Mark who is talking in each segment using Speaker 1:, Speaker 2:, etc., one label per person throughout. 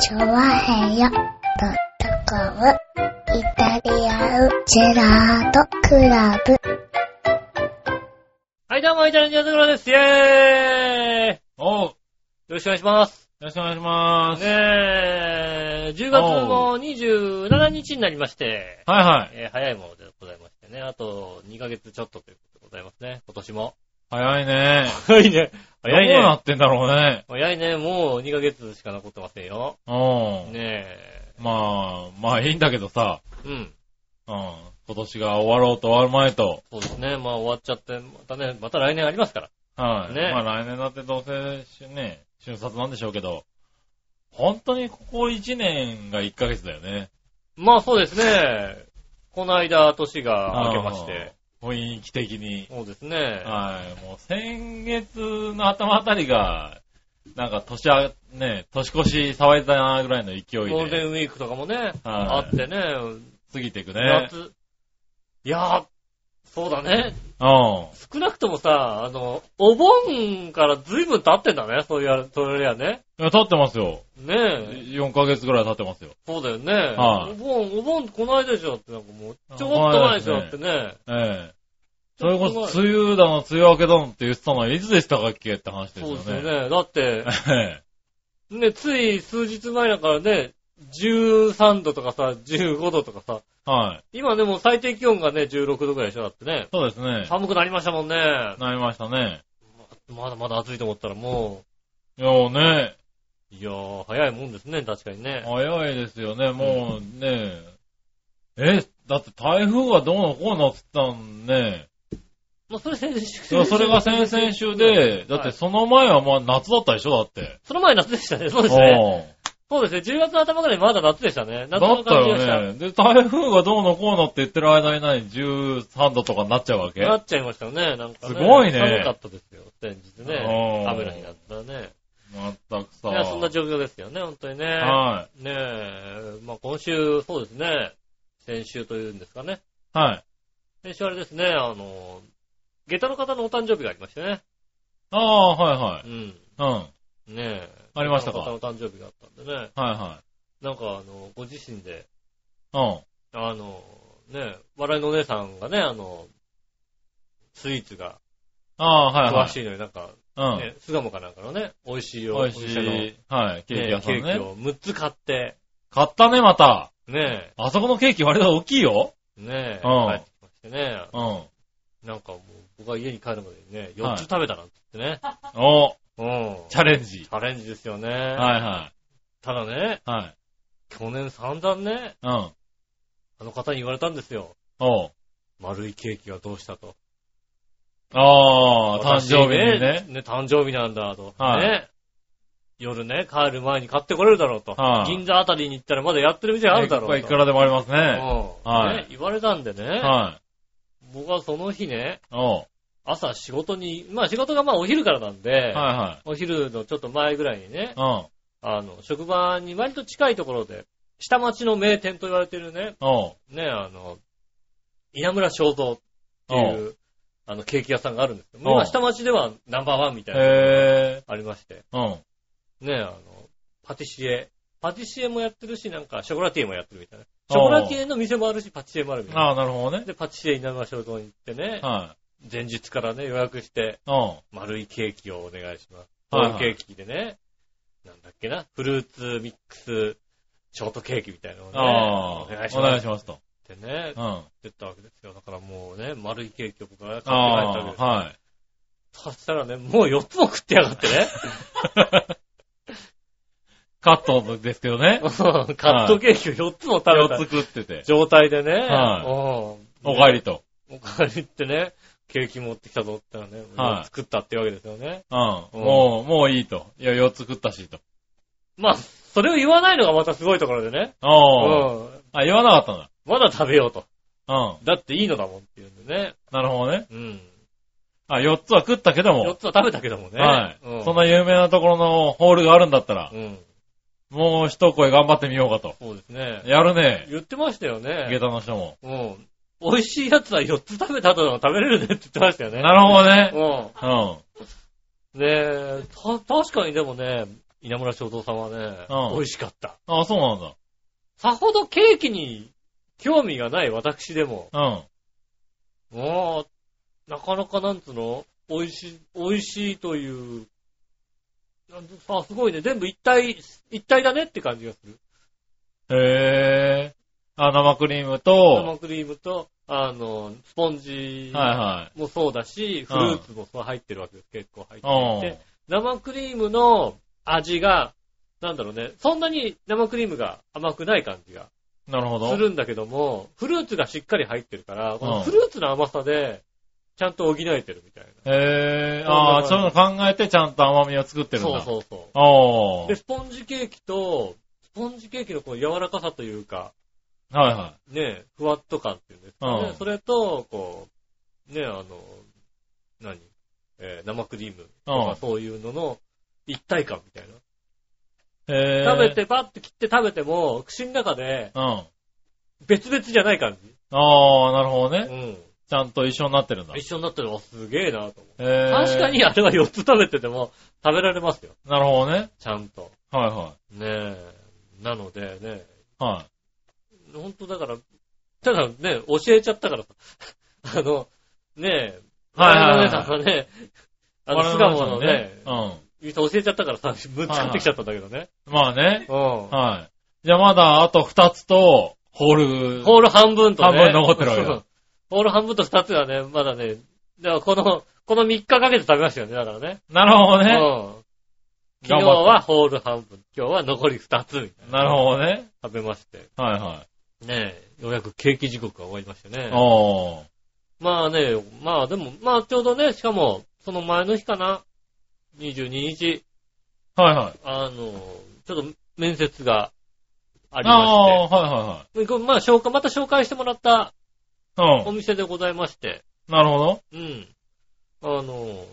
Speaker 1: チョワヘヨドットコムイタリアンジェラートクラブ。
Speaker 2: はい、どうも、イタリアンジャズクラです。イェーイよ
Speaker 3: おう。よ
Speaker 2: ろしくお願いします。
Speaker 3: ろしくお願いしまーす。
Speaker 2: ねえ、10月の27日になりまして、
Speaker 3: はいはい。
Speaker 2: えー早いものでございましてね、あと2ヶ月ちょっとということでございますね、今年も。
Speaker 3: 早いね。
Speaker 2: 早いね。早い
Speaker 3: どうな
Speaker 2: ね。
Speaker 3: ってんだろうね。
Speaker 2: 早いね、もう2ヶ月しか残ってませんよ。
Speaker 3: うん。
Speaker 2: ね
Speaker 3: まあ、まあいいんだけどさ。
Speaker 2: え、うん。
Speaker 3: うん。今年が終わろうと終わる前と。
Speaker 2: そうですね、まあ終わっちゃって、またね、また来年ありますから。
Speaker 3: はい。
Speaker 2: ね
Speaker 3: まあ来年だってどうせしね、春殺なんでしょうけど。本当にここ1年が1ヶ月だよね。
Speaker 2: まあそうですね、この間年が明けまして、
Speaker 3: うん。雰囲気的に。
Speaker 2: そうですね、
Speaker 3: はい。もう先月の頭あたりが、なんか年あ、ね、年越し騒いだなぐらいの勢
Speaker 2: ゴー
Speaker 3: い
Speaker 2: ル
Speaker 3: で
Speaker 2: デンウィークとかもね、あ
Speaker 3: はい
Speaker 2: ってね、
Speaker 3: 過ぎていくね。
Speaker 2: 夏、いやー、そうだね。
Speaker 3: うん。
Speaker 2: 少なくともさ、あの、お盆から随分経ってんだね、そういうあれ、それやね。
Speaker 3: いや、経ってますよ。
Speaker 2: ねえ、
Speaker 3: 4ヶ月ぐらい経ってますよ。
Speaker 2: そうだよね。
Speaker 3: はい
Speaker 2: お盆、お盆、この間でしょって、なんかもう、ちょこっと前でしょってね。
Speaker 3: ええ。
Speaker 2: ち
Speaker 3: そ
Speaker 2: ょ
Speaker 3: れ
Speaker 2: っと前
Speaker 3: こそ、梅雨だの、梅雨明けだのって言ってたのはいつでしたかっけって話ですよ
Speaker 2: そうで
Speaker 3: ね。
Speaker 2: すよね。だって、
Speaker 3: え
Speaker 2: ね、つい数日前だからね、13度とかさ、15度とかさ、
Speaker 3: え。はい。
Speaker 2: 今でも最低気温がね、16度ぐらいでしょだってね。
Speaker 3: そうですね。
Speaker 2: 寒くなりましたもんね。
Speaker 3: なりましたね。
Speaker 2: まだまだ暑いと思ったらも
Speaker 3: いや、もうね、
Speaker 2: う、いやー、早いもんですね、確かにね。
Speaker 3: 早いですよね、もうね。え、だって台風がどうのこうのって言ってたんね。
Speaker 2: まあ、それ先週。
Speaker 3: いやそれが先々週で、だっ
Speaker 2: はい
Speaker 3: てその前はまあ夏だったでしょだって。
Speaker 2: その前夏でしたね、そうですね。
Speaker 3: ね。
Speaker 2: そうですね、10月の頭ぐらいまだ夏でしたね。夏
Speaker 3: だ
Speaker 2: の
Speaker 3: った
Speaker 2: 感じがした。
Speaker 3: よね。で、台風がどうのこうのって言ってる間に何 ?13 度とかになっちゃうわけ
Speaker 2: なっちゃいましたよね、なんか、ね。
Speaker 3: すごいね
Speaker 2: 寒かったですよ、先日ね。
Speaker 3: うん
Speaker 2: 雨の日だったらね。
Speaker 3: まったくさ。
Speaker 2: いや、そんな状況ですよね、本当にね。
Speaker 3: は
Speaker 2: ねえ、まあ今週、そうですね。先週というんですかね。
Speaker 3: い。はい。
Speaker 2: 先週あれですね、あの、下駄の方のお誕生日がありましてね。
Speaker 3: ああ、はいは
Speaker 2: う
Speaker 3: い。
Speaker 2: ん。
Speaker 3: うん。はい
Speaker 2: ねえ。
Speaker 3: ありましたか
Speaker 2: 下駄の方の誕生日があったんでね。
Speaker 3: は
Speaker 2: なんかあの、ご自身で、
Speaker 3: い。うん。
Speaker 2: あの、ね、笑いのお姉さんがね、あの、スイーツが
Speaker 3: ああ、はいは
Speaker 2: 詳
Speaker 3: い。
Speaker 2: しいのになんか、
Speaker 3: うん。
Speaker 2: ね、巣鴨かなんかのね、美味しいお
Speaker 3: 美味
Speaker 2: 店
Speaker 3: し
Speaker 2: の、ね
Speaker 3: い。はい。ケ
Speaker 2: ケ
Speaker 3: ーキ屋さん
Speaker 2: ーキ
Speaker 3: ね。
Speaker 2: を6つ買って、
Speaker 3: 買ったね、また。
Speaker 2: ね
Speaker 3: あそこのケーキ割と大きいよ。
Speaker 2: え、ねえ、
Speaker 3: うん
Speaker 2: 帰ってきましてね、
Speaker 3: うん。
Speaker 2: なんかもう、僕は家に帰るまでにね、4つ食べたなんて言ってね、
Speaker 3: お、
Speaker 2: うん。チ
Speaker 3: チャレンジ。
Speaker 2: ャレンジですよね。
Speaker 3: はいは
Speaker 2: ただね、
Speaker 3: い。はい。
Speaker 2: 去年散々ね、
Speaker 3: うん。
Speaker 2: あの方に言われたんですよ。
Speaker 3: おう
Speaker 2: 丸いケーキはどうしたと。
Speaker 3: ああ、誕生日
Speaker 2: 私
Speaker 3: にね。
Speaker 2: 誕生日なんだと。
Speaker 3: はい
Speaker 2: ね。夜ね、帰る前に買ってこれるだろうと。
Speaker 3: はい
Speaker 2: 銀座あたりに行ったらまだやってる店あるだろうと。
Speaker 3: いくらでもありますね。
Speaker 2: うん
Speaker 3: はい
Speaker 2: ね言われたんでね、
Speaker 3: はい。
Speaker 2: 僕はその日ね、
Speaker 3: おう
Speaker 2: 朝仕事に、まあ仕事がまあお昼からなんで、
Speaker 3: は
Speaker 2: お昼のちょっと前ぐらいにね
Speaker 3: い、はい。
Speaker 2: あの、職場に割と近いところで、下町の名店と言われてるね、
Speaker 3: うん。おう
Speaker 2: ね、あの、稲村正蔵っていう、あの、ケーキ屋さんがあるんですけど、
Speaker 3: おう
Speaker 2: 今下町ではナンバーワンみたいなのが
Speaker 3: へえ。
Speaker 2: ありまして、
Speaker 3: うん。
Speaker 2: ね、あの、パティシエ、パティシエもやってるし、なんか、ショコラティエもやってるみたいな。ショコラティエの店もあるし、パティシエもあるみたいな。
Speaker 3: ああ、なるほどね。
Speaker 2: で、パティシエ稲村正蔵に行ってね、
Speaker 3: はい。
Speaker 2: 前日からね、予約して、
Speaker 3: うん。
Speaker 2: 丸いケーキをお願いします。
Speaker 3: は
Speaker 2: ホ
Speaker 3: い
Speaker 2: ー
Speaker 3: は
Speaker 2: ル
Speaker 3: い
Speaker 2: ケーキでね、なんだっけな、フルーツミックス、ショートケーキみたいなのをね、
Speaker 3: ああ、
Speaker 2: お願いし
Speaker 3: お願
Speaker 2: ま
Speaker 3: い
Speaker 2: す
Speaker 3: しますと。
Speaker 2: ってね
Speaker 3: う、ん。あ
Speaker 2: 言ったわけですよ。だからもうね、丸いケーキを僕が買って帰ったわけ
Speaker 3: あ
Speaker 2: で、すよ。
Speaker 3: はい。
Speaker 2: そしたらね、もう4つも食ってやがって ね、
Speaker 3: カットですけどね。
Speaker 2: カットケーキを4つも食べ
Speaker 3: 4
Speaker 2: た
Speaker 3: つ食ってて。
Speaker 2: 状態でね、
Speaker 3: はい
Speaker 2: うん
Speaker 3: お帰りと。
Speaker 2: お帰りってね、ケーキ持ってきたぞって言ったらね、
Speaker 3: は
Speaker 2: 4
Speaker 3: い
Speaker 2: つ食ったってわけですよね。
Speaker 3: うん。
Speaker 2: うん
Speaker 3: もう、もういいと。いや、4つ食ったしと。
Speaker 2: まあ、それを言わないのがまたすごいところでね、う
Speaker 3: ああ。
Speaker 2: ん、
Speaker 3: あ、言わなかっ
Speaker 2: まだ食べようと。
Speaker 3: たんだ。
Speaker 2: だっていいのだもんっていうんでね。
Speaker 3: うん。なるほどね。
Speaker 2: うん。
Speaker 3: あ、4つは食ったけど
Speaker 2: 4
Speaker 3: も。
Speaker 2: つは食べたけどもね。
Speaker 3: はい
Speaker 2: うん。。
Speaker 3: そんな有名なところのホールがあるんだったら
Speaker 2: う、ん。
Speaker 3: もう一声頑張ってみようかと。
Speaker 2: そうですね。
Speaker 3: やるね。
Speaker 2: 言ってましたよ
Speaker 3: 下
Speaker 2: ね。
Speaker 3: 駄の人も。
Speaker 2: うん。美味しいやつは4つ食べた後でも食べれるねって言ってましたよね。
Speaker 3: なるほどね。
Speaker 2: ほ
Speaker 3: う
Speaker 2: ど。う
Speaker 3: ん。
Speaker 2: ん。ねえ、た、確かにでもね、稲村正蔵さんはね、
Speaker 3: うん
Speaker 2: 美味しかった。
Speaker 3: あ、そうなんだ。
Speaker 2: さほどケーキに興味がない私でも、
Speaker 3: うん。
Speaker 2: もう、なかなかなんつうの美味しい、美味しいという、なんあ、すごいね。全部一体、一体だねって感じがする。
Speaker 3: へえ。あ、生クリームと、
Speaker 2: 生クリームと、あの、スポンジ
Speaker 3: はいは
Speaker 2: もそうだし、フ
Speaker 3: うん
Speaker 2: ルーツもそう入ってるわけです。結構入
Speaker 3: い。
Speaker 2: っていて。生クリームの味が、なんだろうね、そんなに生クリームが甘くない感じが
Speaker 3: うん。なるほど。
Speaker 2: するんだけども、フルーツがしっかり入ってるから、こ
Speaker 3: う
Speaker 2: の
Speaker 3: ん
Speaker 2: フルーツの甘さで、ちゃんと補えてるみたいな。
Speaker 3: へー、ああ、
Speaker 2: そ
Speaker 3: そうう
Speaker 2: い
Speaker 3: いうう
Speaker 2: の
Speaker 3: の考えてちゃんと甘みを作ってるんだ。
Speaker 2: そう
Speaker 3: う。
Speaker 2: そうそ
Speaker 3: あ
Speaker 2: う。で、スポンジケーキと、スポンジケーキのこう柔らかさというか、
Speaker 3: あ。はいは
Speaker 2: ね、ふわっと感っていうんですかね。
Speaker 3: うん
Speaker 2: それと、こう、ね、あの、何えー生クリームと
Speaker 3: う
Speaker 2: か
Speaker 3: ん
Speaker 2: そういうのの一体感みたい
Speaker 3: い。へえ。
Speaker 2: な。食べ。て、パッと切って食べても、口の中で
Speaker 3: うん。あ
Speaker 2: 別々じゃない感じ。
Speaker 3: あ、なるほど
Speaker 2: う
Speaker 3: ね。
Speaker 2: ん。
Speaker 3: ちゃんと一緒になってるんだ。へ
Speaker 2: 一緒になってるのすげえなと思う。
Speaker 3: え。
Speaker 2: 確か。にあれは4つ食べてても食べられますよ。
Speaker 3: なるほどね。
Speaker 2: ちゃんと。
Speaker 3: はいは
Speaker 2: ねえ。なのでね、
Speaker 3: い。はい。
Speaker 2: ほんとだから、ただね、教えちゃったからさ、あ の、ねえ、
Speaker 3: はいはいは
Speaker 2: 我
Speaker 3: い
Speaker 2: 々なんかね、あの、
Speaker 3: 我
Speaker 2: 巣
Speaker 3: 々
Speaker 2: 鴨のね、
Speaker 3: うん。
Speaker 2: 店教えちゃったからさ、ぶつかってきちゃったんだけどね。
Speaker 3: まあね。
Speaker 2: う
Speaker 3: はい。じゃあまだあと二つと、ホー
Speaker 2: ん。
Speaker 3: ル。
Speaker 2: ホール半分とね。
Speaker 3: 半分残ってるわけだ
Speaker 2: そう ホール半分と二つはね、まだね、だからこの、この3日かけて食べましたよね、だからね。
Speaker 3: なるほど
Speaker 2: う
Speaker 3: ね。
Speaker 2: ん。昨日はホール半分、今日は残り2つみたいな
Speaker 3: なるほどね。
Speaker 2: 食べまして。
Speaker 3: はいは
Speaker 2: ねえ、ようやくケーキ時刻が終わりましたね
Speaker 3: い。。おー。
Speaker 2: まあね、まあでも、まあちょうどね、しかも、その前の日かな、22日、
Speaker 3: はいはい。
Speaker 2: あの、ちょっと面接があり
Speaker 3: あ
Speaker 2: ま
Speaker 3: あー、は
Speaker 2: して、これまあ紹介、また紹介してもらった
Speaker 3: いはいはい。
Speaker 2: お
Speaker 3: うん。
Speaker 2: 店でございまして、
Speaker 3: なるほど。
Speaker 2: うん。あの、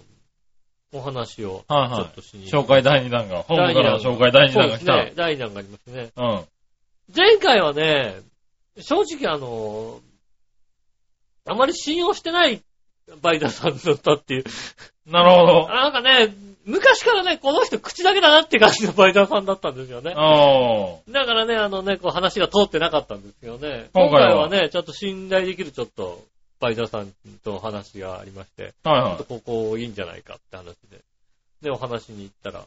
Speaker 2: お話を
Speaker 3: はい
Speaker 2: ちょ
Speaker 3: は
Speaker 2: っとし
Speaker 3: い。
Speaker 2: に。
Speaker 3: 紹介第2弾が、本部からの紹介第2
Speaker 2: そう
Speaker 3: 弾
Speaker 2: で
Speaker 3: が
Speaker 2: す
Speaker 3: 来た。
Speaker 2: ね。第2弾がありますね。
Speaker 3: うん。
Speaker 2: 前回はね、正直あの、あまり信用してないバイダーさんだったっていう。
Speaker 3: なるほど。
Speaker 2: なんかね、昔からね、この人口だけだなって感じのバイダーさんだったんですよね。
Speaker 3: あ
Speaker 2: だからね、あのね、こう話が通ってなかったんですけどね。今
Speaker 3: 今
Speaker 2: 回
Speaker 3: 回
Speaker 2: は
Speaker 3: は
Speaker 2: ね、ちょっと信頼できるちょっと、バイダーさんとお話がありまして、
Speaker 3: あ、はい
Speaker 2: ちょっ
Speaker 3: は
Speaker 2: とここいいんじゃないかって話で。で、お話に行ったら、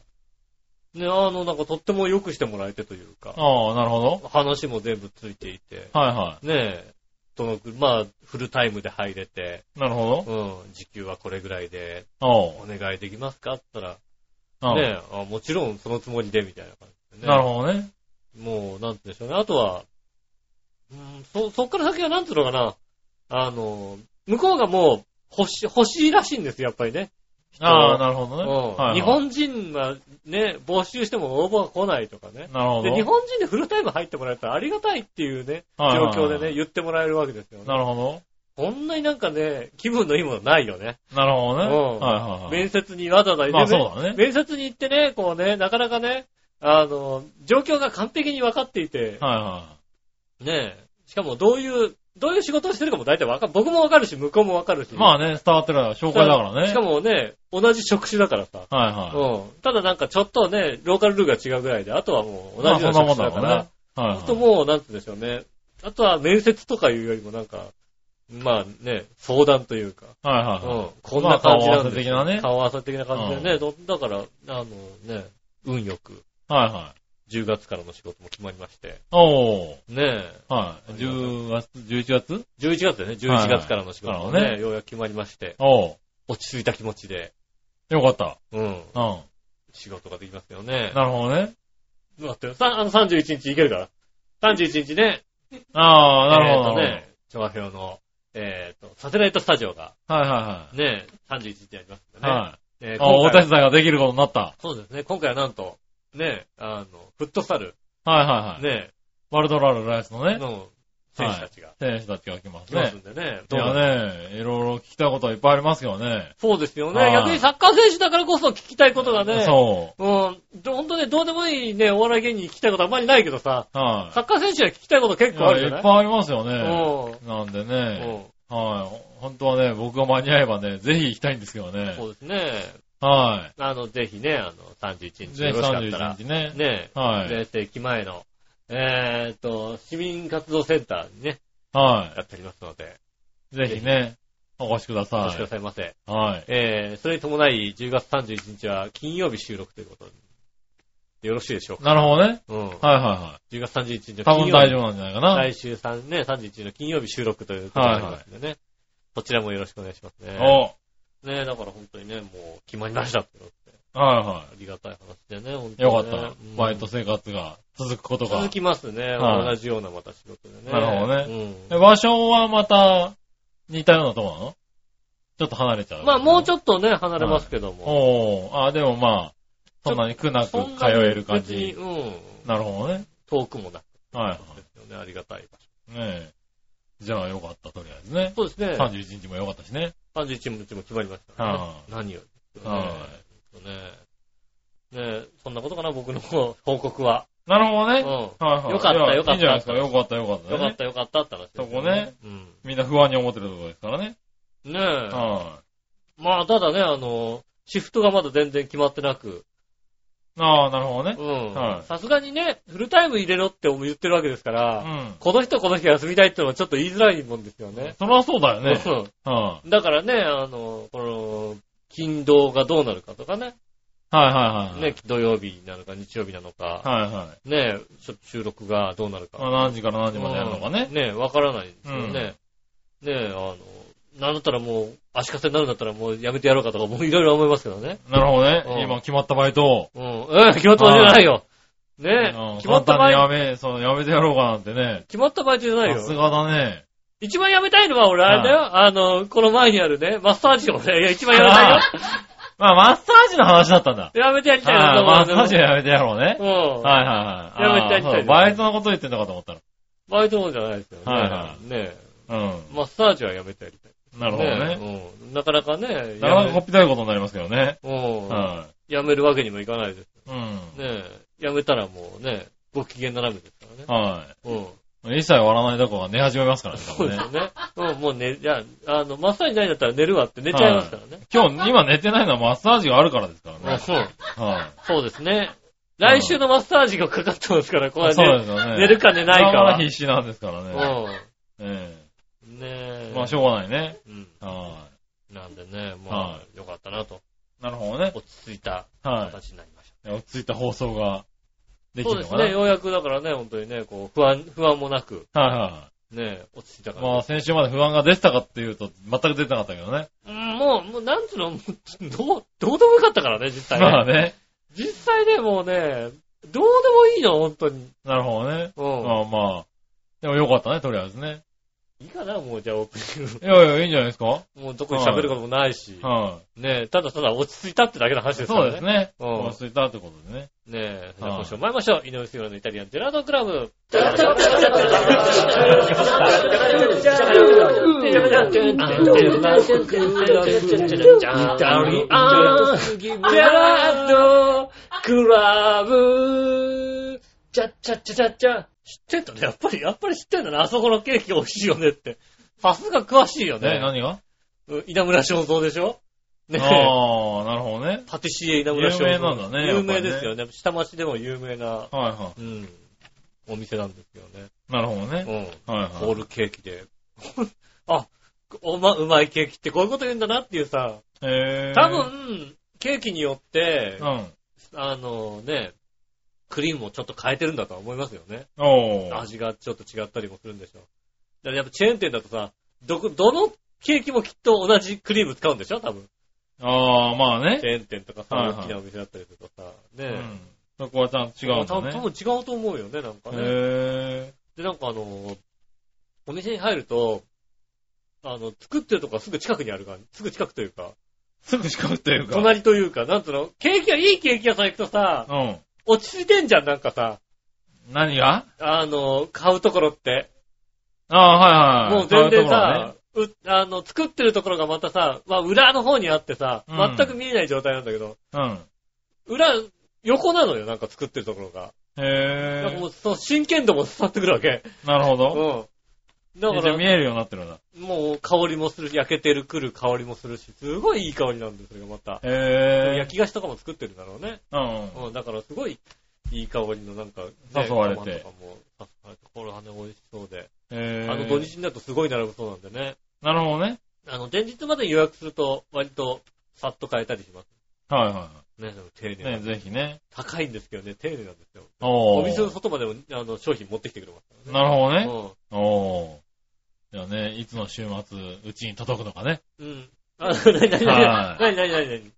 Speaker 2: ね、あの、なんかとっても良くしてもらえてというか
Speaker 3: い。、ああ、なるほど。
Speaker 2: 話も全部ついていて、
Speaker 3: はいは
Speaker 2: ねえ、どのくまあ、フルタイムで入れて、
Speaker 3: い。なるほ
Speaker 2: うん、時給はこれぐらいで、
Speaker 3: ど。お
Speaker 2: お願いできますかって言ったら、
Speaker 3: う。うん
Speaker 2: ねえあ、もちろんそのつもりでみたいな感じでね。
Speaker 3: なるほどね。
Speaker 2: もう、なんて言うんでしょうね。あとは、うん、そ、そっから先はなんていうのかな。あの、向こうがもう、欲し、欲しいらしいんですよ、やっぱりね。
Speaker 3: ああ、なるほ
Speaker 2: う
Speaker 3: ど
Speaker 2: ん
Speaker 3: ね。はいはい
Speaker 2: 日本人はね、募集しても応募が来ないとかね。
Speaker 3: なるほ
Speaker 2: で、
Speaker 3: ど。
Speaker 2: 日本人でフルタイム入ってもらえたらありがたいっていうね、状
Speaker 3: はいはいはい
Speaker 2: 況でね、言ってもらえるわけですよね。
Speaker 3: なるほ
Speaker 2: こんなになんかね、気分のいいものないよね。
Speaker 3: ど。なるほどね。
Speaker 2: うん
Speaker 3: はいはいはい。
Speaker 2: 面接にわざわざ
Speaker 3: まあ
Speaker 2: でね
Speaker 3: そうだね
Speaker 2: 面接に行ってね、こうね、なかなかね、あの、状況が完璧に分かっていて、
Speaker 3: はいは
Speaker 2: ねえ。しかもどういう、どういう仕事をしてるかも大体わかる。僕もわかるし、向こうもわかるし。
Speaker 3: い。まあね、伝わってる紹介だからね。
Speaker 2: しかもね、同じ職種だからさ。
Speaker 3: はいは
Speaker 2: うん。ただなんかちょっとね、ローカルルールが違うぐらいで、あとはもう同
Speaker 3: い。ま
Speaker 2: じ
Speaker 3: あそ
Speaker 2: ようんな職
Speaker 3: なも
Speaker 2: 種
Speaker 3: んだ
Speaker 2: だか。
Speaker 3: かららね。はい
Speaker 2: あと
Speaker 3: は
Speaker 2: もう、なんて言うんでしょうね。あとは面接とかいうよりもなんか、まあね、相談というか。
Speaker 3: い。はいは
Speaker 2: う
Speaker 3: いはい。
Speaker 2: ん。こんな感じなんですよ
Speaker 3: まあ顔合わせ的なね
Speaker 2: 顔合わせ的な感じでね。どだから、あのね、運よく、
Speaker 3: はいはい。
Speaker 2: 10月からの仕事も決まりまして。
Speaker 3: おー。
Speaker 2: ねえ。
Speaker 3: はい。10月、11月
Speaker 2: 11月だよね、11月からの仕事も
Speaker 3: はいはいなるほど
Speaker 2: ね、ようやく決まりまして、
Speaker 3: おー。
Speaker 2: 落ち着いた気持ちで、
Speaker 3: よかった。
Speaker 2: うん、
Speaker 3: うん。
Speaker 2: 仕事ができますよね。
Speaker 3: なるほどね。
Speaker 2: 待ってよ、さあの31日行けるから。31日ね、
Speaker 3: ああ、なるほ
Speaker 2: えー
Speaker 3: ど。
Speaker 2: とね、調和表の、えっ、と、サテライトスタジオが、
Speaker 3: はいは
Speaker 2: ね、31日やりますん
Speaker 3: い
Speaker 2: で
Speaker 3: はい。
Speaker 2: ね。
Speaker 3: はい。
Speaker 2: えー
Speaker 3: あ、お
Speaker 2: 今
Speaker 3: 手
Speaker 2: 回は
Speaker 3: 伝いができることになった。
Speaker 2: そうですね、今回はなんと、ね、あの、フットサル、
Speaker 3: はいはいはい。
Speaker 2: ね、
Speaker 3: ワールドラルライスのね、
Speaker 2: の選手たちが
Speaker 3: 選手たちが来ます
Speaker 2: 来ます
Speaker 3: ね。
Speaker 2: んでね。
Speaker 3: い
Speaker 2: どう
Speaker 3: や
Speaker 2: なる
Speaker 3: ね、いろいろ聞きたいことはいっぱいありますよね。
Speaker 2: そうですよ
Speaker 3: は
Speaker 2: ね。
Speaker 3: い
Speaker 2: 逆にサッカー選手だからこそ聞きたいことがね、
Speaker 3: そ
Speaker 2: うん、ほんとね、どうでもいいね、お笑い芸人に聞きたいことあんまりないけどさ、
Speaker 3: う。は
Speaker 2: サッカー選手は聞きたいこと
Speaker 3: い。
Speaker 2: 結
Speaker 3: い
Speaker 2: 構ある
Speaker 3: や
Speaker 2: じ
Speaker 3: い
Speaker 2: ゃ
Speaker 3: っぱ
Speaker 2: ないい
Speaker 3: ありますよね。
Speaker 2: うん
Speaker 3: なんで
Speaker 2: う
Speaker 3: ね、
Speaker 2: ん
Speaker 3: はい。本当はね、僕が間に合えばね、ぜひ行きたいんですけどね
Speaker 2: そ。うですね。
Speaker 3: は
Speaker 2: あの、ぜひね、あの、31
Speaker 3: い。
Speaker 2: 日よ
Speaker 3: 全
Speaker 2: ろしかった
Speaker 3: 31
Speaker 2: ら、
Speaker 3: 日ね。
Speaker 2: ね、
Speaker 3: はい。
Speaker 2: 全世駅前の、えーっと、市民活動センターにね、
Speaker 3: は
Speaker 2: やっておりますので、
Speaker 3: い。ぜひね、お越しくだ
Speaker 2: お
Speaker 3: さ
Speaker 2: 越しくだ
Speaker 3: い。
Speaker 2: さいませ。
Speaker 3: はい。
Speaker 2: えー、それに伴い、10月31日は金曜日収録ということで、よろしいでしょうか。
Speaker 3: なるほどね。
Speaker 2: うん。
Speaker 3: はいは
Speaker 2: 10月31日
Speaker 3: いはい。
Speaker 2: の
Speaker 3: 多
Speaker 2: 金
Speaker 3: 分
Speaker 2: 曜
Speaker 3: 大
Speaker 2: 日
Speaker 3: 丈。夫なんじゃないかな。
Speaker 2: 来週3、ね、31日の金曜日収録ということになりますんでね。そちらもよろしくお願いしますね。
Speaker 3: お
Speaker 2: ねだから本当にね、もう決まりましたってことで
Speaker 3: はいは
Speaker 2: ありがたい話でね、本
Speaker 3: い。よ
Speaker 2: 当
Speaker 3: かっ
Speaker 2: に、ね。
Speaker 3: たな
Speaker 2: うん。
Speaker 3: バイト生活が続くことが
Speaker 2: 続。きますね。
Speaker 3: はい
Speaker 2: 同じようなまた仕事でね。
Speaker 3: なるほど
Speaker 2: ね。
Speaker 3: で場所はまた、似たようなとこなのちょっと離れちゃ
Speaker 2: う。。
Speaker 3: うん
Speaker 2: まあもうち
Speaker 3: ょっ
Speaker 2: ょっとね、離れますけども。
Speaker 3: おー。あ、でもまあ、そんなに苦なく
Speaker 2: そん
Speaker 3: 通
Speaker 2: なに
Speaker 3: える感
Speaker 2: 別に
Speaker 3: じ。
Speaker 2: うん。
Speaker 3: なるほどね。
Speaker 2: 遠くもなく
Speaker 3: はいは
Speaker 2: ですよね。ありがたい場所。
Speaker 3: い。ねえ。じゃあよかった、とりあえずね。
Speaker 2: そうですね。
Speaker 3: 31日もよかったしね。
Speaker 2: 31日も決まりましたからね。
Speaker 3: は
Speaker 2: 何より。
Speaker 3: はい
Speaker 2: ねねえそんなことかな、僕の報告は。
Speaker 3: い。なるほど
Speaker 2: う
Speaker 3: ね
Speaker 2: ん。。よ
Speaker 3: はいはい。
Speaker 2: よかった
Speaker 3: いや
Speaker 2: よかった
Speaker 3: いいんじゃないですか。よかった、よかったね。
Speaker 2: かったよかったって話ですよ
Speaker 3: そこね。
Speaker 2: うん。
Speaker 3: みんな不安に思ってるところですからね。
Speaker 2: ねえ。
Speaker 3: は
Speaker 2: まあ、ただね、あの、シフトがまだ全然決まってなく、
Speaker 3: い。ああ、なるほどね
Speaker 2: う。ん
Speaker 3: は。い
Speaker 2: さすがにね、フルタイム入れろって言ってるわけですか
Speaker 3: う
Speaker 2: ら、
Speaker 3: ん。
Speaker 2: この人この人休みたいってのはちょっと言いづらいもんですよね。
Speaker 3: そりゃそうだよね。
Speaker 2: うん
Speaker 3: は
Speaker 2: だからね、あの、この、勤労がどうなるかとかね、
Speaker 3: い。はいはいはい。
Speaker 2: ね、。土曜日なのか日曜日なのか、
Speaker 3: はいはい。
Speaker 2: ね、ちょっと収録がどうなるか。
Speaker 3: まあ何時から何時までやるのかね
Speaker 2: う。ん。ね、わからないですよね。ね、あの、なんだったらもう、足かせになるんだったらもうやめてやろうかとか、もうい ろいろ思いますけどね。
Speaker 3: なるほど
Speaker 2: うん
Speaker 3: ね。今決まったバイトを。
Speaker 2: うん、ええ決まった場合じゃないよ。ね
Speaker 3: うん
Speaker 2: 決まった場
Speaker 3: 簡単にや
Speaker 2: 合、
Speaker 3: め、そのやめてやろうかなんてね。
Speaker 2: 決まった場合じゃない
Speaker 3: さす
Speaker 2: よ。
Speaker 3: がだね。
Speaker 2: 一番やめたいのは俺、あれだよ。あの、この前にあるね、マッサージをね、い や、一番やめたいよ
Speaker 3: あ。まあ、マッサージの話だったんだ。
Speaker 2: やめてやりたいな
Speaker 3: は
Speaker 2: と
Speaker 3: い、
Speaker 2: 思
Speaker 3: マ
Speaker 2: う
Speaker 3: ッサージはやめてやろうね
Speaker 2: う。ん。
Speaker 3: はいはい
Speaker 2: や
Speaker 3: はい。
Speaker 2: めてやりたいで
Speaker 3: ああ
Speaker 2: す
Speaker 3: そうバイトのこと言ってんのかと思った
Speaker 2: バイトのじゃないですよね。
Speaker 3: はいは
Speaker 2: ね
Speaker 3: ら。う
Speaker 2: マッサージはやめてやりたい。
Speaker 3: ん。なるほどね。
Speaker 2: うん。なかなかね、
Speaker 3: なかなか
Speaker 2: や
Speaker 3: こっぴどいことになりますけどね。
Speaker 2: めうん
Speaker 3: は
Speaker 2: やめるわけにもいかないです。
Speaker 3: い。うん。
Speaker 2: ねやめたらもうね、ご機嫌斜めですからね。
Speaker 3: は
Speaker 2: うん。
Speaker 3: い。一切笑わないどころが寝始めますからね。多
Speaker 2: そう
Speaker 3: 分
Speaker 2: で
Speaker 3: ね
Speaker 2: すよね。うん、もう寝、いや、あの、マッサージないんだったら寝るわって寝ちゃいますからね。
Speaker 3: 今日、今寝てないのはマッサージがあるからですから
Speaker 2: あ
Speaker 3: ね。
Speaker 2: そう。
Speaker 3: は
Speaker 2: そうですね。来週のマッサージがかかってますから、これ
Speaker 3: い。そうで
Speaker 2: ね、
Speaker 3: すよね。
Speaker 2: 寝るか寝ないか
Speaker 3: まあま
Speaker 2: は。
Speaker 3: あ必死なんですから
Speaker 2: う
Speaker 3: ね。
Speaker 2: ん。
Speaker 3: え
Speaker 2: ねえ
Speaker 3: え。まあ、しょうがないね。
Speaker 2: うん。
Speaker 3: は
Speaker 2: なんでね、ま
Speaker 3: は
Speaker 2: あ、よかったなと。
Speaker 3: い。なるほどね。
Speaker 2: 落ち着いた
Speaker 3: は
Speaker 2: 形になりました。
Speaker 3: い。落ち着いた放送ができ
Speaker 2: そうで
Speaker 3: るの
Speaker 2: す
Speaker 3: かな。
Speaker 2: ね、ようやくだからね、本当にね、こう、不安、不安もなく、
Speaker 3: はいは
Speaker 2: ね、落ち着いた
Speaker 3: い。
Speaker 2: から、
Speaker 3: まあ、先週まで不安が出てたかっていうと、全く出てなかったけどね。
Speaker 2: うんもう、もう、なんつうの、もうどう、どうでもよかったからね、実際ね。
Speaker 3: まあね。
Speaker 2: 実際ね、もうね、どうでもいいの、本当に。
Speaker 3: なるほどね。
Speaker 2: う
Speaker 3: ま
Speaker 2: ん。
Speaker 3: あまあ。でもよかったね、とりあえずね。
Speaker 2: いいかな、もう、じゃあ、オープニン
Speaker 3: いやいや、いいんじゃないですか
Speaker 2: グ。もう、どこに喋ることもないし、
Speaker 3: は
Speaker 2: ね、ただただ落ち着いたってだけの話
Speaker 3: い。
Speaker 2: ですか
Speaker 3: そ
Speaker 2: ら
Speaker 3: う
Speaker 2: ね。
Speaker 3: ですね。
Speaker 2: うん
Speaker 3: 落ち着いたってことでね。
Speaker 2: ねえ、じゃあ
Speaker 3: はい
Speaker 2: 今週も参りましょう。井上杉村のイタリアンジェラードクラブ。チャッチャッチャチャッチャ。知ってんだね。やっぱり、やっぱり知ってんだね。あそこのケーキ美味しいよねって。さすが詳しいよ
Speaker 3: ね、
Speaker 2: ね。
Speaker 3: 何が
Speaker 2: うん稲村正蔵でしょねえ。
Speaker 3: ああ、なるほどね。
Speaker 2: パティシエ稲村正蔵。
Speaker 3: 有名なんだね
Speaker 2: 有名ですよね。下町でも有名な、
Speaker 3: はいは
Speaker 2: うん、お店なんですよね。
Speaker 3: い。なるほどね。
Speaker 2: うん。
Speaker 3: はいはい。
Speaker 2: ホールケーキで。 あ、おま、うまいケーキってこういうこと言うんだなっていうさ、
Speaker 3: へー
Speaker 2: 多、分、ケーキによって
Speaker 3: う、ん。
Speaker 2: あのね、クリームをちょっと変えてるんだとは思いますよね。
Speaker 3: おー。
Speaker 2: 味がちょっと違ったりもするんでしょ。だからやっぱチェーン店だとさ、どこ、どのケーキもきっと同じクリーム使うんでしょ多分。
Speaker 3: ああ、まあね
Speaker 2: チ。ェーン店とかさ、
Speaker 3: はいはい
Speaker 2: 大きなお店だったりとかさ、
Speaker 3: う
Speaker 2: ね
Speaker 3: ん。そこはちゃんと
Speaker 2: え。
Speaker 3: 違う
Speaker 2: 多
Speaker 3: んだ
Speaker 2: 分多
Speaker 3: ね。
Speaker 2: 分違うと思うよね、なんかね。
Speaker 3: へ
Speaker 2: で、なんかあの、お店に入ると、あの、作ってるとこはすぐ近くにあるから、すぐ近くというか、
Speaker 3: ー。すぐ近くというか。
Speaker 2: 隣というか、なんつうの、ケーキが、いいケーキ屋さん行くとさ、
Speaker 3: うん。
Speaker 2: 落ち着いてんじゃん、なんかさ、
Speaker 3: 何が
Speaker 2: あの、買うところって。
Speaker 3: ああ、はいはい。
Speaker 2: もう全然
Speaker 3: 買う
Speaker 2: さ、うあの、作ってるところがまたさ、まあ、裏の方にあってさ、
Speaker 3: うん
Speaker 2: 全く見えない状態なんだけど、
Speaker 3: ところね。
Speaker 2: 裏、横なのよ、なんか作ってるところが。
Speaker 3: うん。
Speaker 2: なんか
Speaker 3: へ
Speaker 2: もう、その真剣度も伝わってくるわけ。
Speaker 3: ー。なるほ
Speaker 2: う
Speaker 3: ど。
Speaker 2: ん。だか
Speaker 3: じゃあ見
Speaker 2: ら、
Speaker 3: えるようになってるんだ。
Speaker 2: もう香りもするし、焼けてるくる香りもするし、すごいいい香りなんですよ、また。
Speaker 3: へ
Speaker 2: 焼き菓子とかも作ってるだろうね。
Speaker 3: ぇー。うん。
Speaker 2: うん、だからすごいいい香りのなんか、ね
Speaker 3: 誘わ
Speaker 2: ご飯
Speaker 3: れて
Speaker 2: とかも誘われてこれはね、美味しそうで。あ
Speaker 3: え
Speaker 2: の土日になるとすごい並ぶそうなんでね。
Speaker 3: なるほどね。
Speaker 2: あの、前日まで予約すると割とさっと買えたりします。
Speaker 3: はいは
Speaker 2: ね、でも丁
Speaker 3: い。
Speaker 2: 寧な
Speaker 3: ね、ぜひね。
Speaker 2: 高いんですけどね、丁寧なんですよ。
Speaker 3: おー。
Speaker 2: お店の外までもあの商品持ってきてくれますからね。
Speaker 3: なるほどね。
Speaker 2: ほ
Speaker 3: おー。じゃあね、いつの週末、うちに届くのかね。
Speaker 2: ど。うん。うん。あ、なになにな
Speaker 3: はい
Speaker 2: になになになになに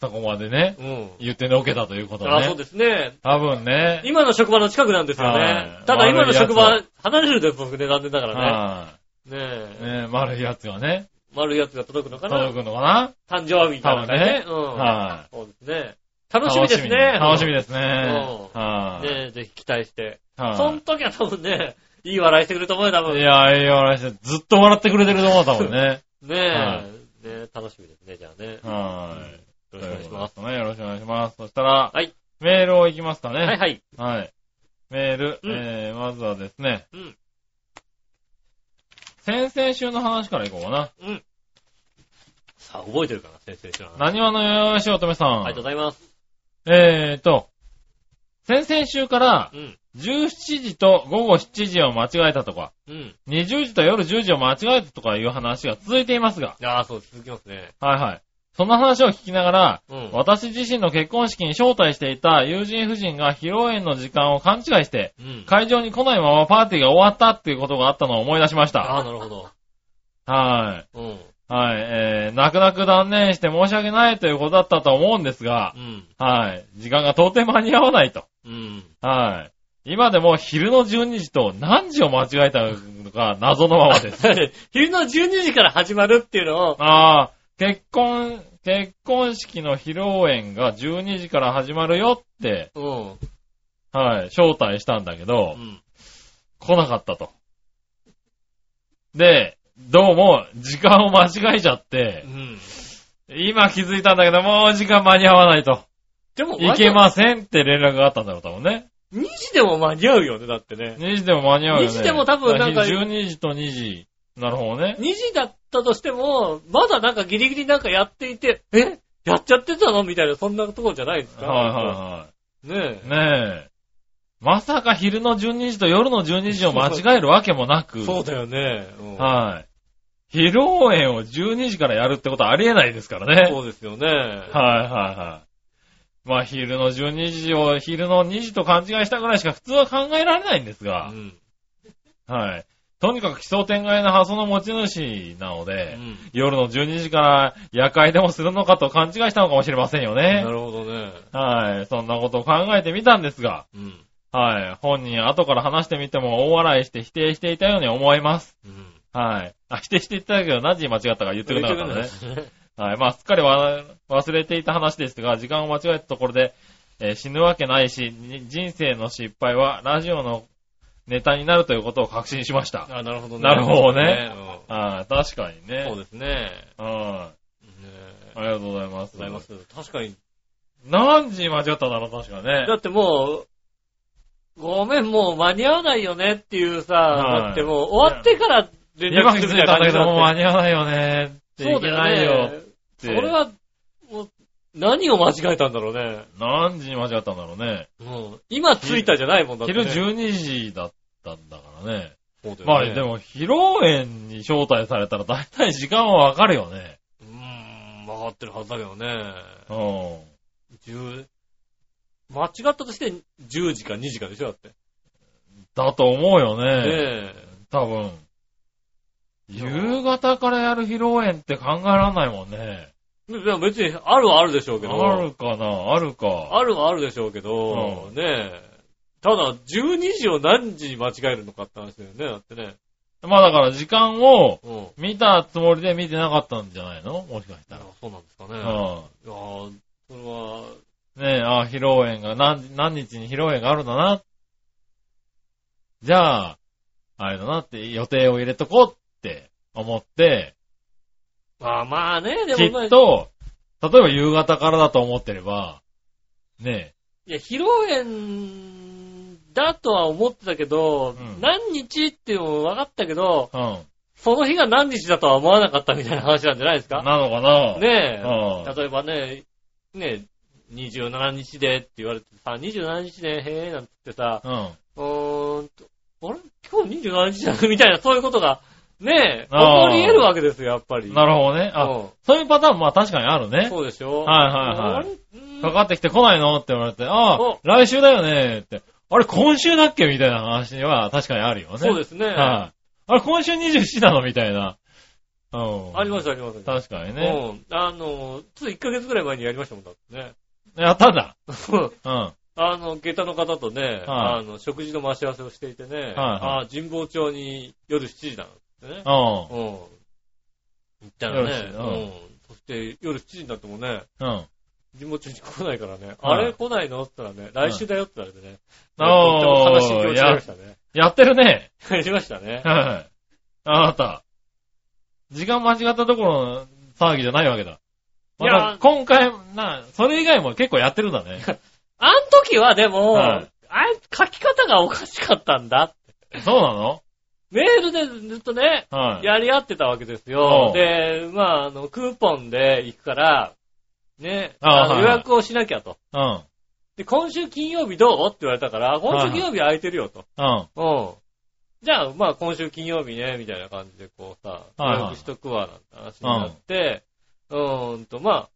Speaker 3: そこまでね、
Speaker 2: うん。
Speaker 3: 言ってのけたということね。
Speaker 2: あ、そうですね。
Speaker 3: 多分ね。
Speaker 2: 今の職場の近くなんですよね
Speaker 3: は。い
Speaker 2: ただ今の職
Speaker 3: 悪い
Speaker 2: 場、離れるで僕ね、残念ながら
Speaker 3: は
Speaker 2: ね。ね
Speaker 3: い。
Speaker 2: え。
Speaker 3: ね、丸いやつがね、
Speaker 2: 丸いやつが届くのかな
Speaker 3: 届くのか
Speaker 2: 誕生日からね。うん。
Speaker 3: なは
Speaker 2: そうですね。
Speaker 3: い。
Speaker 2: 楽しみですね。
Speaker 3: 楽しみ
Speaker 2: で
Speaker 3: ですね。はい。
Speaker 2: ねえぜひ期待して。
Speaker 3: はい
Speaker 2: その時は多分ね、いい笑いしてくれると思うよ、多分。
Speaker 3: い
Speaker 2: ね
Speaker 3: や、いい笑いして、ずっと笑ってくれてると思ったもん ね。
Speaker 2: え。
Speaker 3: は
Speaker 2: ねえ、楽しみですね、じゃあね。よ
Speaker 3: はい。
Speaker 2: ろしくお願いします。
Speaker 3: す。ね、よろしくお願いします。そしたら、
Speaker 2: はい
Speaker 3: メールをいきますかね。
Speaker 2: はいはい。
Speaker 3: はいメール、
Speaker 2: うん
Speaker 3: えー、まずはですね。
Speaker 2: うん
Speaker 3: 先々週の話からいこうかな。
Speaker 2: うん。さあ、覚えてるかな、先生知らない。
Speaker 3: 何話のよよしおとめさん。
Speaker 2: ありがとうございます。
Speaker 3: えーと、先々週から
Speaker 2: うん。
Speaker 3: 17時と午後7時を間違えたとか、
Speaker 2: うん。
Speaker 3: 20時と夜10時を間違えたとかいう話が続いていますが、
Speaker 2: ああ、そう、続きますね。
Speaker 3: はいはい。その話を聞きながら、
Speaker 2: うん。
Speaker 3: 私自身の結婚式に招待していた友人夫人が披露宴の時間を勘違いして、
Speaker 2: うん。
Speaker 3: 会場に来ないままパーティーが終わったっていうことがあったのを思い出しました。
Speaker 2: ああ、
Speaker 3: は
Speaker 2: なるほど。
Speaker 3: い。
Speaker 2: うん。
Speaker 3: はい。えー、泣く泣く断念して申し訳ないということだったと思うんですが
Speaker 2: う、ん。
Speaker 3: はい。時間が到底間に合わないと。
Speaker 2: うん。
Speaker 3: はい。今でも昼の12時と何時を間違えたのか謎のままです。
Speaker 2: 昼の12時から始まるっていうのを、
Speaker 3: ああ、結婚、結婚式の披露宴が12時から始まるよって、
Speaker 2: うん。
Speaker 3: はい、招待したんだけど、
Speaker 2: うん。
Speaker 3: 来なかったと。で、どうも、時間を間違えちゃっ
Speaker 2: う
Speaker 3: て、
Speaker 2: ん。
Speaker 3: 今気づいたんだけど、もう時間間に合わないと。
Speaker 2: でも、
Speaker 3: いけませんって連絡があったんだろう、多分ね。
Speaker 2: 2時でも間に合うよね、だってね。
Speaker 3: 2時でも間に合うよね。
Speaker 2: 2時でも多分なんか
Speaker 3: 12時と2時。なるほどね。
Speaker 2: 2時だったとしても、まだなんかギリギリなんかやっていて、えやっちゃってたのみたいな、そんなところじゃないです
Speaker 3: はい
Speaker 2: か。
Speaker 3: はい
Speaker 2: ね
Speaker 3: いはい。ねえ。まさか昼の12時と夜の12時を間違えるわけもな
Speaker 2: え。
Speaker 3: く。
Speaker 2: そうだよね。うん
Speaker 3: はい。披露宴を12時からやるってことはありえないですからね。
Speaker 2: そうですよね。は
Speaker 3: はいはいはい。まあ昼の12時を昼の2時と勘違いしたぐらいしか普通は考えられないんですが
Speaker 2: う、ん。
Speaker 3: はい。とにかく奇想天外な発想の持ち主なの
Speaker 2: う
Speaker 3: で、
Speaker 2: ん
Speaker 3: 夜の12時から夜会でもするのかと勘違いしたのかもしれませんよね
Speaker 2: な。るほどね。
Speaker 3: はい。そんなことを考えてみたんですが、
Speaker 2: うん。
Speaker 3: はい。本人後から話してみても大笑いして否定していたように思います。
Speaker 2: うん。
Speaker 3: はい。あ、否定していたけど何時に間違ったか言ってくれなかったのね。
Speaker 2: ね。
Speaker 3: はい。まあ、すっかりわ忘れていた話ですが、時間を間違えたところで、えー死ぬわけないし、に人生の失敗はラジオのネタになるということを確信しました。
Speaker 2: あ、なるほどね。
Speaker 3: なるほどね
Speaker 2: うん
Speaker 3: ああ、確かにね。
Speaker 2: そうですね。
Speaker 3: うん。
Speaker 2: ね
Speaker 3: あ
Speaker 2: え。
Speaker 3: りがとうございます。
Speaker 2: ございます。確かに。
Speaker 3: 何時に間違ったんだろう、確かね
Speaker 2: だ。ってもう、ごめん、もう間に合わないよねっていうさ、
Speaker 3: はい
Speaker 2: だってもう終わってから連
Speaker 3: 今
Speaker 2: 絡
Speaker 3: 気
Speaker 2: す
Speaker 3: づ
Speaker 2: る
Speaker 3: い
Speaker 2: み
Speaker 3: た
Speaker 2: た
Speaker 3: ん
Speaker 2: いな感
Speaker 3: だけ
Speaker 2: じ
Speaker 3: ど、もう間
Speaker 2: だって
Speaker 3: に合わないよね。って
Speaker 2: そう
Speaker 3: い
Speaker 2: だ
Speaker 3: けな
Speaker 2: よ
Speaker 3: い
Speaker 2: ね。
Speaker 3: よって。
Speaker 2: それは、もう、何を間違えたんだろうね。
Speaker 3: 何時に間違ったんだろうね。
Speaker 2: うん。今着いたじゃないもんだってね、
Speaker 3: 昼12時だったんだからね。
Speaker 2: そうだよね
Speaker 3: まあ、で。も、披露宴に招待されたら大体時間はわかるよね。
Speaker 2: うーん、分かってるはずだけどね。
Speaker 3: うん。
Speaker 2: 10間違ったとして10時か2時かでしょ、だって。ね
Speaker 3: だと思うよね。
Speaker 2: え。
Speaker 3: 多分。
Speaker 2: や
Speaker 3: 夕方からやる披露宴って考えらんないもんね。
Speaker 2: ででも別に、あるはあるでしょうけど。
Speaker 3: あるかなあるか。
Speaker 2: あるはあるでしょうけど、
Speaker 3: う
Speaker 2: ねえ。ただ、12時を何時に間違えるのかって話だよね、だってね。
Speaker 3: まあだから時間を
Speaker 2: うん。
Speaker 3: 見たつもりで見てなかったんじゃないのもしかした
Speaker 2: あ
Speaker 3: ら。
Speaker 2: そうなんですかね。い
Speaker 3: うん。
Speaker 2: やーそれは、
Speaker 3: ねえ、あ、披露宴が何、何日に披露宴があるんだな。じゃあ、あれだなって予定を入れとこうって思って、
Speaker 2: まあまあね、でも
Speaker 3: き
Speaker 2: まあ、
Speaker 3: っと、例えば夕方からだと思ってれば、ね
Speaker 2: い
Speaker 3: え、
Speaker 2: や、披露宴だとは思ってたけど、
Speaker 3: うん
Speaker 2: 何日っていうのも分かったけど、
Speaker 3: うん。
Speaker 2: その日が何日だとは思わなかったみたいな話なんじゃないですか
Speaker 3: なのかな
Speaker 2: ねえ。
Speaker 3: う
Speaker 2: 例えばね、ねえ、27日でって言われてさ、27日で、へえ、なんて言ってさ、
Speaker 3: ん。うん。
Speaker 2: うーんと、あれ今日27日じゃないみたいな、そういうことが、ねえ、起
Speaker 3: あー
Speaker 2: こり得るわけですよ、やっぱり。
Speaker 3: なるほどね。あ、
Speaker 2: う
Speaker 3: そういうパターン、まあ確かにある
Speaker 2: ん
Speaker 3: ね。
Speaker 2: そうでしょ
Speaker 3: はいはいはい
Speaker 2: あれうん
Speaker 3: かかってきて来ないのって言われて、ああ
Speaker 2: お、
Speaker 3: 来週だよねって。あれ、今週だっけみたいな話は確かにあるよね。
Speaker 2: そう
Speaker 3: す
Speaker 2: ですね。
Speaker 3: はい。あれ、今週27なのみたいな。うん。
Speaker 2: ありました、ありました。
Speaker 3: 確かにね。
Speaker 2: うん。あの、つい1ヶ月ぐらい前にやりましたもんだってね。
Speaker 3: やったんだ。
Speaker 2: そう
Speaker 3: うん。は
Speaker 2: あの、下駄の方とね、
Speaker 3: はい
Speaker 2: あの、食事の回し合わせをしていてね、
Speaker 3: い
Speaker 2: あ神保町に夜7時だなんですね。
Speaker 3: い。
Speaker 2: うん。行ったらね、
Speaker 3: 夜7
Speaker 2: う
Speaker 3: 時
Speaker 2: ん。そして夜7時になってもね、
Speaker 3: うん。うん。
Speaker 2: 神保町に来ないからね、
Speaker 3: はい
Speaker 2: あれ来ないのって言ったらね、来週だよって言われてね、
Speaker 3: おー
Speaker 2: とっても悲しい気持ちになりましたね。
Speaker 3: やってるね。
Speaker 2: やりましたね。
Speaker 3: はい。あなた。時間間違ったところの騒ぎじゃないわけだ。
Speaker 2: いや
Speaker 3: また今回、な、それ以外も結構やってるんだ ね。
Speaker 2: あん時はでも、
Speaker 3: はい
Speaker 2: あれ書き方がおかしかったんだ。
Speaker 3: そうなの
Speaker 2: メールでずっとね、
Speaker 3: はい。
Speaker 2: やり合ってたわけですよ
Speaker 3: お。う
Speaker 2: で、まあ、あの、クーポンで行くから、ね、
Speaker 3: あ
Speaker 2: あの
Speaker 3: はい
Speaker 2: 予約をしなきゃと。
Speaker 3: うん。
Speaker 2: で、今週金曜日どうって言われたから、今週金曜日空いてるよと。
Speaker 3: うん。
Speaker 2: うん。じゃあ、まあ、今週金曜日ね、みたいな感じで、こうさ、予
Speaker 3: はいはい
Speaker 2: 約しとくわ、なんて話になって、うーんと、まあ、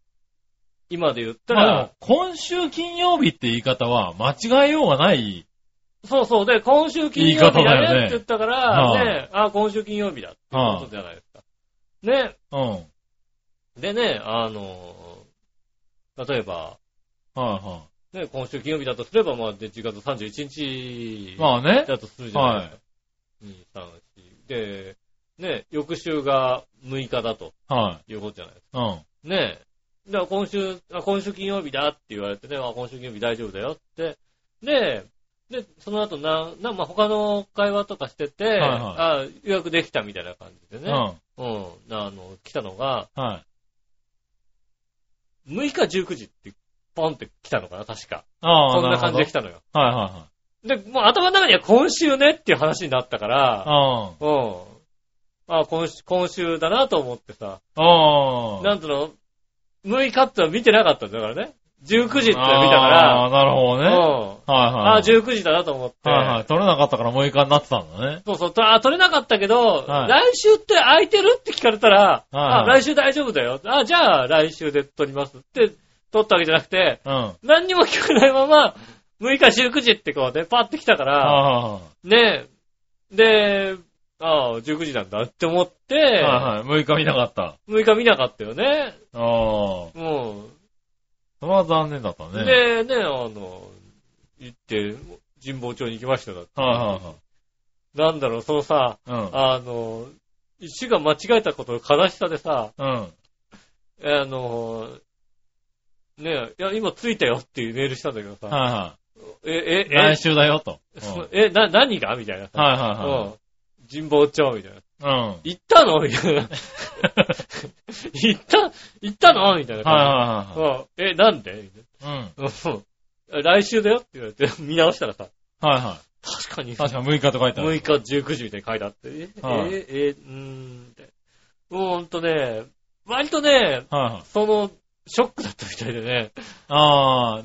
Speaker 2: 今で言った
Speaker 3: まあで
Speaker 2: ら
Speaker 3: も、、今週金曜日って言い方は間違えようがない。
Speaker 2: そうそう、で、今週金曜日だねって言ったか
Speaker 3: 言い方だ
Speaker 2: ら、
Speaker 3: よね
Speaker 2: ね、あ、今週金曜日だってことじゃないですか。ね、
Speaker 3: うん。はい
Speaker 2: でね、あの、例えば、
Speaker 3: は
Speaker 2: ね、今週金曜日だとすれば、まあ、で、1月31
Speaker 3: い。
Speaker 2: 日
Speaker 3: まあね。
Speaker 2: だとするじゃないですか。2、3、4。で、ね、翌週が6日だと
Speaker 3: は
Speaker 2: いうことじゃないです
Speaker 3: い。うん。
Speaker 2: か。ねえ。だから今週、あ今週金曜日だって言われてね、あ今週金曜日大丈夫だよって。で、で、その後な、な、まあ、他の会話とかしてて、
Speaker 3: いはい
Speaker 2: あ予約できたみたいな感じで
Speaker 3: う
Speaker 2: ね、
Speaker 3: ん。
Speaker 2: うん、あの、来たのが、
Speaker 3: はい。
Speaker 2: 6日19時って、ポンって来たのかな、確か。
Speaker 3: あ
Speaker 2: そ
Speaker 3: あ、
Speaker 2: んな感じで来
Speaker 3: た。
Speaker 2: たのよ。
Speaker 3: はいはいはい。
Speaker 2: で、もう頭の中には今週ねっていう話になったから、
Speaker 3: あ
Speaker 2: うん。あ今週、今週だなと思ってさ、
Speaker 3: あ。ああ。
Speaker 2: なんつうの、6日ってのは見てなかったんだからね。19時ってのは見た
Speaker 3: あ
Speaker 2: か
Speaker 3: あ、なるほどね。
Speaker 2: ら、
Speaker 3: はい
Speaker 2: うん。
Speaker 3: はい。
Speaker 2: あ19時だなと思って、
Speaker 3: はいはい。取れなかったから6日になってたんだね。
Speaker 2: そうそう、とあ、取れなかったけど、
Speaker 3: はい
Speaker 2: 来週って空いてるって聞かれたら、
Speaker 3: はい
Speaker 2: あ、
Speaker 3: はい
Speaker 2: 来週大丈夫だよ。あ、じゃあ来週で取りますって、取ったわけじゃなくて、
Speaker 3: うん。はい
Speaker 2: 何にも聞かないまま、6日19時ってこうね、パッて来たから、
Speaker 3: は
Speaker 2: ねえ。で、ああ、19時なんだって思って、
Speaker 3: いはい。はいはい。6日見なかった。あ
Speaker 2: 6日見なかったよね。
Speaker 3: あ。そ
Speaker 2: うん。
Speaker 3: れは残念だったね。
Speaker 2: で、ね、あの、行って、神保町に行きましただって。
Speaker 3: はいは
Speaker 2: なんだろう、そのさ、
Speaker 3: いはい。
Speaker 2: あの、一週間間違えたことの悲しさでさ、
Speaker 3: うん。うん。
Speaker 2: あの、ねえ、いや、今着いたよっていうメールしたんだけどさ、
Speaker 3: はいは
Speaker 2: え、え、
Speaker 3: い。
Speaker 2: え
Speaker 3: 来、週だよと。うん
Speaker 2: え、な、何がみたいなさ、
Speaker 3: はい
Speaker 2: うん
Speaker 3: は
Speaker 2: 神保町みたいな。
Speaker 3: いはい。
Speaker 2: 行ったのみた いな。行った、行ったのみたいな
Speaker 3: うん。はい
Speaker 2: 感
Speaker 3: はい
Speaker 2: じ。
Speaker 3: は
Speaker 2: うんえ、なんで
Speaker 3: いはい。うん。
Speaker 2: みたいなうん来週だよって言われて、見直したらさ、
Speaker 3: はいは
Speaker 2: 確かに
Speaker 3: い。確かに6日と書いてある。
Speaker 2: 6日19時みたいに書いてあって、え、
Speaker 3: はい
Speaker 2: え、え、うーんって。うーんとね、割とね、
Speaker 3: はいはい。
Speaker 2: その、ショックだったみたいでね、
Speaker 3: ああ、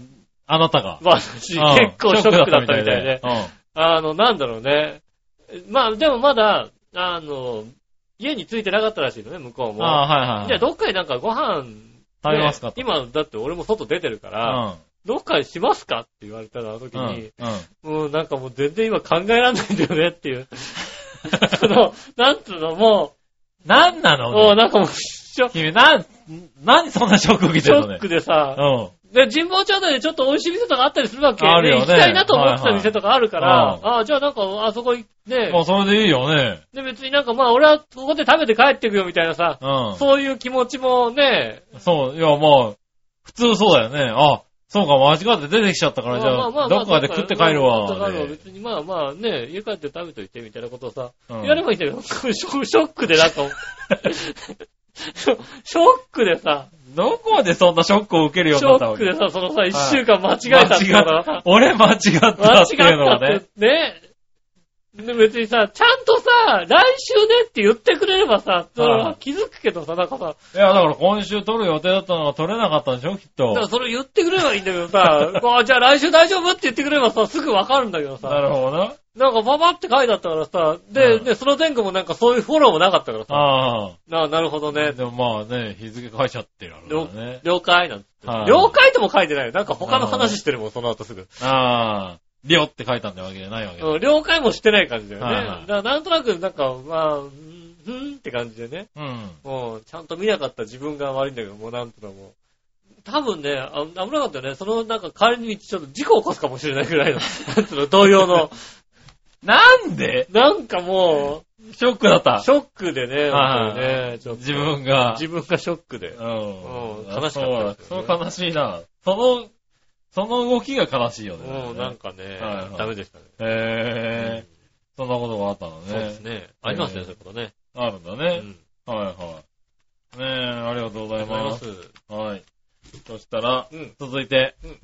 Speaker 3: あなたが。
Speaker 2: 私
Speaker 3: うん
Speaker 2: 結構ショックだったみたいで、
Speaker 3: うん。はい
Speaker 2: あの、なんだろうね。まあ、でもまだ、あの、家に着いてなかったらしいのね、向こうも。
Speaker 3: ああ、はいはい。
Speaker 2: じゃあ、どっかになんかご飯、ね
Speaker 3: 食べますかと
Speaker 2: 今、だって俺も外出てるから、どっかにしますかって言われたら、あの時
Speaker 3: うん。うん。
Speaker 2: に、
Speaker 3: うん。
Speaker 2: もうなんかもう全然今考えられないんだよねっていう。 その、なんつうの、も
Speaker 3: なんな
Speaker 2: う、も
Speaker 3: の
Speaker 2: うなんかもう、ショック
Speaker 3: 君、なん、なんでそんなショック受け
Speaker 2: シ
Speaker 3: てる
Speaker 2: ョ
Speaker 3: の
Speaker 2: ッ
Speaker 3: ね
Speaker 2: ク。でさ、
Speaker 3: うん。
Speaker 2: で、神保町内でちょっと美味しい店とかあったりするわけ
Speaker 3: あるよね
Speaker 2: 行きたいなと思ってた店とかあるから、
Speaker 3: はい
Speaker 2: ああ、じゃあなんか、あそこ行って
Speaker 3: ま、あ、それでいいよね。
Speaker 2: で、別になんかまあ、俺はここで食べて帰ってくよみたいなさ、
Speaker 3: うん。
Speaker 2: そういう気持ちもね、
Speaker 3: そう、いや、まあ、普通そうだよね。あ、そうか、間違って出てきちゃったか
Speaker 2: ま
Speaker 3: ら、
Speaker 2: あ
Speaker 3: じ
Speaker 2: まあま
Speaker 3: ゃ
Speaker 2: あ
Speaker 3: あ、どっかで食って帰るわ
Speaker 2: どっかで帰るわ
Speaker 3: で。
Speaker 2: 別にまあまあね、家帰って食べといてみたいなことをさ、
Speaker 3: うん
Speaker 2: やれ ばいいんだけど、ショショックでなんか、ショショックでさ、
Speaker 3: どこでそんなショックを受けるよう
Speaker 2: シ
Speaker 3: に
Speaker 2: ョ
Speaker 3: なった
Speaker 2: ッ
Speaker 3: わ
Speaker 2: ク
Speaker 3: け
Speaker 2: でさ、そのさ、一週間間違えたっていうの
Speaker 3: 間違
Speaker 2: が
Speaker 3: っ俺間違った
Speaker 2: 間違
Speaker 3: っていうの
Speaker 2: っ
Speaker 3: は
Speaker 2: たっ
Speaker 3: ね。
Speaker 2: て、ね。で別にさ、ちゃんとさ、来週ねって言ってくれればさ、それは気づくけどさ、なんかさ、
Speaker 3: いや、だから今週撮る予定だったのが撮れなかったんでしょ、きっ
Speaker 2: だから
Speaker 3: と。
Speaker 2: それ言ってくれればいいんだけどさ、 こうじゃあ来週大丈夫って言ってくれればさ、すぐわかるんだけど
Speaker 3: な
Speaker 2: さ、
Speaker 3: るほどな。
Speaker 2: なんかババって書いてあったからさ、で、
Speaker 3: うん
Speaker 2: で、その前後もなんかそういうフォローもなかったからさ、
Speaker 3: ああ。
Speaker 2: ななるほどね、
Speaker 3: でもまあね、日付書いちゃってるからね。
Speaker 2: 了解なんて。
Speaker 3: はい
Speaker 2: 了解とも書いてないよ。なんか他の話してるもん、その後すぐ。
Speaker 3: ああ。りょって書いたんだわけじゃないわけだ。
Speaker 2: うん了解もしてない感じだよね。
Speaker 3: はいは
Speaker 2: だ
Speaker 3: い
Speaker 2: からなんとなく、なんか、まあ、うん、うんって感じでね。
Speaker 3: うん。
Speaker 2: うん、ちゃんと見なかった自分が悪いんだけど、もうなんとかもう。多分ね、あ危なかったよね。その、なんか帰りにちょっと事故起こすかもしれないぐ らいの、なんつうの、同様の。
Speaker 3: なんで
Speaker 2: なんかも
Speaker 3: ショックだっ
Speaker 2: う、
Speaker 3: た。
Speaker 2: ショックでね、
Speaker 3: はい
Speaker 2: 本当にね、ちょっと
Speaker 3: 自分が。
Speaker 2: 自分がショックで。
Speaker 3: う
Speaker 2: う
Speaker 3: ん。
Speaker 2: ん悲しかったですよ
Speaker 3: そう
Speaker 2: ね
Speaker 3: だそう悲しいな。その、その動きが悲しいよね。
Speaker 2: もうなんかね、
Speaker 3: はいはい
Speaker 2: ダメでしたね。
Speaker 3: へえ、そんなことがあったのね。
Speaker 2: そうですね。ありますね、
Speaker 3: えー
Speaker 2: そういうことね。
Speaker 3: あるんだ
Speaker 2: う
Speaker 3: ね。
Speaker 2: ん。
Speaker 3: はいはい。ねえ、ありがとうご
Speaker 2: あり
Speaker 3: ざ
Speaker 2: がとう
Speaker 3: い
Speaker 2: ご
Speaker 3: ま
Speaker 2: ざ
Speaker 3: す。
Speaker 2: います。
Speaker 3: はい。そしたら、
Speaker 2: うん。あり
Speaker 3: 続いて、
Speaker 2: うん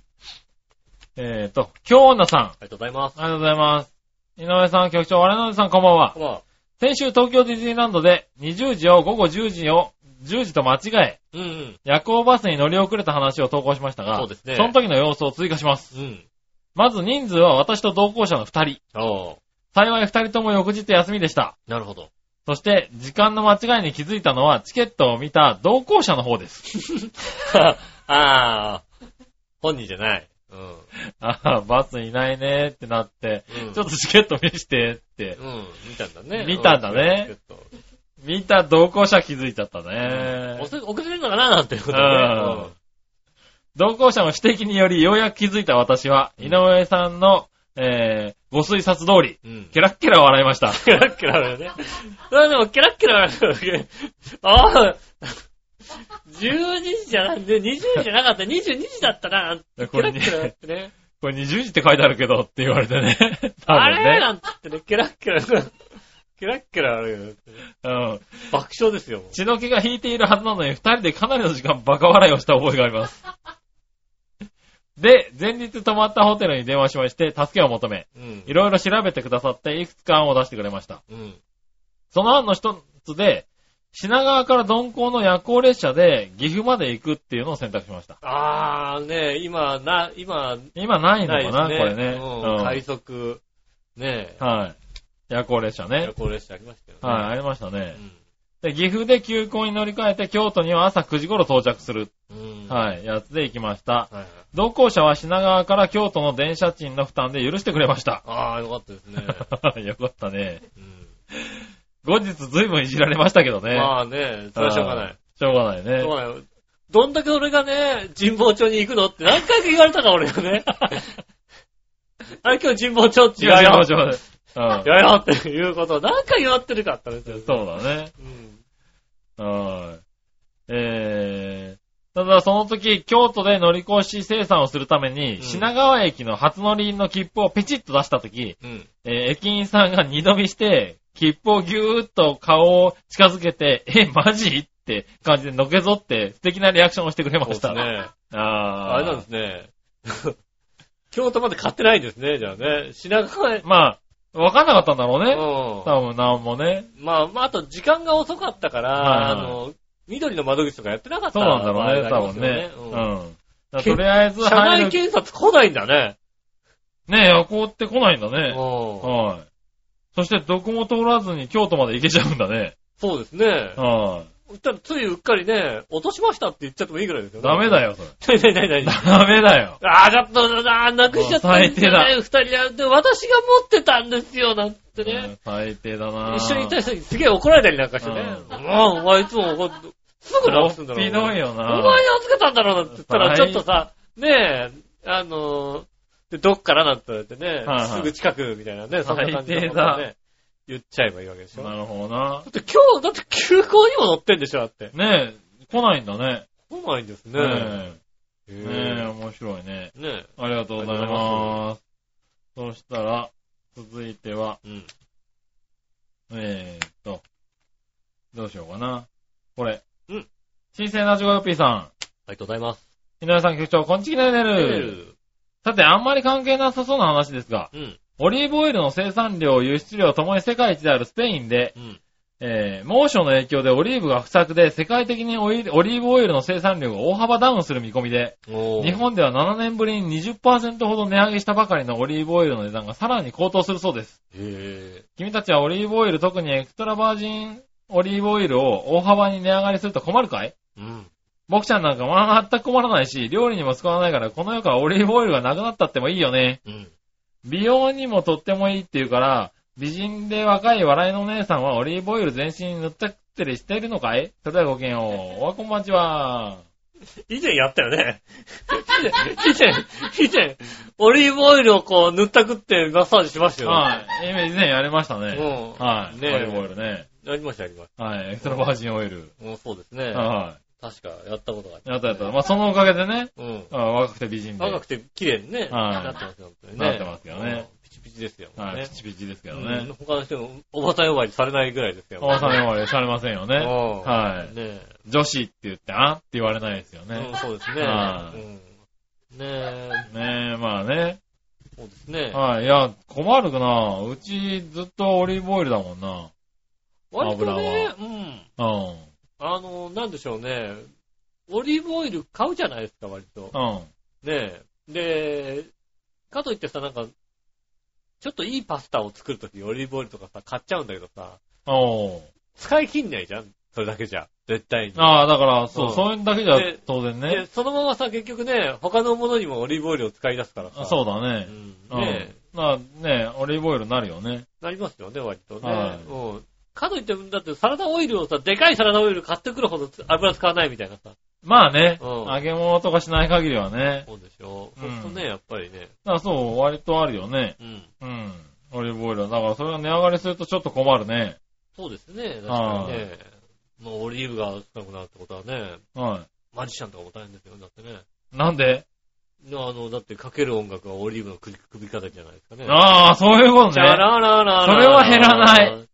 Speaker 3: えっ、と、京女さん。
Speaker 2: がとうございます。
Speaker 3: ありがとうございます。井上さん、局長、我々さん、こんばんは
Speaker 2: こ。んばんは
Speaker 3: 先週、東京ディズニーランドで、20時を午後10時を、10時と間違え、
Speaker 2: うんうん。
Speaker 3: 夜行バスに乗り遅れた話を投稿しましたが、
Speaker 2: そうですね
Speaker 3: その時の様子を追加します。
Speaker 2: うん。
Speaker 3: まず人数は私と同行者の2人。
Speaker 2: ああ、
Speaker 3: 幸い2人とも翌日休みでした。
Speaker 2: なるほ ど。
Speaker 3: そして、時間の間違いに気づいたのは、チケットを見た同行者の方です。
Speaker 2: ああ、 本人じゃない。うん。
Speaker 3: ああ、バスいないねーってなって、
Speaker 2: うん
Speaker 3: ちょっとチケット見してって、
Speaker 2: うん、見たんだね。
Speaker 3: 見たんだね
Speaker 2: うん。ちょっ
Speaker 3: 見た同行者気づいちゃった
Speaker 2: と
Speaker 3: ね。
Speaker 2: 遅い遅れてるのかななんていうこと
Speaker 3: うん同行者の指摘によりようやく気づいた私は、
Speaker 2: うん
Speaker 3: 井上さんの、えー、ご推察通
Speaker 2: で。
Speaker 3: り、
Speaker 2: うん。
Speaker 3: ケラッケラ笑いました。
Speaker 2: ケラッケラだよね。それでもケラッケラだよね。ああ、12時じゃなくて、20時じゃなかった、22時だったな。 ケ
Speaker 3: これ
Speaker 2: ラッケラだってね。
Speaker 3: これ20時って書いてあるけどって言われてね。 多
Speaker 2: あ
Speaker 3: 分
Speaker 2: れ
Speaker 3: ね。
Speaker 2: なんつってね、ケラッケラ。ケラッケラあるよね。
Speaker 3: うん。
Speaker 2: 爆笑ですよ。もう
Speaker 3: 血の気が引いているはずなのに、二人でかなりの時間バカ笑いをした覚えがあります。で、前日泊まったホテルに電話しまして、助けを求め、
Speaker 2: うん
Speaker 3: い。ろいろ調べてくださって、いくつか案を出してくれました。
Speaker 2: うん。
Speaker 3: その案の一つで、品川から鈍行の夜行列車で岐阜まで行くっていうのを選択しました。
Speaker 2: ああ、ね今、な、今、
Speaker 3: 今ないの
Speaker 2: ないで
Speaker 3: か
Speaker 2: す
Speaker 3: な、
Speaker 2: ね。
Speaker 3: これね。
Speaker 2: うん
Speaker 3: うん
Speaker 2: 快速、ね
Speaker 3: はい。夜行列車ね
Speaker 2: 夜。行列車ありましたよね。
Speaker 3: はい、ありましたね。
Speaker 2: い。
Speaker 3: で、岐阜で急行に乗り換えて、京都には朝9時頃到着する、
Speaker 2: うん。い。
Speaker 3: はい、やつで行きました。
Speaker 2: はいはい。
Speaker 3: 同行者は品川から京都の電車賃の負担で許してくれました。
Speaker 2: ああ、よかったですね。
Speaker 3: よかったね。
Speaker 2: うん
Speaker 3: 後日ずいぶんいじられましたけどね。
Speaker 2: まあね、それはしょうがな
Speaker 3: あ
Speaker 2: い。
Speaker 3: しょうがないね
Speaker 2: しょう。がない。どんだけ俺がね、神保町に行くのって何回か言われたか、俺がね。あれ今日神保町って
Speaker 3: 違
Speaker 2: 言う
Speaker 3: うよ、
Speaker 2: よ。
Speaker 3: 違うよ。うん
Speaker 2: いやよっていうことを何回言わってるかって話ですよ。
Speaker 3: そうだね。
Speaker 2: うん。
Speaker 3: はい。えー、ただその時、京都で乗り越し生産をするために、
Speaker 2: うん
Speaker 3: 品川駅の初乗りの切符をペチッと出した時、
Speaker 2: うん。
Speaker 3: えー駅員さんが二度見して、切符をぎゅーっと顔を近づけて、え、マジって感じでのけぞって、素敵なリアクションをしてくれま
Speaker 2: そうで
Speaker 3: し
Speaker 2: す
Speaker 3: た。
Speaker 2: ね。
Speaker 3: あー
Speaker 2: あれなんですね。 京都まで買ってないんですね、じゃあね。品川へ。
Speaker 3: まあ、わかんなかったんだろう
Speaker 2: う
Speaker 3: ね。
Speaker 2: ん。
Speaker 3: 多分、なんもね。
Speaker 2: まあ、まあ、あと時間が遅かったから、
Speaker 3: はい
Speaker 2: あの、緑の窓口とかやってなかった
Speaker 3: そうなんだろうね、
Speaker 2: 場合が
Speaker 3: 多
Speaker 2: あり
Speaker 3: 分
Speaker 2: ますよ
Speaker 3: ね。う
Speaker 2: うん
Speaker 3: ん。だからとりあえず
Speaker 2: 社内
Speaker 3: 入る。
Speaker 2: 検察来ないんだね。
Speaker 3: ねえ、夜行って来ないんだ
Speaker 2: うん
Speaker 3: ね。はい。そして、どこも通らずに京都まで行けちゃうんだね。
Speaker 2: そうですね。
Speaker 3: は
Speaker 2: ただついうっかりね、落としましたって言っちゃってもいいぐらいですよ
Speaker 3: い。ダメだ
Speaker 2: よ。
Speaker 3: よ、それ。
Speaker 2: なになにな になに
Speaker 3: ダメだよ。
Speaker 2: あー、ちょっと、あー、なくしちゃったんですよ
Speaker 3: もう最低
Speaker 2: ね、二人で。で、私が持ってたんですよ、なんて
Speaker 3: う
Speaker 2: ね。
Speaker 3: ん最低だな
Speaker 2: 一緒にいた人にすげえ怒られたりなんかしてね。
Speaker 3: う
Speaker 2: うん、お前いつも怒って、すぐ直すんだろ。
Speaker 3: ひどいよ
Speaker 2: お前が
Speaker 3: な
Speaker 2: 預けたんだろうなって言ったら、ちょっとさ、ねえ、あのーで、どっからなんて言われてね、
Speaker 3: はいはい
Speaker 2: すぐ近くみたいなね、そんな感じ
Speaker 3: 最
Speaker 2: の
Speaker 3: 低
Speaker 2: こ
Speaker 3: だ
Speaker 2: とね、言っちゃえばいいわけでしょ。だ
Speaker 3: なるほどな
Speaker 2: って今日、だって休校にも乗ってんでしょ、だって。
Speaker 3: ねえ、来ないんだね。
Speaker 2: 来ないんですね。
Speaker 3: ね
Speaker 2: へ
Speaker 3: え、
Speaker 2: え
Speaker 3: ねえ面白いね。
Speaker 2: ね
Speaker 3: ありがとうございます。そしたら、続いては、
Speaker 2: え。うん。
Speaker 3: えーっと、どうしようかな。これ。
Speaker 2: うん。
Speaker 3: 新鮮なジゴヨッピーさん。
Speaker 2: ありがとうございます。
Speaker 3: 井上さん局長、こんちきねるねる。さて、あんまり関係なさそうな話ですが、
Speaker 2: うん。
Speaker 3: オリーブオイルの生産量、輸出量ともに世界一であるスペインで、
Speaker 2: うん。
Speaker 3: えー猛暑の影響でオリーブが不作で、世界的にオイルオリーブオイルの生産量が大幅ダウンする見込みで、
Speaker 2: おー
Speaker 3: 日本では7年ぶりに20%ほど値上げしたばかりのオリーブオイルの値段がさらに高騰するそうです。
Speaker 2: へ
Speaker 3: 君たちはオリーブオイル、特にエクストラバージンオリーブオイルを大幅に値上がりすると困るかい
Speaker 2: ぇー。うん。
Speaker 3: 僕ちゃんなんか全く困らないし、料理にも使わないから、この世からオリーブオイルがなくなったってもいいよね。
Speaker 2: うん。
Speaker 3: 美容にもとってもいいっていうから、美人で若い笑いのお姉さんはオリーブオイル全身に塗ったってりしてるのかいそれではごきげんよう。おはこんばんちは。
Speaker 2: 以前やったよね。 以前、以前、以前、オリーブオイルをこう塗ったくってマッサージしましたよ。
Speaker 3: はい。以前やりました
Speaker 2: い
Speaker 3: ね。
Speaker 2: うん。
Speaker 3: はい。
Speaker 2: ね
Speaker 3: オリーブオイ
Speaker 2: え。
Speaker 3: ルね。
Speaker 2: やりました、やりまし
Speaker 3: はい。エクストラバージンオイル。
Speaker 2: た。うん、そうですね。
Speaker 3: は
Speaker 2: 確か、やったことがあっ
Speaker 3: い。
Speaker 2: た。
Speaker 3: やったやった。まあ、そのおかげでね、
Speaker 2: うん。
Speaker 3: あ若くて美人で。
Speaker 2: 若くて綺麗にね、
Speaker 3: はい
Speaker 2: なってますよ、本当にね。
Speaker 3: なってますよね
Speaker 2: うん。ピチピチですよ、もう
Speaker 3: はい。
Speaker 2: ね
Speaker 3: ピ。チピチですけど
Speaker 2: う
Speaker 3: ね
Speaker 2: ん。他の人も、おばさん呼ばわりされないぐらいですよ。
Speaker 3: おばさん呼ばれされませんよね。
Speaker 2: うん
Speaker 3: は
Speaker 2: ね
Speaker 3: い。
Speaker 2: え。
Speaker 3: 女子って言って、あって言われないですよ
Speaker 2: う
Speaker 3: ね
Speaker 2: ん、。そうですね。
Speaker 3: は
Speaker 2: う
Speaker 3: い
Speaker 2: んねえ、
Speaker 3: ねえ、まあね。
Speaker 2: そうですね。
Speaker 3: はい。いや、困るな。うちずっとオリーブオイルだもんな。
Speaker 2: 割とね
Speaker 3: 油、
Speaker 2: うん。
Speaker 3: うん。
Speaker 2: あの、なんでしょうね。オリーブオイル買うじゃないですか、割と。
Speaker 3: うん。
Speaker 2: ねえ。で、かといってさ、なんか、ちょっといいパスタを作るときオリーブオイルとかさ、買っちゃうんだけどさ、
Speaker 3: おう
Speaker 2: 使い切んないじゃんそれだけじゃ。絶対に。
Speaker 3: ああ、だから、そうう、
Speaker 2: ん
Speaker 3: そういうだけじゃ
Speaker 2: で
Speaker 3: 当然
Speaker 2: で
Speaker 3: ね。、
Speaker 2: そのままさ、結局ね、他のものにもオリーブオイルを使い出すから
Speaker 3: あ
Speaker 2: さ。
Speaker 3: そうだね
Speaker 2: う。ん。
Speaker 3: うん。
Speaker 2: ねえ、
Speaker 3: なねオリーブオイルになるよね。
Speaker 2: なりますよね、割とね。
Speaker 3: はい
Speaker 2: うん。かといって、だってサラダオイルをさ、でかいサラダオイル買ってくるほど油使わないみたいなさ。
Speaker 3: まあね、
Speaker 2: うん
Speaker 3: 揚げ物とかしない限りはね。
Speaker 2: そうでしょ。
Speaker 3: う
Speaker 2: そうんするとね、やっぱりね。
Speaker 3: だからそう、割とあるよね。
Speaker 2: うん。
Speaker 3: うん。オリーブオイルは。だからそれが値上がりするとちょっと困るね。
Speaker 2: そうですね、確かにね。もうオリーブが少なくなるってことはね、
Speaker 3: は
Speaker 2: マジシャンとかも大変ですよ、だってね。
Speaker 3: い。なんで
Speaker 2: であの、だってかける音楽はオリーブの首首飾りじゃないですかね。
Speaker 3: ああ、そういうこと
Speaker 2: じゃ
Speaker 3: ね。
Speaker 2: らららら。
Speaker 3: それは減らない。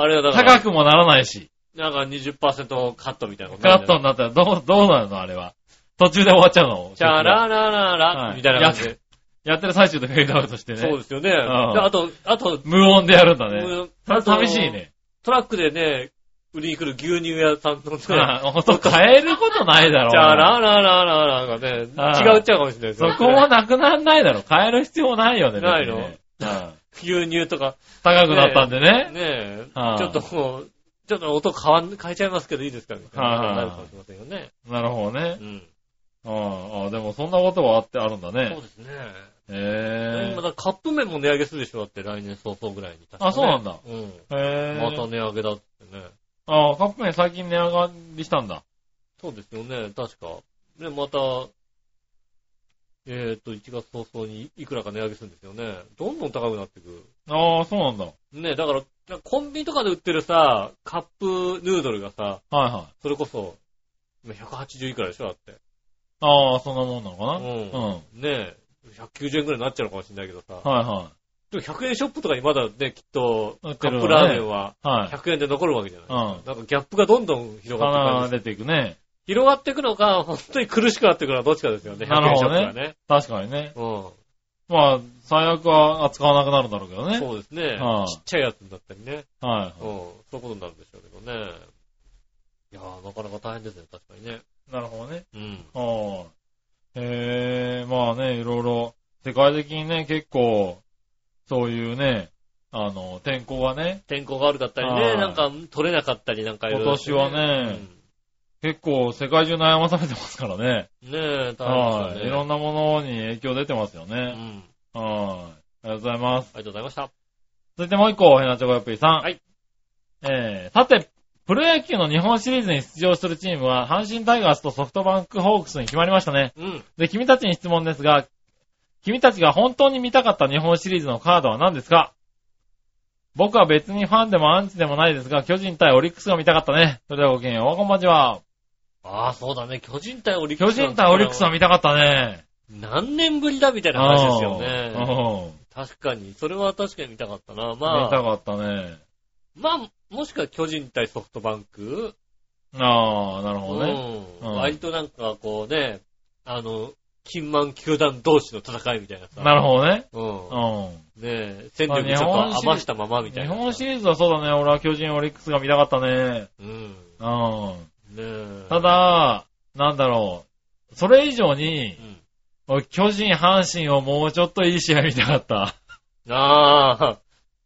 Speaker 2: あれはだか
Speaker 3: 高
Speaker 2: ら、
Speaker 3: くもならないし。
Speaker 2: なんか20%カットみたいなこと
Speaker 3: カットになったらどう、どうなるのあれは。途中で終わっちゃうの
Speaker 2: じゃらららら、
Speaker 3: はい
Speaker 2: みたいな感じで。
Speaker 3: やってる最中でフェードアウトしてね。
Speaker 2: そうですよね。で
Speaker 3: ん
Speaker 2: あと、あと、
Speaker 3: 無音でやるんだね。
Speaker 2: うん
Speaker 3: それ寂しい。ね。
Speaker 2: トラックでね、売りに来る牛乳屋さんとね、じゃ
Speaker 3: あそう変えることないだろ。
Speaker 2: あらららららがね、
Speaker 3: あ
Speaker 2: 違うっちゃうかもしれないです
Speaker 3: そ
Speaker 2: よね
Speaker 3: こはなくならないだろ。変える必要ないよね。
Speaker 2: ない
Speaker 3: 別
Speaker 2: の
Speaker 3: にねうん
Speaker 2: 牛乳とか、
Speaker 3: 高くなったんで
Speaker 2: ね
Speaker 3: ね。
Speaker 2: え、
Speaker 3: ああ
Speaker 2: ちょっともう、ちょっと音変わん、変えちゃいますけどいいですかみたい
Speaker 3: あ
Speaker 2: な。
Speaker 3: あ
Speaker 2: なるかもしれませんよね。
Speaker 3: なるほどね
Speaker 2: う。ん。
Speaker 3: ああ、でもそんなことはあってあるんだ
Speaker 2: そ
Speaker 3: ね
Speaker 2: う。ですね。
Speaker 3: へ
Speaker 2: 今だからカップ麺も値上げするでしょだって来年早々ぐらいに。確かね
Speaker 3: あそうなんだ。
Speaker 2: うん。
Speaker 3: え。へ
Speaker 2: また
Speaker 3: え。
Speaker 2: 値上げだってね。
Speaker 3: ああ、カップ麺最近値上がりしたんだ。
Speaker 2: そうですよね、確か。で、また、えっ、と、1月早々にいくらか値上げするんですよね。どんどん高くなってく
Speaker 3: ああ、そうなんだ。はい
Speaker 2: る。ね、だから、コンビニとかで売ってるさ、カップヌードルがさ、
Speaker 3: はい。
Speaker 2: それこそ、今180いくらでしょだって。
Speaker 3: ああ、そんなもんなのかな。
Speaker 2: う
Speaker 3: うん。
Speaker 2: ん。ねえ、190円くらいになっちゃうのかもしれないけどさ。
Speaker 3: はいは
Speaker 2: でも100円ショップとかにまだね、きっと、
Speaker 3: 売って
Speaker 2: カッ
Speaker 3: るわね。
Speaker 2: プラーメンはい
Speaker 3: はい。
Speaker 2: 100円で残るわけじゃない。
Speaker 3: うん。
Speaker 2: なんかギャップがどんどん広がってくる感
Speaker 3: 離
Speaker 2: じ
Speaker 3: れていくね。
Speaker 2: 広がっていくのか、本当に苦しくなってくるのはどっちかですよね。
Speaker 3: なる
Speaker 2: 100円ショ
Speaker 3: ほ
Speaker 2: ッ
Speaker 3: ど
Speaker 2: プ
Speaker 3: ね
Speaker 2: はね。
Speaker 3: 確かにね。
Speaker 2: うん。
Speaker 3: まあ、最悪は扱わなくなるんだろうけどね。
Speaker 2: そうですね。
Speaker 3: はあ
Speaker 2: ちっちゃいやつになったりね。う
Speaker 3: は
Speaker 2: ん。そういうことになるんでしょうけどね。いやー、なかなか大変ですね、確かにね。
Speaker 3: い。なるほどね。
Speaker 2: うん。
Speaker 3: はい。へえ、まあね、いろいろ、世界的にね、結構、そういうね、あの、天候がね、
Speaker 2: 天候が悪かったり
Speaker 3: は
Speaker 2: ね、
Speaker 3: い
Speaker 2: なんか取れなかったりなんかいろいろです
Speaker 3: 今年はね結構世界中悩まされてますからね。
Speaker 2: うんねえ、大変
Speaker 3: は
Speaker 2: ですよね。
Speaker 3: い。いろん
Speaker 2: な。
Speaker 3: なものに影響出てますよ
Speaker 2: う
Speaker 3: ね。
Speaker 2: ん。
Speaker 3: はい。ありがとうございます。
Speaker 2: ありがとうございました。
Speaker 3: 続いてもう一個、ヘナチョコヨッピーさん。
Speaker 2: はい。
Speaker 3: えー、さて、プロ野球の日本シリーズに出場するチームは、阪神タイガースとソフトバンクホークスに決まりましたね。
Speaker 2: うん。
Speaker 3: で、君たちに質問ですが、君たちが本当に見たかった日本シリーズのカードは何ですか僕は別にファンでもアンチでもないですが、巨人対オリックスが見たかったね。それではごきげんよう、こんばんちは。
Speaker 2: ああ、そうだね。巨人対オリック
Speaker 3: 巨
Speaker 2: ス。
Speaker 3: 人対オリックスは見たかったね。
Speaker 2: 何年ぶりだみたいな話ですよ
Speaker 3: うん
Speaker 2: ね。確かに。それは確かに見たかったな。
Speaker 3: うん見た
Speaker 2: まあ、
Speaker 3: かったね。
Speaker 2: まあ、もしくは巨人対ソフトバンク
Speaker 3: うああ、なるほどね。
Speaker 2: うん
Speaker 3: うん
Speaker 2: 割となんかこうね、あの、金満球団同士の戦いみたいなさ。
Speaker 3: なるほどね。
Speaker 2: うん
Speaker 3: う
Speaker 2: ねえ、戦力ちょっと余したままみ
Speaker 3: ん。
Speaker 2: た
Speaker 3: 日
Speaker 2: いな。
Speaker 3: 本シリーズはそうだね。俺は巨人、オリックスが見たかったね。
Speaker 2: うん。
Speaker 3: う
Speaker 2: ねえ。
Speaker 3: ん。た、だ、なんだろう。それ以上に
Speaker 2: う、ん。
Speaker 3: 俺巨人、阪神をもうちょっといい試合見たかった。
Speaker 2: ああ、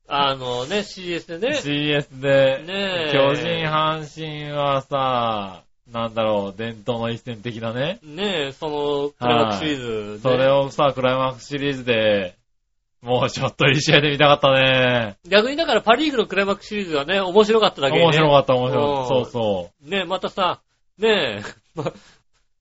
Speaker 2: あのね、CS でね。
Speaker 3: CS で、
Speaker 2: ねえ
Speaker 3: 巨人、阪神はさ、なんだろう、伝統の一戦的なね。
Speaker 2: ねえ、その、クライマックスシリーズ
Speaker 3: そ
Speaker 2: で。
Speaker 3: れをさ、クライマックスシリーズで、もうちょっといい試合で見たかったね。
Speaker 2: 逆にだからパリーグのクライマックスシリーズがね、面白かっただけにね。
Speaker 3: 面白かった、面白かった。
Speaker 2: うん
Speaker 3: そうそ
Speaker 2: ねえ、またさ、ねえ、 ま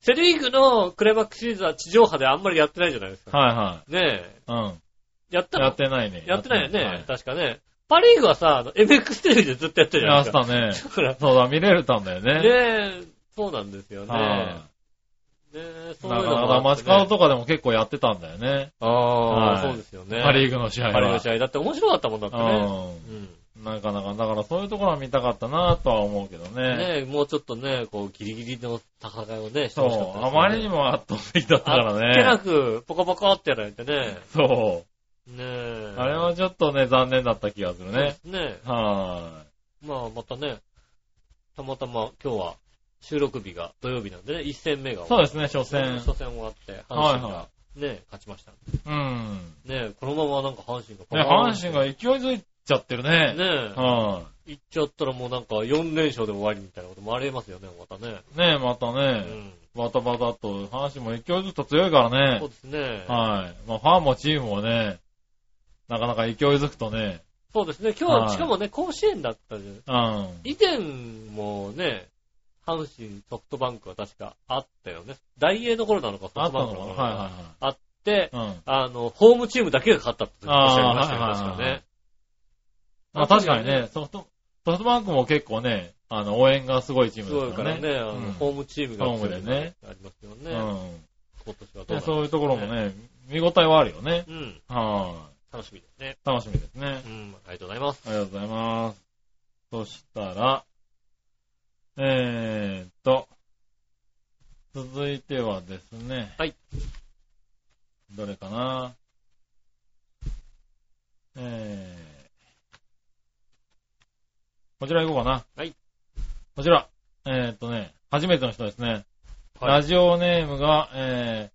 Speaker 2: セリーグのクライマックスシリーズは地上波であんまりやってないじゃないです
Speaker 3: う。
Speaker 2: か。
Speaker 3: はいは
Speaker 2: ねえ、
Speaker 3: い。うん。
Speaker 2: やったの
Speaker 3: やってないね。
Speaker 2: やってないよね、
Speaker 3: はい
Speaker 2: 確かね。パリーグはさ、あの MX テレビでずっとやってるじゃな
Speaker 3: や
Speaker 2: い
Speaker 3: っ
Speaker 2: で
Speaker 3: て
Speaker 2: すか。
Speaker 3: た
Speaker 2: だか
Speaker 3: ね。
Speaker 2: ら、
Speaker 3: そうだ、見れるたんだよ ね。
Speaker 2: ねえ、そうなんですよね。
Speaker 3: は
Speaker 2: ねえ、
Speaker 3: い。
Speaker 2: そうい
Speaker 3: だ
Speaker 2: う
Speaker 3: か
Speaker 2: の
Speaker 3: ら、
Speaker 2: もあってね
Speaker 3: マチカドとかでも結構やってたんだよね。
Speaker 2: ああ、
Speaker 3: はい
Speaker 2: そうですよね。
Speaker 3: パリー
Speaker 2: グ。
Speaker 3: グの試合は。
Speaker 2: パリーグの試合だって面白かったもんだってね。うん。
Speaker 3: うん。なかなか、だからそういうところは見たかったなとは思うけどね。
Speaker 2: ねえ、もうちょっとね、こう、ギリギリの戦いをね、して
Speaker 3: そ
Speaker 2: ほしかったです
Speaker 3: う、
Speaker 2: ね
Speaker 3: あまりにも圧倒的だったから
Speaker 2: あっけな
Speaker 3: ね。
Speaker 2: く、ポコポコってやられてね。
Speaker 3: そ
Speaker 2: ねえ
Speaker 3: う。。あれはちょっとね、残念だった気がするね。。
Speaker 2: ね
Speaker 3: は
Speaker 2: え。まあ、またね、たまたま今日は収録日が土曜日なんでね、一戦目が終
Speaker 3: い。そう
Speaker 2: わっ
Speaker 3: ですね、初
Speaker 2: て。
Speaker 3: 戦。
Speaker 2: 初戦終わって、阪神が
Speaker 3: は
Speaker 2: ね、勝ちました。ね
Speaker 3: いうん。
Speaker 2: え、このままなんか阪神が。
Speaker 3: ね、阪神が勢いづいちゃってるね。
Speaker 2: ねえ、
Speaker 3: は
Speaker 2: 行っちゃったらもうなんか4連勝で終わりみたいなこともありえますよね、またね。
Speaker 3: い。ねまた
Speaker 2: う
Speaker 3: ね、
Speaker 2: ん。
Speaker 3: バタバタと、阪神も勢いずっと強いから
Speaker 2: そう
Speaker 3: ね。
Speaker 2: ですね。
Speaker 3: はい。まあ、ファンもチームもね、なかなか勢いづくとね、
Speaker 2: そうですね。今日は、
Speaker 3: はい
Speaker 2: しかもね、甲子園だったじゃん。
Speaker 3: うん。
Speaker 2: 以前もね、阪神ソフトバンクは確かあったよね。大英の頃なのか、ソフ
Speaker 3: あ
Speaker 2: ト
Speaker 3: った
Speaker 2: バン
Speaker 3: の
Speaker 2: ク
Speaker 3: か
Speaker 2: の
Speaker 3: な
Speaker 2: 頃
Speaker 3: はいは
Speaker 2: あって
Speaker 3: い、はい。うん。
Speaker 2: あの、ホームチームだけが勝ったっておっしゃいましたよね
Speaker 3: あーはいはいはい
Speaker 2: 確かね。
Speaker 3: まあ確かにね、ソフト、ソフトバンクも結構ね、あの、応援がすごいチー
Speaker 2: すご
Speaker 3: ム
Speaker 2: い
Speaker 3: だ
Speaker 2: か
Speaker 3: から
Speaker 2: ら
Speaker 3: ね。
Speaker 2: ね、あの
Speaker 3: うん
Speaker 2: ホームチームが強い
Speaker 3: ホームでね
Speaker 2: ありますよ
Speaker 3: う
Speaker 2: ね。今年
Speaker 3: ん。
Speaker 2: はどうな
Speaker 3: で
Speaker 2: るか
Speaker 3: そういうところも。ね、見応えはあるよね。
Speaker 2: うん、
Speaker 3: は
Speaker 2: 楽しみですね。
Speaker 3: い。楽しみですね
Speaker 2: う。ん、ありがとうございます。
Speaker 3: ありがとうございます。そしたら、えーっと、続いてはですね。
Speaker 2: はい。
Speaker 3: どれかなえー、こちら行こうかな。
Speaker 2: はい。
Speaker 3: こちら、えーっとね、初めての人ですね。
Speaker 2: は
Speaker 3: ラジオネームが、え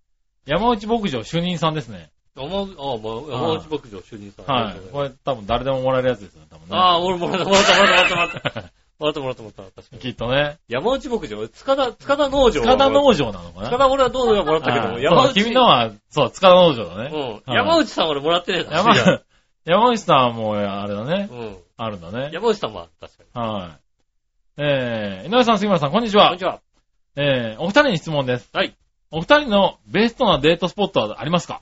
Speaker 3: ー、山内牧場主任さんですね。
Speaker 2: 思う、ああ、もう、山内牧場主任さん。あり
Speaker 3: は
Speaker 2: がとう
Speaker 3: い。
Speaker 2: ござ
Speaker 3: これ多分誰でももらえるやつですよね、多分ね。
Speaker 2: ああ、俺もらった、もらった、もらった、もらった、もらった。もらった、もらった、もらっ た。確かに。
Speaker 3: きっとね。
Speaker 2: 山内牧場、塚田、塚田農場。
Speaker 3: 塚田農場なのかな
Speaker 2: 塚田俺はどうかもらったけど
Speaker 3: は
Speaker 2: も、
Speaker 3: い
Speaker 2: 山
Speaker 3: そう
Speaker 2: 内。
Speaker 3: 君のは、そう、塚田農場だ
Speaker 2: う
Speaker 3: ね。
Speaker 2: ん。
Speaker 3: はい
Speaker 2: 山内さん俺もらってねえな。
Speaker 3: 山
Speaker 2: いや、
Speaker 3: 山内さんはもう、あれだね
Speaker 2: う。ん。
Speaker 3: あるんだね。
Speaker 2: 山内さんは確かに。
Speaker 3: はい。えー、井上さん、杉村さん、こんにち
Speaker 2: こん
Speaker 3: は
Speaker 2: に。ちは。
Speaker 3: えー、お二人に質問です。
Speaker 2: はい。
Speaker 3: お二人のベストなデートスポットはありますか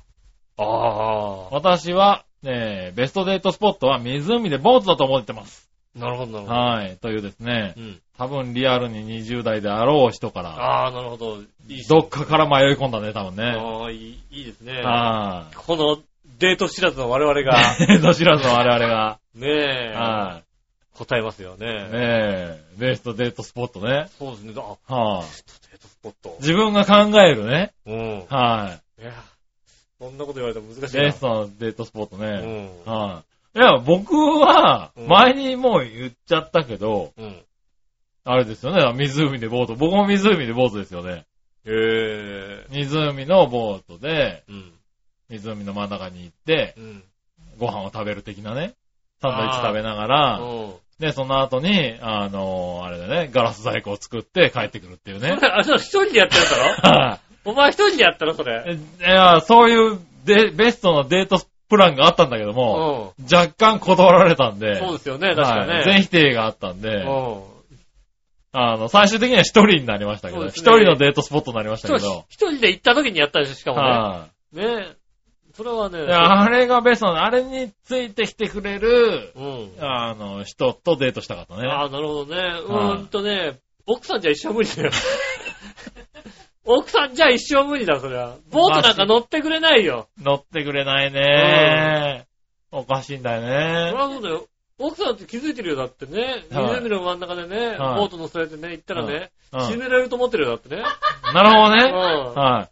Speaker 2: あ
Speaker 3: 私は、えー、ベストデートスポットは湖でボートだと思ってます。
Speaker 2: あ。なるほど、なるほ
Speaker 3: はい。というですね
Speaker 2: ど。う、ん。
Speaker 3: 多分リアルに20代であろう人から、
Speaker 2: ああ、なるほど。いい
Speaker 3: どっかから迷い込んだね、多分
Speaker 2: ね。
Speaker 3: ね。
Speaker 2: ああ、いい、いいですね。
Speaker 3: は
Speaker 2: このデート知らずの我々が、
Speaker 3: い。 デート知らずの我々が。
Speaker 2: ね え、
Speaker 3: はい。
Speaker 2: 答えますよね。
Speaker 3: ねえ、ベストデートスポットね。
Speaker 2: そうですね。あ、
Speaker 3: はい、
Speaker 2: デートスポット。
Speaker 3: 自分が考えるね。
Speaker 2: うん。い
Speaker 3: は
Speaker 2: や、そんなこと言われたら難
Speaker 3: い、
Speaker 2: しいな。
Speaker 3: ベストなデートスポット
Speaker 2: う
Speaker 3: ね。
Speaker 2: ん。
Speaker 3: はい、いや、僕は、
Speaker 2: うん
Speaker 3: 前にもう言っちゃったけど、
Speaker 2: うん。
Speaker 3: あれですよね、湖でボート。僕も湖でボートですよね。
Speaker 2: へえ。
Speaker 3: 湖のボートで、
Speaker 2: うん。
Speaker 3: 湖の真ん中に行って、
Speaker 2: うん。
Speaker 3: ご飯を食べる的なね。サンドイッチ食べながら、
Speaker 2: うん。
Speaker 3: で、その後に、あのあれだね、ガラス細工を作って帰ってくるっていうね
Speaker 2: そ。れあ、そう、一人でやってるんだろ
Speaker 3: はい
Speaker 2: お前一人でやったのそれ。
Speaker 3: えいや、そういうでベストのデートプランがあったんだけど
Speaker 2: うん。
Speaker 3: も、
Speaker 2: そ
Speaker 3: 若干断られたんで、
Speaker 2: うですよね、確か
Speaker 3: は
Speaker 2: ね。
Speaker 3: い全否定があったん
Speaker 2: う
Speaker 3: で、
Speaker 2: ん。
Speaker 3: あの、最終的には一人になりましたけ
Speaker 2: そう
Speaker 3: ど、
Speaker 2: です
Speaker 3: 一、
Speaker 2: ね
Speaker 3: 人のデートスポットになりました
Speaker 2: 一
Speaker 3: け
Speaker 2: 人
Speaker 3: ど、
Speaker 2: 一人で行った時にやったでしょ、しかも
Speaker 3: は
Speaker 2: ね。ねそれはね。
Speaker 3: いいやあれがベストなのあれについてきてくれる、
Speaker 2: うん。
Speaker 3: あの、人とデートしたかったね。
Speaker 2: ああ、なるほどね。う
Speaker 3: はい
Speaker 2: ーんとね、奥さんじゃ一生無理だよ。 奥さんじゃ一生無理だ、それは。ボートなんか乗ってくれないよ。
Speaker 3: 乗ってくれないね。おかしいんだよ
Speaker 2: そり
Speaker 3: ね。
Speaker 2: ゃそうだよ。奥さんって気づいてるよ、だってね。
Speaker 3: はい
Speaker 2: 湖の真ん中でね、
Speaker 3: はい
Speaker 2: ボート乗せられてね、行ったらね、
Speaker 3: うん
Speaker 2: 死んでられると思ってるよ、だってね。
Speaker 3: なるほど
Speaker 2: うん。
Speaker 3: ね。はい。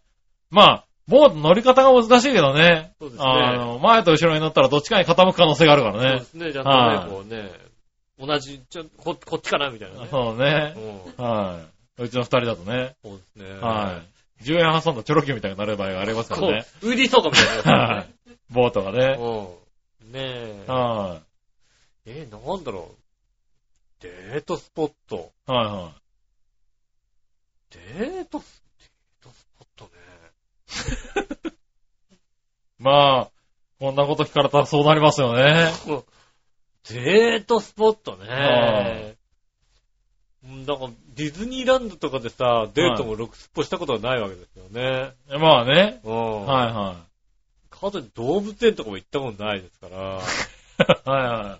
Speaker 3: まあ、ボート乗り方が難しいけどね。
Speaker 2: そうですね
Speaker 3: あの、前と後ろに乗ったらどっちかに傾く可能性があるか
Speaker 2: そう
Speaker 3: ら
Speaker 2: で
Speaker 3: ね。
Speaker 2: すね、じゃあ
Speaker 3: はい
Speaker 2: ね、こうね、同じ、ちょここっちかな、みたいなね。
Speaker 3: そう
Speaker 2: う
Speaker 3: ね。
Speaker 2: ん。
Speaker 3: はい。うちの二人だとね。
Speaker 2: そうですね。
Speaker 3: はい。10円挟んだチョロキューみたいになる場合がありますか
Speaker 2: こ
Speaker 3: ら
Speaker 2: う、
Speaker 3: ね。
Speaker 2: ウィリーそうかみたいな
Speaker 3: は
Speaker 2: や
Speaker 3: い。ボートが
Speaker 2: つね。
Speaker 3: ね。
Speaker 2: うん。ねえ。
Speaker 3: は
Speaker 2: えー、なんだろう。デートスポット。
Speaker 3: い。はいは
Speaker 2: デートス、デートスポットね。
Speaker 3: い。まあ、こんなこと聞かれたらそうなりますよね。
Speaker 2: デートスポット
Speaker 3: は
Speaker 2: ね。うんだから、ディズニーランドとかでさ、デートもろくすっぽしたことはないわけですよね。
Speaker 3: まあね。
Speaker 2: うん。
Speaker 3: はいは
Speaker 2: かといって動物園とかも行ったことないですから。
Speaker 3: い。は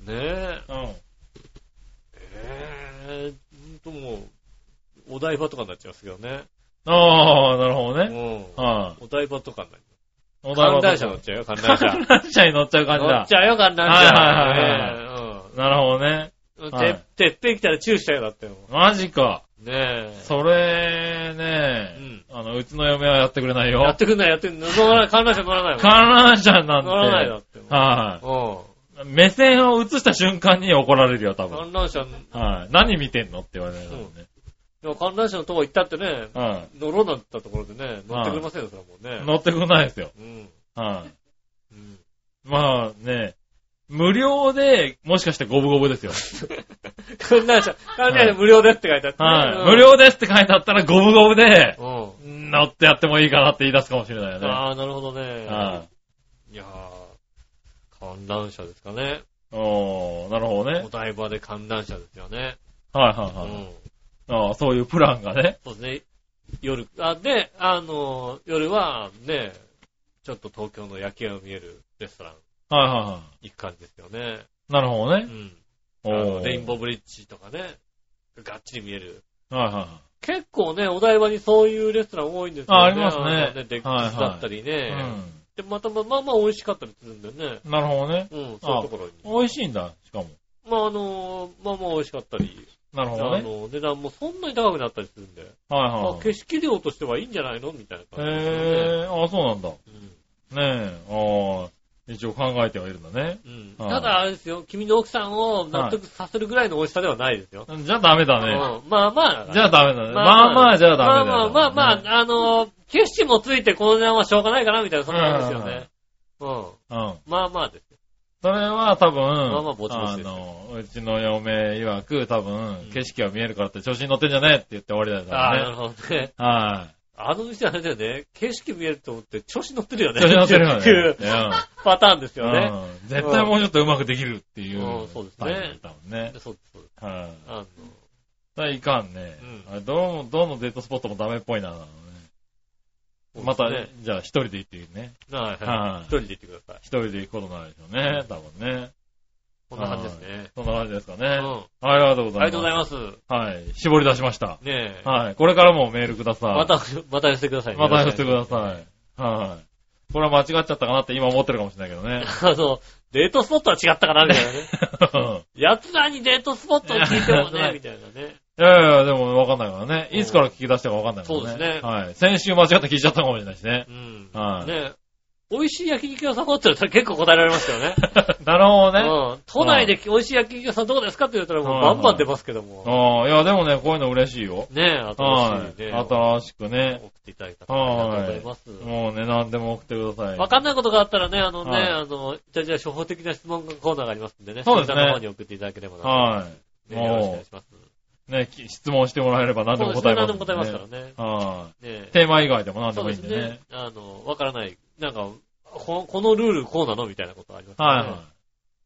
Speaker 2: ねえ。
Speaker 3: いはい。うん。
Speaker 2: えー、ほんともう、お台場とかになっちゃいますけどね。
Speaker 3: ああ、なるほど
Speaker 2: う
Speaker 3: ね。
Speaker 2: ん。
Speaker 3: は
Speaker 2: お台場とかになっち
Speaker 3: い。
Speaker 2: ゃ
Speaker 3: お
Speaker 2: う。観覧車乗
Speaker 3: 観
Speaker 2: っちゃうよ、観覧車。
Speaker 3: 覧車に乗っちゃう感じ
Speaker 2: 乗
Speaker 3: だ
Speaker 2: っ。ちゃうよ、観覧
Speaker 3: はいはい
Speaker 2: 車。ね
Speaker 3: なるほどね。
Speaker 2: うん。
Speaker 3: はい
Speaker 2: て、てっぺん来たらチューしちゃうよ、だっても
Speaker 3: マジか。
Speaker 2: う。ねえ。
Speaker 3: それね、あの、うちの嫁はやってくれない
Speaker 2: やっ
Speaker 3: よ。
Speaker 2: てくんない、やってくんない。乗らない、観覧車乗らないもん。
Speaker 3: 観覧車なんて。
Speaker 2: 乗らないだってもう。
Speaker 3: は
Speaker 2: う
Speaker 3: い、目線を移した瞬間に怒られるよ、多
Speaker 2: ん。
Speaker 3: 分。は
Speaker 2: 観
Speaker 3: い、
Speaker 2: 覧車、
Speaker 3: 何見てんのって言われるよね。
Speaker 2: でも観覧車のとこ行ったってね、
Speaker 3: は
Speaker 2: 乗ろうなったところでね、乗ってくれませんよ、それはもう
Speaker 3: い、
Speaker 2: ね。
Speaker 3: 乗ってくれないですよ。
Speaker 2: うん。
Speaker 3: はい、
Speaker 2: うん。
Speaker 3: まあね、無料で、もしかしてゴブゴブですよ。
Speaker 2: 観覧車、観覧車無料でって書いてあってね。
Speaker 3: はい、
Speaker 2: うん
Speaker 3: 無。料ですって書いてあったらゴブゴブで、
Speaker 2: うん。
Speaker 3: 乗ってやってもいいかなって言い出すかもしれないよね。はい、
Speaker 2: ああ、なるほどね。いやー、観覧車ですかね。
Speaker 3: おー、なるほどね
Speaker 2: お。台場で観覧車ですよね。
Speaker 3: はいはいはい。
Speaker 2: うん。
Speaker 3: ああそういうプランがね。
Speaker 2: そうですね。夜、あ、で、あのー、夜は、ね、ちょっと東京の夜景を見えるレストラン
Speaker 3: はいはいは
Speaker 2: 行く感じですよね。
Speaker 3: い。なるほど
Speaker 2: う
Speaker 3: ね。
Speaker 2: ん。あ
Speaker 3: お
Speaker 2: の
Speaker 3: ー
Speaker 2: レインボーブリッジとかね、がっちり見える。
Speaker 3: はいはいはい。
Speaker 2: 結構ね、お台場にそういうレストラン多いんですよね。
Speaker 3: あありますね
Speaker 2: あのデッキスだったりね。
Speaker 3: う
Speaker 2: で、またま、まあまあ美味しかったりするんだよね。
Speaker 3: ん。なるほどね。
Speaker 2: うん、そういうところに。
Speaker 3: 美味しいんだ、しかも。
Speaker 2: まああのー、まあまあ美味しかったり、
Speaker 3: なるほ
Speaker 2: あ
Speaker 3: どね。
Speaker 2: の、値段もそんなに高くなったりするんで、
Speaker 3: はい
Speaker 2: まあ
Speaker 3: はい。
Speaker 2: 景色量としてはいいんじゃないのみたいな感じですよね。
Speaker 3: へー、あ、そうなんだ。ね
Speaker 2: うん
Speaker 3: え、ああ、一応考えてはいるんだね。
Speaker 2: うん
Speaker 3: はい
Speaker 2: ただ、あれですよ、君の奥さんを納得させるぐらいの美味しさではないですよ。
Speaker 3: じゃあダメだね。
Speaker 2: うんまあまあ。
Speaker 3: じゃあダメだね。まあまあ、じゃあダメだ
Speaker 2: まあ
Speaker 3: よ。
Speaker 2: まあまあ
Speaker 3: ね
Speaker 2: まあ、あのー、景色もついてこの値段はしょうがないかな、みたいな、そんな感じですよね。う
Speaker 3: うん。
Speaker 2: ん。まあまあです。
Speaker 3: それは多分、
Speaker 2: あまあぼちぼちですよ
Speaker 3: の、うちの嫁曰く多
Speaker 2: う
Speaker 3: 分
Speaker 2: ん、
Speaker 3: 景色が見えるからって調子に乗ってんじゃねえって言って終わりだよね。
Speaker 2: ああ、なるほどね。
Speaker 3: は
Speaker 2: あの店あれだよね、景色見えると思って調子乗ってるよ
Speaker 3: い。
Speaker 2: ね。
Speaker 3: 調子に乗ってるよね
Speaker 2: っていう
Speaker 3: うん。
Speaker 2: パターンですよね。
Speaker 3: うん絶対もうちょっとうまくできるっていう。
Speaker 2: うんそうですね
Speaker 3: 多分ね
Speaker 2: で。そうですそうです。
Speaker 3: はい。
Speaker 2: あの、
Speaker 3: だいかんね。
Speaker 2: うん
Speaker 3: あれどうも、どのデートスポットもダメっぽいな。また、
Speaker 2: そうですね
Speaker 3: じゃあ一人で行っていいね。
Speaker 2: はい
Speaker 3: は
Speaker 2: はいい。一人で行ってください。
Speaker 3: 一人で行くことになるでしょうね。多分ね。
Speaker 2: こんな感じですね。
Speaker 3: そんな感じですかね。
Speaker 2: うん。
Speaker 3: はい、ありがとうございます。
Speaker 2: ありがとうございます。
Speaker 3: はい。絞り出しました。
Speaker 2: ねえ。
Speaker 3: はい。これからもメールください。
Speaker 2: ま、た、 また寄せてくださいね。
Speaker 3: また寄せてください。はい。これは間違っちゃったかなって今思ってるかもしれないけどね。
Speaker 2: あの、デートスポットは違ったかな、みたいなね。奴らにデートスポットを聞いても
Speaker 3: いや
Speaker 2: ね、みたいなね。
Speaker 3: いやいや、でもわかんないからね。いつから聞き出したかわかんないからね。
Speaker 2: そうですね
Speaker 3: はい。先週間違って聞いちゃったかもしれない しね。
Speaker 2: うん。
Speaker 3: はい
Speaker 2: ね美味しい焼肉屋さん持ってると結構答えられますよ ね。
Speaker 3: なる
Speaker 2: う
Speaker 3: ほどね。
Speaker 2: ん。都内で美味しい焼肉屋さんどうですかって言ったらもう
Speaker 3: はいは
Speaker 2: バ
Speaker 3: い
Speaker 2: ンバン出ますけども。
Speaker 3: ああ、いや、でもね、こういうの嬉しいよ。
Speaker 2: ねえ、
Speaker 3: は
Speaker 2: 新しい
Speaker 3: い。
Speaker 2: ね。
Speaker 3: 新しくね
Speaker 2: 送。っていただいた方ありがとうございます。
Speaker 3: もうね、何でも送ってください。
Speaker 2: わかんないことがあったらね、あのね、
Speaker 3: はい
Speaker 2: あの、イタジア初歩的な質問コーナーがありますんでね、
Speaker 3: そうですね
Speaker 2: そちらの方に送っていただければなと
Speaker 3: は
Speaker 2: ねよろしくお願いします。
Speaker 3: い。ね、き質問してもらえれば何で
Speaker 2: そう
Speaker 3: も
Speaker 2: です
Speaker 3: 答
Speaker 2: ね、
Speaker 3: えま
Speaker 2: 何
Speaker 3: す
Speaker 2: で
Speaker 3: ん
Speaker 2: も
Speaker 3: でね。
Speaker 2: 答えますからね。
Speaker 3: はい。
Speaker 2: ね
Speaker 3: テーマ以外でも何で
Speaker 2: そう
Speaker 3: もい
Speaker 2: で
Speaker 3: いん
Speaker 2: す
Speaker 3: でね
Speaker 2: ね。。あの、わからない、なんか、ここのルールこうなのみたいなことあります
Speaker 3: はい
Speaker 2: ね
Speaker 3: は。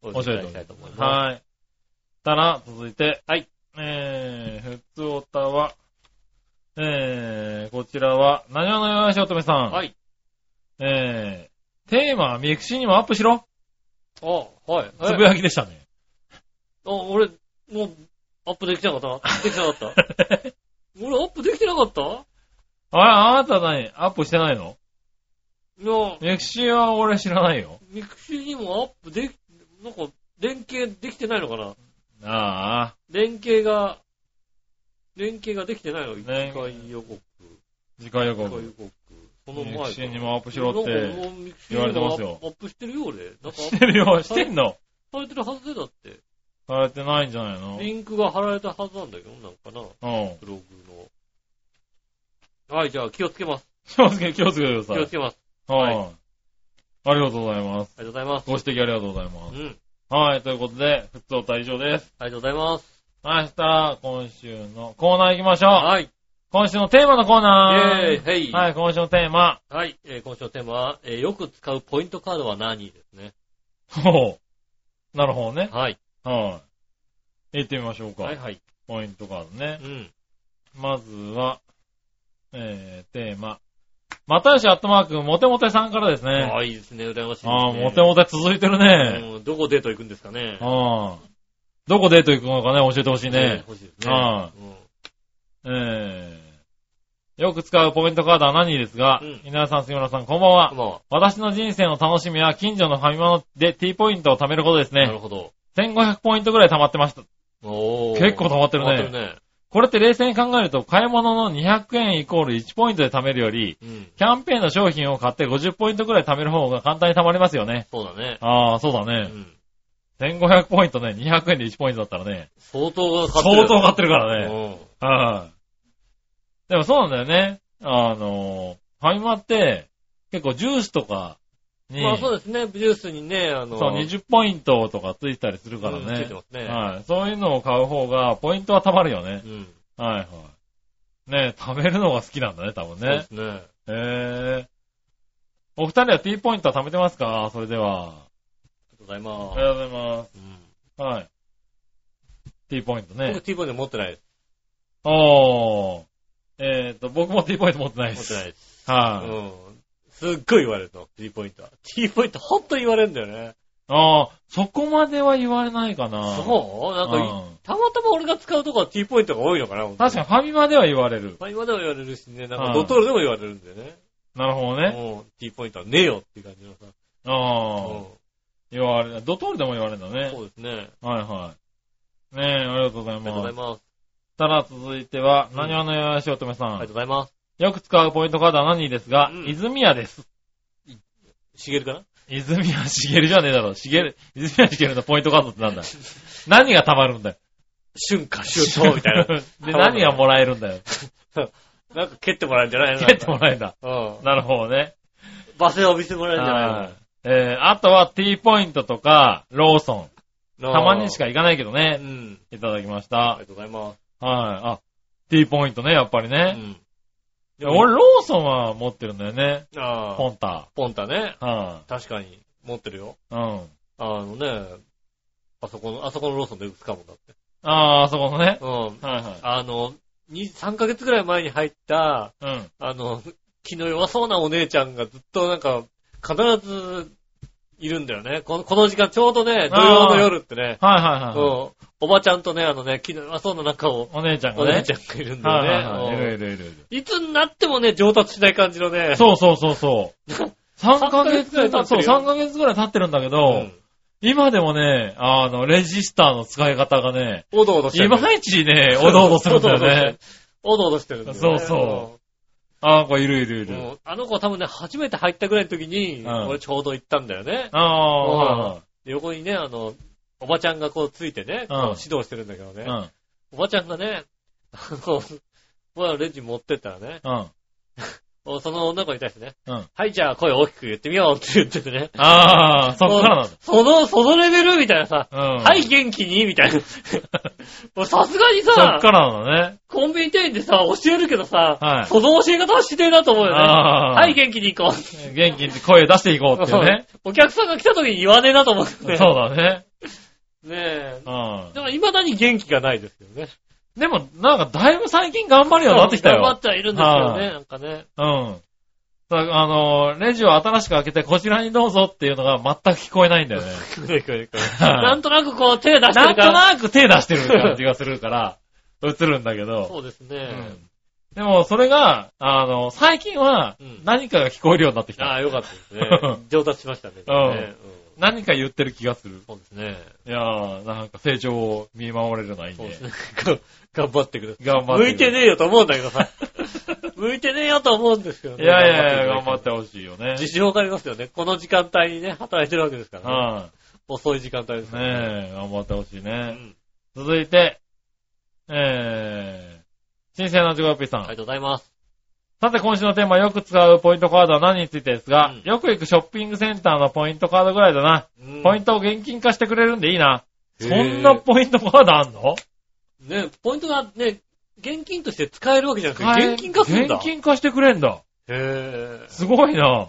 Speaker 2: お
Speaker 3: い。
Speaker 2: 教
Speaker 3: 教
Speaker 2: え
Speaker 3: え
Speaker 2: て
Speaker 3: て
Speaker 2: い
Speaker 3: く
Speaker 2: ただき
Speaker 3: ださ
Speaker 2: た
Speaker 3: い
Speaker 2: いと思います。
Speaker 3: はい。たら、続いて。
Speaker 2: はい。
Speaker 3: えー、ふつおたは、えー、こちらは、なにわのよやしおとめさん。
Speaker 2: はい。
Speaker 3: えー、テーマはミクシーにもアップしろ。
Speaker 2: あ、はい。
Speaker 3: つぶやきでしたね。
Speaker 2: あ、俺、もう、アップできてなかったできてなかった。 俺、アップできてなかった
Speaker 3: あれ、あなた何アップしてないの
Speaker 2: いや、
Speaker 3: ミクシーは俺知らないよ。
Speaker 2: ミクシーにもアップでき、なんか、連携できてないのかな
Speaker 3: ああ。
Speaker 2: 連携が、連携ができてないの一
Speaker 3: 連
Speaker 2: 回予告。
Speaker 3: 次回予
Speaker 2: 一回
Speaker 3: 告
Speaker 2: 予。告。その前
Speaker 3: ミ
Speaker 2: か
Speaker 3: クシーにもアップしろって。言われてますよ
Speaker 2: アップしてるよ、俺。なんかアップ
Speaker 3: してるよ、してんの
Speaker 2: されてるはずでだって。
Speaker 3: されてないんじゃないの
Speaker 2: リンクが貼られたはずなんだけど、なんかな。
Speaker 3: うん。
Speaker 2: ブログの。はい、じゃあ気をつけます。
Speaker 3: 気をつけ、気をつけてくだ
Speaker 2: 気
Speaker 3: さい。
Speaker 2: をつけます。
Speaker 3: はい、
Speaker 2: は
Speaker 3: ありがとうございます。
Speaker 2: ありがとうございます。
Speaker 3: ご指摘ありがとうございま
Speaker 2: う
Speaker 3: す。
Speaker 2: ん。
Speaker 3: はい、ということで、ふつおた以上です。
Speaker 2: ありがとうございます。
Speaker 3: はい、そしたら、今週のコーナー行きましょう。
Speaker 2: はい。
Speaker 3: 今週のテーマのコー
Speaker 2: イ
Speaker 3: ナ
Speaker 2: ェ
Speaker 3: ー。
Speaker 2: ーイ、
Speaker 3: は
Speaker 2: はい。
Speaker 3: い、今週のテーマ。
Speaker 2: はい。えー今週のテーマは、えーよく使うポイントカードは何ですね。
Speaker 3: ほう。なるほどね。
Speaker 2: はい。
Speaker 3: はい。行ってみましょうか。
Speaker 2: はいはい。
Speaker 3: ポイントカードね
Speaker 2: う。ん。
Speaker 3: まずは、えー、テーマ。またよしアットマーク、モテモテさんからですね。
Speaker 2: ああ、いいですね。羨ましいです、ね。
Speaker 3: ああ、モテモテ続いてるね。
Speaker 2: うんどこデート行くんですかね。
Speaker 3: ああ。どこデート行くのかね、教えてほしいね。
Speaker 2: 欲しいですね。
Speaker 3: ああ
Speaker 2: うん
Speaker 3: えー、よく使うポイントカードは何ですが、
Speaker 2: うん
Speaker 3: 稲田さん、杉村さん、こんばんは
Speaker 2: こん。ばんは。
Speaker 3: 私の人生の楽しみは、近所のファミマで T ポイントを貯めることです
Speaker 2: なる
Speaker 3: ね。
Speaker 2: ほど。
Speaker 3: 1500ポイントぐらい貯まってました。
Speaker 2: おー
Speaker 3: 結構溜まってるね
Speaker 2: 溜まってるね。
Speaker 3: これって冷静に考えると、買い物の200円イコール1ポイントで貯めるより、
Speaker 2: うん。
Speaker 3: キャンペーンの商品を買って50ポイントぐらい貯める方が簡単に貯まりますよね。
Speaker 2: そうだね。
Speaker 3: ああ、そうだ
Speaker 2: う
Speaker 3: ね。
Speaker 2: ん。
Speaker 3: 1500ポイントね、200円で1ポイントだったらね、
Speaker 2: 相当が買って
Speaker 3: 相
Speaker 2: る。
Speaker 3: 当買ってるからね。
Speaker 2: ね。
Speaker 3: はい。でもそうなんだよね。あの、ファミマって、結構ジュースとか
Speaker 2: う
Speaker 3: に、
Speaker 2: ん。まあそうですね。ジュースにね、あの、
Speaker 3: そう、20ポイントとかついたりするから
Speaker 2: うんつい
Speaker 3: ね
Speaker 2: て。ますね。
Speaker 3: はい。そういうのを買う方が、ポイントは貯まるよね。
Speaker 2: うん。
Speaker 3: はいはい。ねえ、貯めるのが好きなんだね、多分
Speaker 2: そうで
Speaker 3: ね
Speaker 2: す。ね。
Speaker 3: へえ。お二人は T ポイントは貯めてますかそれで
Speaker 2: あ
Speaker 3: は。
Speaker 2: りがとうございま
Speaker 3: あ
Speaker 2: す
Speaker 3: り。がとうございます。
Speaker 2: うん
Speaker 3: はい。T ポイントね
Speaker 2: 僕。T ボーイで持ってないです。
Speaker 3: おー。えっ、と、僕も T ポイント持ってないで
Speaker 2: 持っ
Speaker 3: す。
Speaker 2: てないです。
Speaker 3: はい、
Speaker 2: うん。すっごい言われるの、T ポイントは。T ポイントほんと言われるんだよね。
Speaker 3: ああ、そこまでは言われないかな。
Speaker 2: そうなんかい、
Speaker 3: うん
Speaker 2: たまたま俺が使うとこは T ポイントが多いのかな、確
Speaker 3: 確かにファミマでは言われる。
Speaker 2: まあ今でも言われるしね、なん
Speaker 3: う
Speaker 2: か
Speaker 3: ん
Speaker 2: ドトールでも言われるんでね。
Speaker 3: なるほどね。
Speaker 2: もう T ポイントはねえよっていう感じのさ。
Speaker 3: ああ、
Speaker 2: う
Speaker 3: 言われる。ドトールでも言われるんだ
Speaker 2: ん
Speaker 3: ね
Speaker 2: そ。うですね。
Speaker 3: はいはい。ねえ、ありがとうござい
Speaker 2: ありがとうござ
Speaker 3: ま
Speaker 2: い
Speaker 3: す。
Speaker 2: ます。
Speaker 3: たら続いては、
Speaker 2: うん
Speaker 3: 何話のよしおとめさ
Speaker 2: ありが
Speaker 3: ん
Speaker 2: とう。ございます。
Speaker 3: よく使うポイントカードは何ですが、
Speaker 2: うん
Speaker 3: 泉屋です。
Speaker 2: しげるかな
Speaker 3: 泉屋しげるじゃねえだろ。しげる、泉屋しげるのポイントカードってなんだ 何が貯まるんだよ。
Speaker 2: 春夏秋冬みたい
Speaker 3: で、何がもらえる んだよ。
Speaker 2: な。なんか蹴ってもらえるんじゃないの
Speaker 3: 蹴ってもらえんだ。
Speaker 2: うん。
Speaker 3: なるほどね。
Speaker 2: 罵声を浴びせてもらえるんじゃ
Speaker 3: は
Speaker 2: ない
Speaker 3: えー、あとは T ポイントとか、ローソン。
Speaker 2: いの
Speaker 3: たまにしか。行かないけど
Speaker 2: う
Speaker 3: ね。
Speaker 2: ん。
Speaker 3: いただきまし
Speaker 2: あ
Speaker 3: た。
Speaker 2: りがとうございます。
Speaker 3: はい。あ、T ポイントね、やっぱり
Speaker 2: う
Speaker 3: ね。
Speaker 2: ん。
Speaker 3: いや俺、ローソンは持ってるんだよね。
Speaker 2: ああ、
Speaker 3: ポンタ。
Speaker 2: ポンタね。
Speaker 3: は
Speaker 2: 確かに、持ってるよ。
Speaker 3: い。うん。
Speaker 2: あのね、あそこの、あそこのローソンでよく使うもんだって。
Speaker 3: あー、あそこのね。
Speaker 2: うん。
Speaker 3: はいはい。
Speaker 2: あの、に3ヶ月ぐらい前に入った、
Speaker 3: うん。
Speaker 2: あの、気の弱そうなお姉ちゃんがずっとなんか、必ず、いるんだよね。この、この時間、ちょうどね、土曜の夜ってね、
Speaker 3: はいはいはいはい。
Speaker 2: うん。おばちゃんとね、あのね、気の弱そうな中を、
Speaker 3: お姉ちゃんが
Speaker 2: お
Speaker 3: ね。
Speaker 2: 姉ちゃんがいるん
Speaker 3: はい
Speaker 2: だ
Speaker 3: は
Speaker 2: よ
Speaker 3: いはい。いるい
Speaker 2: ね
Speaker 3: るいるいる。
Speaker 2: うん。いつになってもね、上達しない感じのね。
Speaker 3: そうそうそうそう。3ヶ 月ぐらい経
Speaker 2: 三ヶ月ぐらい経
Speaker 3: っ
Speaker 2: ってて
Speaker 3: る。
Speaker 2: るよ
Speaker 3: そう、3ヶ月ぐらい経ってるんだけど、
Speaker 2: ん
Speaker 3: 今でもね、あの、レジスターの使い方がね、
Speaker 2: おどおどして
Speaker 3: い
Speaker 2: る。
Speaker 3: まいちね、おどおどするんだよね。
Speaker 2: おどおどしてるんだよね。
Speaker 3: そうそあー、これいるいるい
Speaker 2: うん。も
Speaker 3: る。
Speaker 2: うあの子は多分ね、初めて入ったぐらいの時に、
Speaker 3: うん
Speaker 2: 俺ちょうど行ったんだよね。
Speaker 3: あ
Speaker 2: で横にね、あの、おばちゃんがこうついてね、
Speaker 3: うん
Speaker 2: こう指導してるんだけど
Speaker 3: ー、
Speaker 2: ね。
Speaker 3: はい。
Speaker 2: おばちゃんがね、こう、僕はレジ持ってったらね、
Speaker 3: うん。うん。
Speaker 2: おその女の子に対してね、
Speaker 3: うん
Speaker 2: はい、じゃあ声大きく言ってみようって言っててね。
Speaker 3: ああ、そっからなんだ。
Speaker 2: その、そのレベルみたいなさ、
Speaker 3: うん。
Speaker 2: はい、元気にみたいな。 もうさすがに
Speaker 3: そっ
Speaker 2: さ、
Speaker 3: からなんだね。
Speaker 2: コンビニ店員でさ、教えるけどさ、
Speaker 3: はい
Speaker 2: その教え方はしてえなと思うよね。
Speaker 3: ああ
Speaker 2: はい、元気に行こう。
Speaker 3: 元気に声出していこうっていうね。
Speaker 2: お客さんが来た時に言わねえなと思って
Speaker 3: そう
Speaker 2: ね。
Speaker 3: だね。
Speaker 2: ねえ。
Speaker 3: う
Speaker 2: だから未だに元気がないですよね。
Speaker 3: ん。でも、なんかだいぶ最近頑張るようになってきた
Speaker 2: 頑張っ
Speaker 3: よ。
Speaker 2: てはいるんですよ
Speaker 3: は
Speaker 2: ね、
Speaker 3: い
Speaker 2: なんかね。
Speaker 3: うん。だあの、レジを新しく開けて、こちらにどうぞっていうのが全く聞こえない んだよね。はい
Speaker 2: なんとなくこう手出して
Speaker 3: な
Speaker 2: る
Speaker 3: んと
Speaker 2: から。
Speaker 3: なく手出してる感じがするから、映るんだけど。
Speaker 2: そうですね。
Speaker 3: でも、それが、あの、最近は
Speaker 2: うん、
Speaker 3: 何かが聞こえるようになってき
Speaker 2: あ
Speaker 3: た。
Speaker 2: あ、よかったですね。上達しましたね。
Speaker 3: うん
Speaker 2: ね
Speaker 3: 何か言ってる気がする。
Speaker 2: そうですね。
Speaker 3: いやー、なんか成長を見守れるのはいい
Speaker 2: そうで
Speaker 3: ね
Speaker 2: す。ね。が頑張ってください。
Speaker 3: 頑張って。
Speaker 2: 向いてねえよと思うんだけどさ。向いてねえよと思うんですけどね。
Speaker 3: いやいやいや、頑
Speaker 2: 頑
Speaker 3: 張
Speaker 2: 張
Speaker 3: っ
Speaker 2: って
Speaker 3: ほしいよね
Speaker 2: て。。事情がありますよね。この時間帯にね、働いてるわけですからね。
Speaker 3: は
Speaker 2: 遅い時間帯です
Speaker 3: い。
Speaker 2: からね。
Speaker 3: ねえ、頑張ってほしいうね。
Speaker 2: ん
Speaker 3: 続いて、えー、新鮮なジョコヨッピーさ
Speaker 2: ありが
Speaker 3: ん。
Speaker 2: とうございます。
Speaker 3: さて今週のテーマ、よく使うポイントカードは何についてですが
Speaker 2: うん、
Speaker 3: よく行くショッピングセンターのポイントカードぐらいだな。
Speaker 2: うん
Speaker 3: ポイントを現金化してくれるんでいいな。
Speaker 2: へー
Speaker 3: そんなポイントカードあんの
Speaker 2: ね、ポイントがね、現金として使えるわけじゃなくて、現金化するんだ。
Speaker 3: 現金化してくれんだ。
Speaker 2: へ
Speaker 3: すごいな。
Speaker 2: ぇ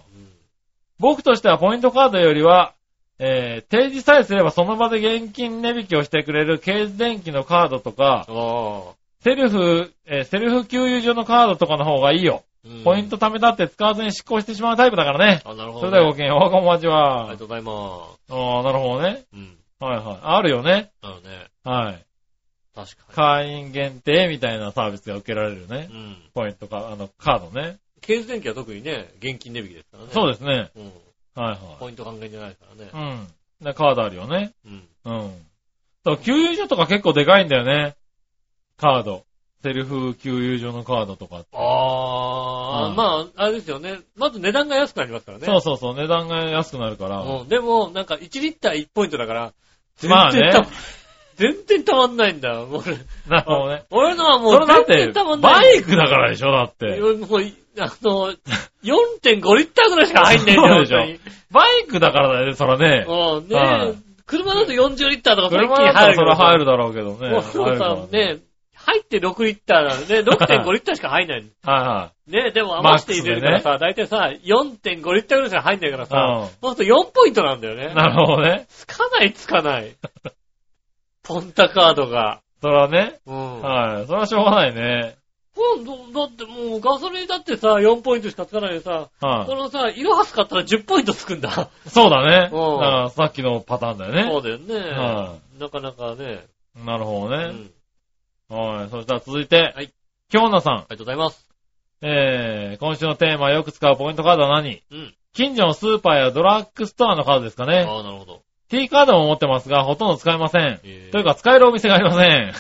Speaker 3: 僕としてはポイントカードよりは、えー、提示さえすればその場で現金値引きをしてくれる経電機のカードとか、
Speaker 2: ああ
Speaker 3: セルフ、えーセルフ給油所のカードとかの方がいいよ。
Speaker 2: うん。
Speaker 3: ポイント貯めたって使わずに執行してしまうタイプだからね。
Speaker 2: あ、なるほ
Speaker 3: そ
Speaker 2: どね。
Speaker 3: れではごきげんよう、おはこんばんち
Speaker 2: あり
Speaker 3: は
Speaker 2: が。とうございます。
Speaker 3: ああ、なるほどね。
Speaker 2: うん。
Speaker 3: はいはい。あるよね。
Speaker 2: なのね、
Speaker 3: はい。
Speaker 2: 確か
Speaker 3: 会員限定みたいなサービスが受けられるね
Speaker 2: に。。うん。
Speaker 3: ポイントか、あの、カードね。
Speaker 2: 経済電気は特にね、現金値引きですからね。
Speaker 3: そう
Speaker 2: う
Speaker 3: ですね。
Speaker 2: です。うん。
Speaker 3: はいは
Speaker 2: ポイント関係じゃないからね。
Speaker 3: い。うん。で、カードあるよね。
Speaker 2: うん。
Speaker 3: うん。そう、給油所とか結構でかいんだよね。カード。セルフ給油所のカードとかって。
Speaker 2: あ
Speaker 3: う
Speaker 2: あ、
Speaker 3: ん
Speaker 2: まあ、あれですよね。まず値段が安くなりますからね。
Speaker 3: そうそうそう、値段が安くなるから。
Speaker 2: うん。でも、なんか1リッター1ポイントだから、全
Speaker 3: まあね
Speaker 2: 然た、全然たまんないんだ。もう俺、
Speaker 3: なるほどね。
Speaker 2: 俺のはも
Speaker 3: それ
Speaker 2: う
Speaker 3: だっ
Speaker 2: 全
Speaker 3: て
Speaker 2: 然たま、んな
Speaker 3: バ
Speaker 2: い。
Speaker 3: イクだからでしょ、だって。
Speaker 2: もう、あの、4.5リッターぐらいしか入んないんだ
Speaker 3: そう
Speaker 2: よ、
Speaker 3: でしょ
Speaker 2: 本当に
Speaker 3: バイクだからだよね、そらね。
Speaker 2: うん、
Speaker 3: は
Speaker 2: ね
Speaker 3: い
Speaker 2: 車だと40リッターとかそれ一
Speaker 3: 車
Speaker 2: 気に
Speaker 3: だ
Speaker 2: 入るけ
Speaker 3: ったらそ
Speaker 2: ど
Speaker 3: ら入るだろうけどね。
Speaker 2: もうさ、ね、入って6リッターなんで、ね、6.5リッターしか入んない。
Speaker 3: は
Speaker 2: ね、でも余して入れるからさ、だいたいさ、4.5リッターぐらいしか入んないから
Speaker 3: いは
Speaker 2: さ、そうすると4ポイントなんだよ
Speaker 3: い。う
Speaker 2: ね
Speaker 3: ん。。なるほどね。
Speaker 2: つかないつかない。ポンタカードが。
Speaker 3: そらね。
Speaker 2: うん。
Speaker 3: はい。そらしょうがないね。
Speaker 2: 今度、だってもうガソリンだってさ、4ポイントしかつかないでさ、こ
Speaker 3: は
Speaker 2: のさ、色はすかったら10ポイントつくんだ。
Speaker 3: い。そうだね。だか
Speaker 2: うん
Speaker 3: らさっきのパターンだよ
Speaker 2: そ
Speaker 3: ね。
Speaker 2: うだよね。
Speaker 3: は
Speaker 2: なかなかね。
Speaker 3: い。なるほど
Speaker 2: うん。あ
Speaker 3: ね。はい。そしたら続いて。
Speaker 2: はい。
Speaker 3: 京奈さん。
Speaker 2: りがとうございます。
Speaker 3: えー、今週のテーマ、よく使うポイントカードは何
Speaker 2: うん。
Speaker 3: 近所のスーパーやドラッグストアのカードですかね。
Speaker 2: ああ、なるほど。
Speaker 3: T カードも持ってますが、ほとんど使えません。
Speaker 2: えー
Speaker 3: というか、使えるお店がありません。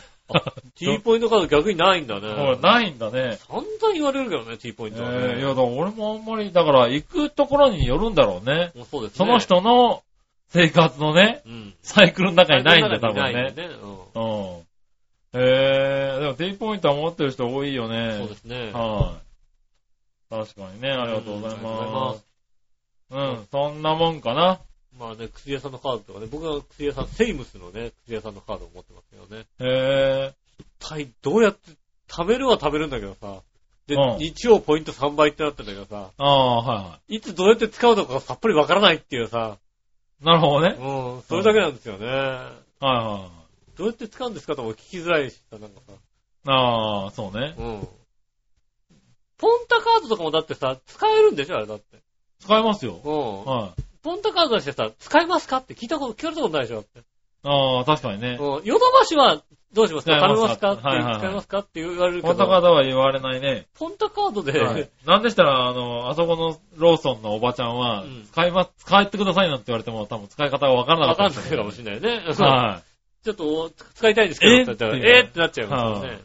Speaker 2: T ポイントカード逆にないんだね。
Speaker 3: もうないんだね。
Speaker 2: 散々言われるけどね、T ポイン
Speaker 3: えー、
Speaker 2: ト
Speaker 3: い
Speaker 2: は
Speaker 3: や、
Speaker 2: ね。
Speaker 3: だから俺もあんまり、だから、行くところによるんだろうね。
Speaker 2: もうそうですね。
Speaker 3: その。人の生活のね、
Speaker 2: うん。
Speaker 3: サイクルの中にないんだよ、多分
Speaker 2: ない
Speaker 3: ね
Speaker 2: ん。だよね。う
Speaker 3: うん。えー、でも T ポイントは持ってる人多いよね。
Speaker 2: ん。そうです ね。
Speaker 3: はい。確かにね、ありがとうござ
Speaker 2: うんありが
Speaker 3: い
Speaker 2: とうござい
Speaker 3: ま。
Speaker 2: ます
Speaker 3: うん、そんなもんかな。
Speaker 2: まあね、薬屋さんのカードとかね、僕は薬屋さん、セイムスのね、薬屋さんのカードを持ってますけどね。
Speaker 3: へ
Speaker 2: 一体どうやって、食べるは食べるんだけどさ。で、
Speaker 3: うん
Speaker 2: 日曜ポイント3倍ってなってんだけどさ、
Speaker 3: ー。ああ、はいはい
Speaker 2: つどうやって使うのかがさっぱりわからないっていうさ、
Speaker 3: い。なるほど
Speaker 2: う
Speaker 3: ね。
Speaker 2: ん、それだけなんですよね。
Speaker 3: はいはいはい。
Speaker 2: どうやって使うんですかとも聞きづらいしさ、なんかさ、
Speaker 3: ああ、そうね。
Speaker 2: うん。ポンタカードとかもだってさ、使えるんでしょあれだって。
Speaker 3: 使えますよ。
Speaker 2: うん。
Speaker 3: はい。
Speaker 2: ポンタカード出してさ、使えますかって聞いたこと、聞かれたことないでしょだって。
Speaker 3: ああ、確かにね。
Speaker 2: うん。ヨドバシは、どうしますか
Speaker 3: 使え
Speaker 2: 食べ
Speaker 3: ま
Speaker 2: ますす
Speaker 3: か
Speaker 2: かって、使
Speaker 3: はいはいはい
Speaker 2: えますかって言われるけ
Speaker 3: こんな
Speaker 2: ど、
Speaker 3: 方は言われないね。
Speaker 2: ポンタカードで、
Speaker 3: はいなんでしたら、あの、あそこのローソンのおばちゃんは
Speaker 2: うん、
Speaker 3: 使いま、使ってくださいなんて言われても、多分使い方がわからな
Speaker 2: わ
Speaker 3: か
Speaker 2: か
Speaker 3: っ
Speaker 2: ん
Speaker 3: た
Speaker 2: ない
Speaker 3: ですよ。
Speaker 2: かもしれないね。
Speaker 3: は
Speaker 2: ちょっとお、使いたいんですけど、
Speaker 3: え
Speaker 2: って言ったら
Speaker 3: っていう
Speaker 2: えーってなっちゃいますよね。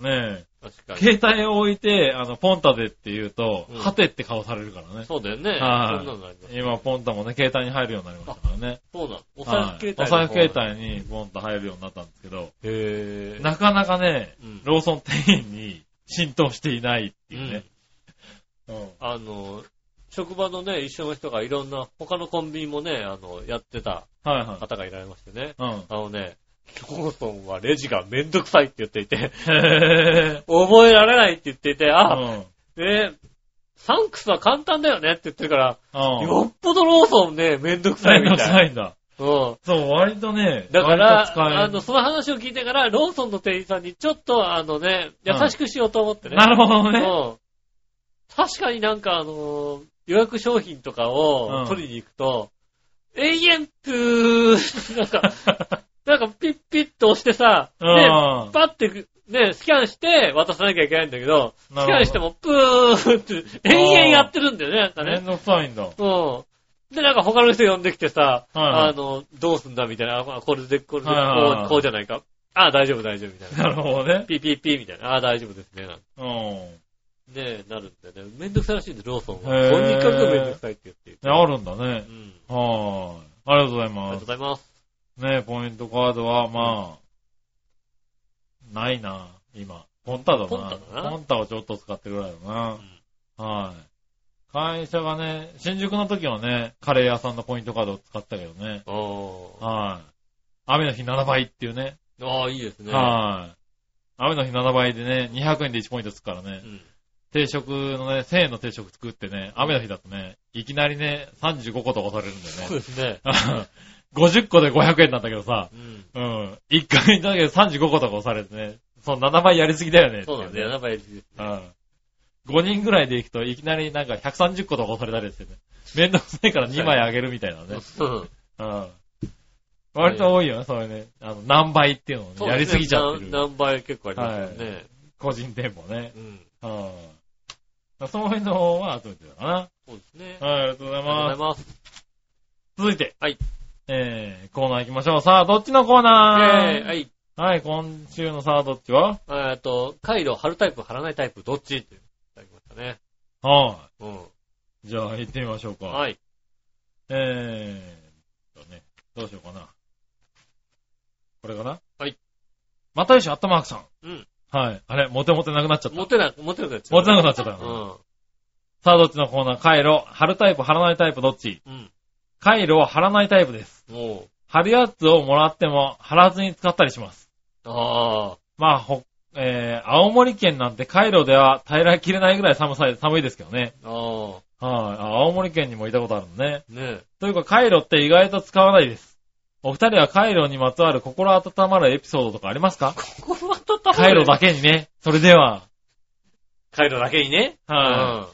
Speaker 3: い。ね
Speaker 2: 確
Speaker 3: え。
Speaker 2: かに。
Speaker 3: 携帯を置いて、あの、ポンタでって言うと
Speaker 2: うん、
Speaker 3: ハテって顔されるからね。
Speaker 2: そうだよね。
Speaker 3: はい
Speaker 2: そんなのあります。
Speaker 3: 今、ポンタもね、携帯に入るようになりましたからね。
Speaker 2: そうなの。お財布携帯
Speaker 3: は
Speaker 2: の
Speaker 3: い
Speaker 2: 方。
Speaker 3: お財布携帯にポンと入るようになったんですけど、
Speaker 2: へー。
Speaker 3: なかなかね、
Speaker 2: うん
Speaker 3: ローソン店員に浸透していないっていうね。うん
Speaker 2: あの、職場のね、一緒の人がいろんな、他のコンビニもね、あの、やってた
Speaker 3: はいはい。
Speaker 2: 方がいられましてね。
Speaker 3: うん。
Speaker 2: あのね、ローソンはレジがめんどくさいって言ってい て、
Speaker 3: へ
Speaker 2: 覚えられないって言っていて、
Speaker 3: ぇー。
Speaker 2: あ、
Speaker 3: うん。
Speaker 2: ね、サンクスは簡単だよねって言ってるから、
Speaker 3: うん。
Speaker 2: よっぽどローソンね、めんどくさい
Speaker 3: め
Speaker 2: み
Speaker 3: んどく
Speaker 2: たい。
Speaker 3: さいんだ。
Speaker 2: うん。
Speaker 3: そう、割とね、
Speaker 2: だか
Speaker 3: 割と使える
Speaker 2: ら、あの、その話を聞いてから、ローソンの店員さんにちょっと、あのね、優しくしようと思ってね。
Speaker 3: なるほどね。
Speaker 2: うん確かになんか、あのー予約商品とか
Speaker 3: うん
Speaker 2: を取りに行くと、永遠プー、 なんか、なんかピッピッと押してさ、
Speaker 3: う
Speaker 2: ね、
Speaker 3: ん
Speaker 2: パッて、ね、スキャンして渡さなきゃいけないんだけど、スキ
Speaker 3: なるほど
Speaker 2: ャンしてもプーって、永遠やってるんだよね、なんか
Speaker 3: めん
Speaker 2: ね。
Speaker 3: どくさいんだ。
Speaker 2: うん。で、なんか他の人呼んできてさ、
Speaker 3: はいはい
Speaker 2: あの、どうすんだみたいな、あこれで、これで、
Speaker 3: はいはいはい
Speaker 2: こうこうじゃないか。ああ、大丈夫、大丈夫、みたいな。
Speaker 3: なるほどね。
Speaker 2: ピーピーピーみたいな。ああ、大丈夫ですね。なんて
Speaker 3: う
Speaker 2: ねえ、なるんだよね。めんどくさいらしいんで、ローソンは。
Speaker 3: へえ
Speaker 2: とにかくめんどくさいって言ってる
Speaker 3: ん。あるんだね
Speaker 2: う。ん。
Speaker 3: はーい。ありがとうござい
Speaker 2: ありがと
Speaker 3: ま
Speaker 2: うご
Speaker 3: す。
Speaker 2: ざいます。
Speaker 3: ね、ポイントカードは、まあ、ないな、今。ポンタだな。
Speaker 2: ポンタだな
Speaker 3: ポンタをちょっと使ってるぐらいだな。はい。会社がね、新宿の時はね、カレー屋さんのポイントカードを使ったけどね。
Speaker 2: あ
Speaker 3: はい。雨の日7倍っていうね。
Speaker 2: あ。ああ、いいですね。
Speaker 3: はい。雨の日7倍でね、200円で1ポイントつくからね
Speaker 2: う。ん。
Speaker 3: 定食のね、1000円の定食作ってね、雨の日だとね、いきなりね、35個とかされるんだよね
Speaker 2: そう。ですね。
Speaker 3: 50個で500円なんだけどさ、
Speaker 2: うん。
Speaker 3: うん。1回だけど35個とか押されてね、その7倍やりすぎだよね。
Speaker 2: そうなんだよ。
Speaker 3: ね。
Speaker 2: やっぱり、
Speaker 3: うん。5人ぐらいで行くといきなりなんか130個とか押されたりしてね。めんどくさいから2枚あげるみたいなね。
Speaker 2: うん。
Speaker 3: うん。割と多いよね、それね。あの、何倍っていうのをね、やりすぎちゃって
Speaker 2: そうですね
Speaker 3: る。
Speaker 2: 何何倍結構ありますよね。
Speaker 3: 個人店舗ね。
Speaker 2: うん。
Speaker 3: うん。そういうのは集めてるかな。はい、
Speaker 2: そうですね。あ
Speaker 3: ありがとうござい
Speaker 2: りがとうござ
Speaker 3: ま
Speaker 2: い
Speaker 3: す。
Speaker 2: ます。
Speaker 3: 続いて。
Speaker 2: はい。
Speaker 3: えー、コーナー行きましょう。さあ、どっちのコーナー
Speaker 2: えーはい。
Speaker 3: はい、今週のさあ、どっちは
Speaker 2: えっと、カイロ、貼るタイプ、貼らないタイプ、どっちっていただきましたね。
Speaker 3: は
Speaker 2: う
Speaker 3: い。じゃあ、行ってみましょうか。
Speaker 2: ん。はい。
Speaker 3: えーっとね、どうしようかな。これかな
Speaker 2: はい。
Speaker 3: またよし、あったまーくさん。
Speaker 2: うん。
Speaker 3: はい。あれ、モテモテなくなっちゃっ
Speaker 2: 持
Speaker 3: た。モ
Speaker 2: てなく、持てなくなっちゃう。
Speaker 3: テなくなっちゃったよ。
Speaker 2: うん。
Speaker 3: さあ、どっちのコーナー回路。貼るタイプ、貼らないタイプ、どっち
Speaker 2: うん。
Speaker 3: 回路は貼らないタイプです。
Speaker 2: も
Speaker 3: 貼るやつをもらっても、貼らずに使ったりします。
Speaker 2: う、ああ、
Speaker 3: まあ、ほ、えー、青森県なんて回路では平らきれないぐらい寒さい、寒いですけどね。
Speaker 2: ああ、
Speaker 3: はい。あ青森県にもいたことあるのね。
Speaker 2: ね
Speaker 3: というか、カイロって意外と使わないです。お二人はカイロにまつわる心温まるエピソードとかありますか
Speaker 2: ここはたった
Speaker 3: カイロだけにね。それでは。
Speaker 2: カイロだけにね。
Speaker 3: は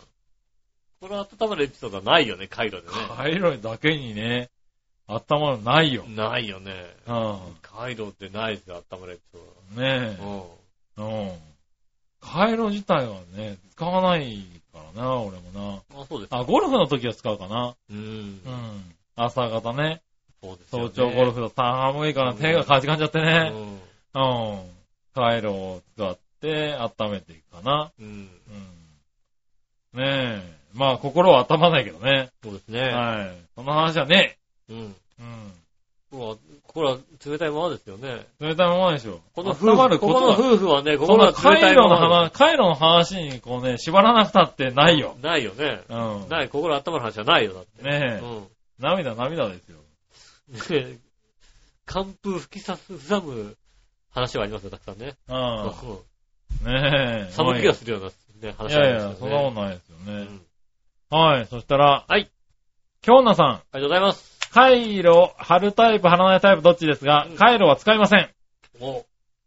Speaker 2: うん。これ温まるエピソードはないよね、カイロで
Speaker 3: い、カイロだけにね、温まるのないよ。
Speaker 2: ね。ないよね。
Speaker 3: う
Speaker 2: カイロってないですよ、温まるエピソ
Speaker 3: ん。ね
Speaker 2: ードは。うん。
Speaker 3: え。うん。カイロ自体はね、使わないからな、俺も
Speaker 2: あ、そうです。
Speaker 3: な。あ、ゴルフの時は使うかな。
Speaker 2: うん
Speaker 3: う。ん。朝方ね。
Speaker 2: そうですよ
Speaker 3: 早
Speaker 2: ね
Speaker 3: 朝ゴルフだと寒いから手がかじかんじゃって
Speaker 2: う
Speaker 3: ね。
Speaker 2: ん。
Speaker 3: うん。カイロを使って温めていくかな。
Speaker 2: うん。
Speaker 3: うんねえ。まあ、心は温まないけどね。
Speaker 2: そうですね。
Speaker 3: はい。その話はね
Speaker 2: うん。
Speaker 3: え。うん。
Speaker 2: これは、これは冷たいままですよね。
Speaker 3: 冷たいままでしょ。
Speaker 2: この夫
Speaker 3: 温
Speaker 2: 婦、
Speaker 3: まる
Speaker 2: こ
Speaker 3: こ
Speaker 2: ことの
Speaker 3: は、
Speaker 2: 夫婦はね、こ
Speaker 3: そ
Speaker 2: こ
Speaker 3: の
Speaker 2: の冷た
Speaker 3: 回
Speaker 2: い
Speaker 3: 路
Speaker 2: ま
Speaker 3: の
Speaker 2: ま
Speaker 3: 話、回路の話にこうね、縛らなくたってないよ。
Speaker 2: ないよね。
Speaker 3: うん。
Speaker 2: ない、心温まる話じゃないよ、だって。
Speaker 3: ねえ。
Speaker 2: う
Speaker 3: 涙涙ですよ。
Speaker 2: ん。 で寒風吹きさす、ふざむ話はありますよ、たくさんね。
Speaker 3: う
Speaker 2: うん
Speaker 3: ん。ねえ。
Speaker 2: 寒気がするような、ね、
Speaker 3: い
Speaker 2: 話はあ
Speaker 3: や
Speaker 2: り
Speaker 3: い
Speaker 2: ま
Speaker 3: や、
Speaker 2: す
Speaker 3: そ
Speaker 2: よね。
Speaker 3: んなことないですよ
Speaker 2: うんあ
Speaker 3: ね
Speaker 2: り。
Speaker 3: はい。そしたら、
Speaker 2: はい。
Speaker 3: 京奈さん、
Speaker 2: がとうございます。
Speaker 3: 回路、貼るタイプ、貼らないタイプどっちですが
Speaker 2: うん、
Speaker 3: 回路は使いません。
Speaker 2: お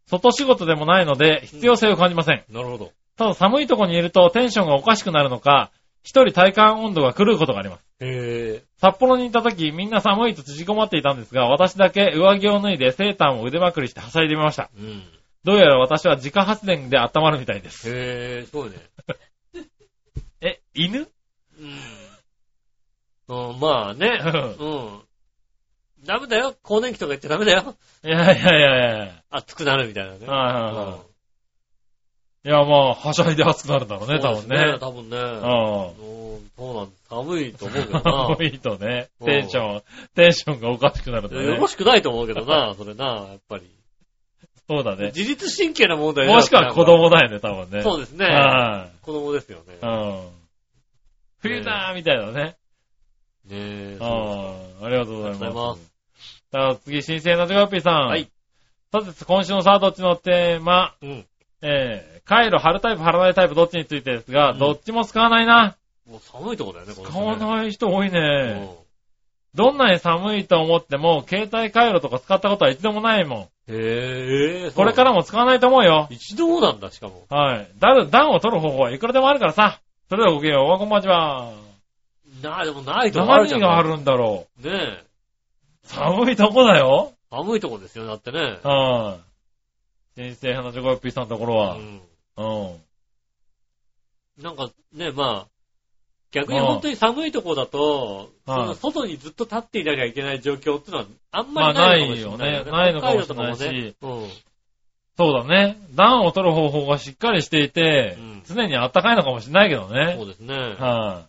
Speaker 3: 外仕事でもないので、必要性を感じません。
Speaker 2: なるほど。
Speaker 3: ただ寒いとこにいるとテンションがおかしくなるのか、一人体感温度が狂うことがあります。
Speaker 2: へ
Speaker 3: 札幌にいた時、みんな寒いと縮こまっていたんですが、私だけ上着を脱いでセーターを腕まくりしてはしゃいでみました。
Speaker 2: ぇー。うん。
Speaker 3: どうやら私は自家発電で温まるみたいです。
Speaker 2: へぇー、すごいね。
Speaker 3: え、犬
Speaker 2: うん。うん、まあ ね。うん。ダメだよ。更年期とか言っちゃダメだよ。
Speaker 3: いやいやいやい
Speaker 2: 熱くなるみたいなね。
Speaker 3: や。はいはいはい。いや、まあ、はしゃいで暑くなるんだろう
Speaker 2: う
Speaker 3: ね、
Speaker 2: ん
Speaker 3: 多分ね。
Speaker 2: 多分ね。
Speaker 3: うん。
Speaker 2: うんそうなんだ。寒いと思うけどな。
Speaker 3: 寒いとね、
Speaker 2: うん
Speaker 3: テンション、テンションがおかしくなるんだ
Speaker 2: よ
Speaker 3: ね
Speaker 2: ろ。しくないと思うけどな、それな、やっぱり。
Speaker 3: そうだね。
Speaker 2: 自律神経の問題だよ
Speaker 3: もしくは子。供だよね、多分ね。
Speaker 2: そうですね。
Speaker 3: はい。
Speaker 2: 子供ですよね。
Speaker 3: う
Speaker 2: ね
Speaker 3: ん。冬だーみたいなね。
Speaker 2: え。そう
Speaker 3: うん。ありがとうございます。
Speaker 2: ありがとうございま
Speaker 3: さあ、次、新生のジョガピーさん。
Speaker 2: はい。
Speaker 3: さて、今週のさあ、どっちのテーマ、
Speaker 2: うん。
Speaker 3: えー、回路、貼るタイプ、貼らないタイプ、どっちについてですが、
Speaker 2: うん
Speaker 3: どっちも使わないな。
Speaker 2: もう寒いとこだよね、この
Speaker 3: 使わ
Speaker 2: い。
Speaker 3: ない人多い
Speaker 2: うん
Speaker 3: ね。どんなに寒いと思っても、携帯回路とか使ったことは一度もないもん。
Speaker 2: へえ。
Speaker 3: これから
Speaker 2: も。
Speaker 3: も使わないと思うよ。
Speaker 2: 一度なんだ、しかも。
Speaker 3: はい。だる、暖を取る方法はいくらでもあるからさ。それではごきげんよう、おわこんばんちは。
Speaker 2: なあ、でもないとこあるじゃ
Speaker 3: 何
Speaker 2: ん。
Speaker 3: があるんだろう。
Speaker 2: ねえ。
Speaker 3: 寒いとこだよ。
Speaker 2: 寒いとこですよ、だってね。
Speaker 3: はい。先生、花チョコヨッピーさんのところ
Speaker 2: う
Speaker 3: は。
Speaker 2: ん。
Speaker 3: うん。
Speaker 2: なんかね、まあ、逆に本当に寒いところだと、そ
Speaker 3: はい
Speaker 2: の外にずっと立っていなきゃいけない状況ってのはあん
Speaker 3: ま
Speaker 2: ま
Speaker 3: あ
Speaker 2: りない
Speaker 3: ないよね。
Speaker 2: な
Speaker 3: ないい
Speaker 2: の
Speaker 3: の
Speaker 2: か
Speaker 3: か
Speaker 2: も
Speaker 3: も
Speaker 2: し
Speaker 3: し
Speaker 2: れな
Speaker 3: れないい
Speaker 2: ね。
Speaker 3: し、
Speaker 2: 北海道とかもね
Speaker 3: そうだね。暖を取る方法がしっかりしていて、
Speaker 2: うん
Speaker 3: 常に暖かいのかもしれないけど
Speaker 2: うん、
Speaker 3: ね
Speaker 2: そ。うですね。
Speaker 3: は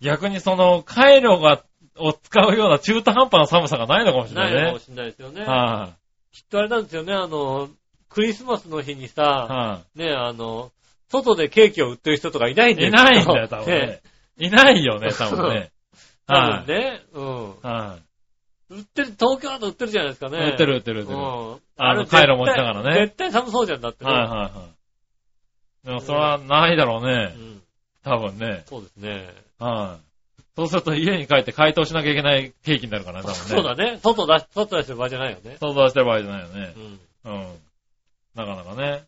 Speaker 3: い。逆にその、回路が、を使うような中途半端な寒さがないのかもしれな
Speaker 2: ないいのか
Speaker 3: ね
Speaker 2: も。しれないですよね。
Speaker 3: は
Speaker 2: きっとあれなんですよね、あの、クリスマスの日に
Speaker 3: い。
Speaker 2: さ、
Speaker 3: は
Speaker 2: ね、あの、外でケーキを売ってる人とかいないんだ
Speaker 3: い。
Speaker 2: よ
Speaker 3: いないんだよ、多分
Speaker 2: ね
Speaker 3: ね。いないよね、多分ね。
Speaker 2: 多
Speaker 3: は
Speaker 2: 分
Speaker 3: い。
Speaker 2: ね。うん。
Speaker 3: は
Speaker 2: 売ってる、東京だと売ってるじゃないですか
Speaker 3: い。
Speaker 2: ね。
Speaker 3: 売ってる売ってる売って
Speaker 2: う
Speaker 3: る。はい
Speaker 2: ん。
Speaker 3: あの
Speaker 2: れ絶対
Speaker 3: カイロ持ちながらね
Speaker 2: 絶対寒そうじゃんだってね。
Speaker 3: はいはい。でもそれはないだろうね
Speaker 2: う。ん。
Speaker 3: 多分ね。
Speaker 2: そうですね。
Speaker 3: はい。そうすると家に帰って解凍しなきゃいけないケーキになるからね、多分ね。
Speaker 2: そうだね。外出し、外出してる場合じゃないよね。
Speaker 3: 想像してる場合じゃないよね
Speaker 2: う。ん。
Speaker 3: うん。なかなかね。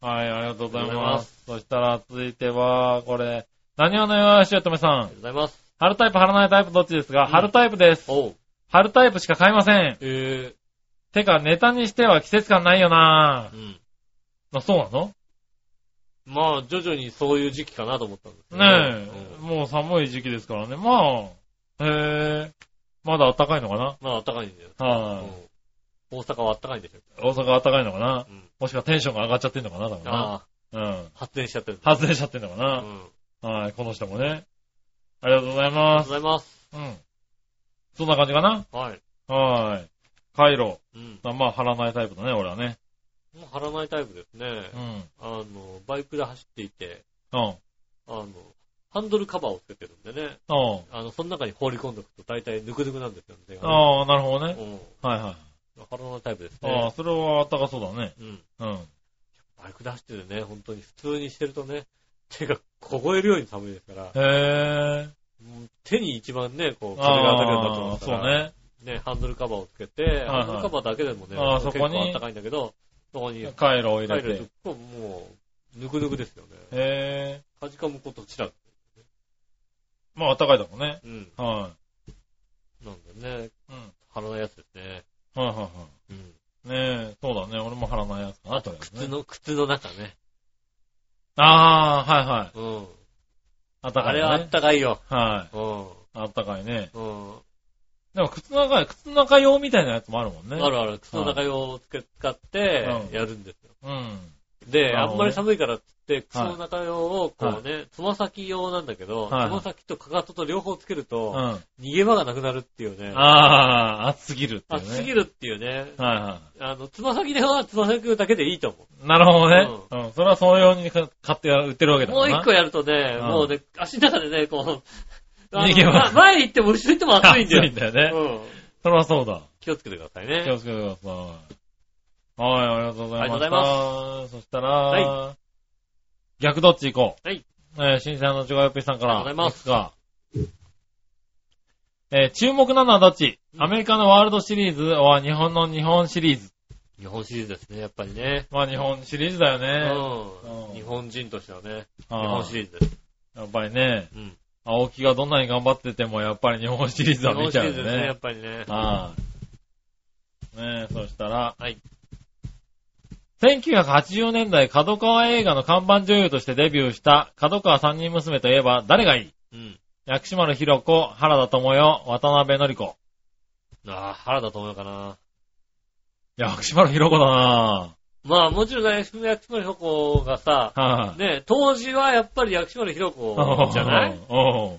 Speaker 3: はい、ありがとうござい
Speaker 2: ありがとうございま
Speaker 3: ます。そしたら、続いては、これ、何をのよしおとめさ
Speaker 2: ありが
Speaker 3: ん
Speaker 2: とう。ございます。
Speaker 3: 春タイプ、春ないタイプどっちですが、
Speaker 2: うん
Speaker 3: 春タイプです。
Speaker 2: おう。
Speaker 3: 春タイプしか買いません。
Speaker 2: え
Speaker 3: てか、ネタにしては季節感ないよな
Speaker 2: ー、うん。
Speaker 3: ぁ。あそうなの
Speaker 2: まあ、徐々にそういう時期かなと思ったんですけど
Speaker 3: ねえ、
Speaker 2: うん
Speaker 3: もう寒い時期ですからね。まあ、へえ、まだ暖かいのかな
Speaker 2: まあ、暖かいんだよ。
Speaker 3: はい、
Speaker 2: うん大阪は暖かいんでしょ。
Speaker 3: 大阪は暖かいのかな
Speaker 2: うん。
Speaker 3: もしくはテンションが上がっちゃってんのかな多分な。
Speaker 2: ああ、
Speaker 3: うん。
Speaker 2: 発電しちゃってる。
Speaker 3: 発電しちゃってんのか
Speaker 2: う
Speaker 3: な、
Speaker 2: ん。
Speaker 3: はい、この人もね。ありがとうござい
Speaker 2: ありがと
Speaker 3: ま
Speaker 2: う
Speaker 3: す
Speaker 2: ご。ざいます。
Speaker 3: うん。そんな感じかな
Speaker 2: はい。
Speaker 3: はーい。カイロ。
Speaker 2: うん。
Speaker 3: まあ、張らないタイプだね、俺はね。
Speaker 2: もう張らないタイプですね
Speaker 3: う。ん。
Speaker 2: あの、バイクで走っていて、
Speaker 3: うん。
Speaker 2: あの、ハンドルカバーをつけてるんでね。
Speaker 3: うん。
Speaker 2: あの、その中に放り込んでおくと大体ぬくぬくなんですよね手がね。
Speaker 3: ああ、なるほどね。
Speaker 2: うん。
Speaker 3: はいはい。
Speaker 2: 張らないタイプです
Speaker 3: ああ、
Speaker 2: ね。
Speaker 3: それは暖かそうだね。
Speaker 2: うん。
Speaker 3: うん。
Speaker 2: バイク出しててね、本当に普通にしてるとね、手が凍えるように寒いですから、
Speaker 3: へえ。
Speaker 2: もう手に一番ね、こう、風が当たるようになって
Speaker 3: あ
Speaker 2: ま
Speaker 3: あ、
Speaker 2: す
Speaker 3: そ
Speaker 2: か
Speaker 3: う
Speaker 2: ら、
Speaker 3: ね。
Speaker 2: ね、ハンドルカバーをつけて、
Speaker 3: はい
Speaker 2: ハンドルカバーだけでもね、
Speaker 3: ああ
Speaker 2: 結
Speaker 3: そこ
Speaker 2: 構
Speaker 3: に
Speaker 2: 暖かいんだけど、そこに
Speaker 3: カイロを入
Speaker 2: 入
Speaker 3: れ
Speaker 2: る
Speaker 3: て。
Speaker 2: と、もう、ぬくぬくですよね。
Speaker 3: へえ。
Speaker 2: かじかむこと知らん。
Speaker 3: まあ、暖かいだろうね。
Speaker 2: うん。
Speaker 3: は
Speaker 2: なんでね、
Speaker 3: い。うん。
Speaker 2: 貼らないやつですね。
Speaker 3: はいはいは
Speaker 2: うん。
Speaker 3: い。ねえ、そうだね。俺も張らないやつかな、とりあえ
Speaker 2: 靴
Speaker 3: ずね。
Speaker 2: の、靴の中ね。
Speaker 3: ああ、はいはい。
Speaker 2: うん。あ
Speaker 3: 暖かい
Speaker 2: れ
Speaker 3: よ
Speaker 2: はあ
Speaker 3: ね
Speaker 2: っ。たかいよ。
Speaker 3: はい。
Speaker 2: うん。
Speaker 3: 暖かいね。
Speaker 2: うん。
Speaker 3: でも、靴の中、靴の中用みたいなやつもあるもんね。
Speaker 2: あるある、靴の中用をつけ使って、
Speaker 3: うん
Speaker 2: やるんですよ。
Speaker 3: うん。
Speaker 2: で、
Speaker 3: なる
Speaker 2: あ
Speaker 3: ほどね
Speaker 2: んまり寒いからっつって、靴の中用を、こうね、つま先用なんだけど、つ
Speaker 3: はい
Speaker 2: ま先とかかとと両方つける
Speaker 3: う
Speaker 2: と、
Speaker 3: ん。
Speaker 2: 逃げ場がなくなるっていうね。
Speaker 3: ああ、暑すぎるっていうね。
Speaker 2: 暑すぎるっていうね。
Speaker 3: はいは
Speaker 2: あの、つま先ではつま先だけでいいと思
Speaker 3: い。なるほどね。うん。それはそのようにか買ってや売ってるわけ
Speaker 2: う。
Speaker 3: だ
Speaker 2: も
Speaker 3: か
Speaker 2: う
Speaker 3: らな
Speaker 2: 一個やるとね、
Speaker 3: うん
Speaker 2: もうね、足の中でね、こう、あの
Speaker 3: 逃げ場
Speaker 2: ま前行っても後ろ行っても暑い んだよ。
Speaker 3: 暑いんだよね。
Speaker 2: うん。
Speaker 3: それはそうだ。
Speaker 2: 気をつけてください
Speaker 3: 気
Speaker 2: ね。
Speaker 3: をつけてください。はい、ありがとうございました。
Speaker 2: ありがと
Speaker 3: そしたら、
Speaker 2: は
Speaker 3: 逆どっち行こう。
Speaker 2: はい。
Speaker 3: えー、新鮮のちがよっぴーさんから。
Speaker 2: ありがとうございます
Speaker 3: くつか。えー注目なのはどっち
Speaker 2: うん
Speaker 3: アメリカのワールドシリーズは日本の日本シリーズ。
Speaker 2: 日本シリーズですね、やっぱりね。
Speaker 3: まあ日本シリーズだよ
Speaker 2: う。
Speaker 3: ね。うんん
Speaker 2: 日本人としてはね、
Speaker 3: 日
Speaker 2: 日本シリーズです。
Speaker 3: やっぱりね、
Speaker 2: うん。
Speaker 3: 青木がどんなに頑張っててもやっぱり日本シリーズは見ちゃうよ
Speaker 2: 日本シリーズですね、や
Speaker 3: ね
Speaker 2: っ。ぱりね。
Speaker 3: はい。ねえ、そしたら、
Speaker 2: はい。
Speaker 3: 1980年代、角川映画の看板女優としてデビューした、角川三人娘といえば誰がいい
Speaker 2: うん。
Speaker 3: 薬師丸ひろ子、原田智代、渡辺典子。
Speaker 2: ああ、原田智世かな。
Speaker 3: 薬師丸ひろ子だな
Speaker 2: まあ、もちろんね、薬師丸ひろ子がさ、
Speaker 3: ぁ。はい、
Speaker 2: ね、当時はやっぱり薬師丸ひろ子 じゃない
Speaker 3: お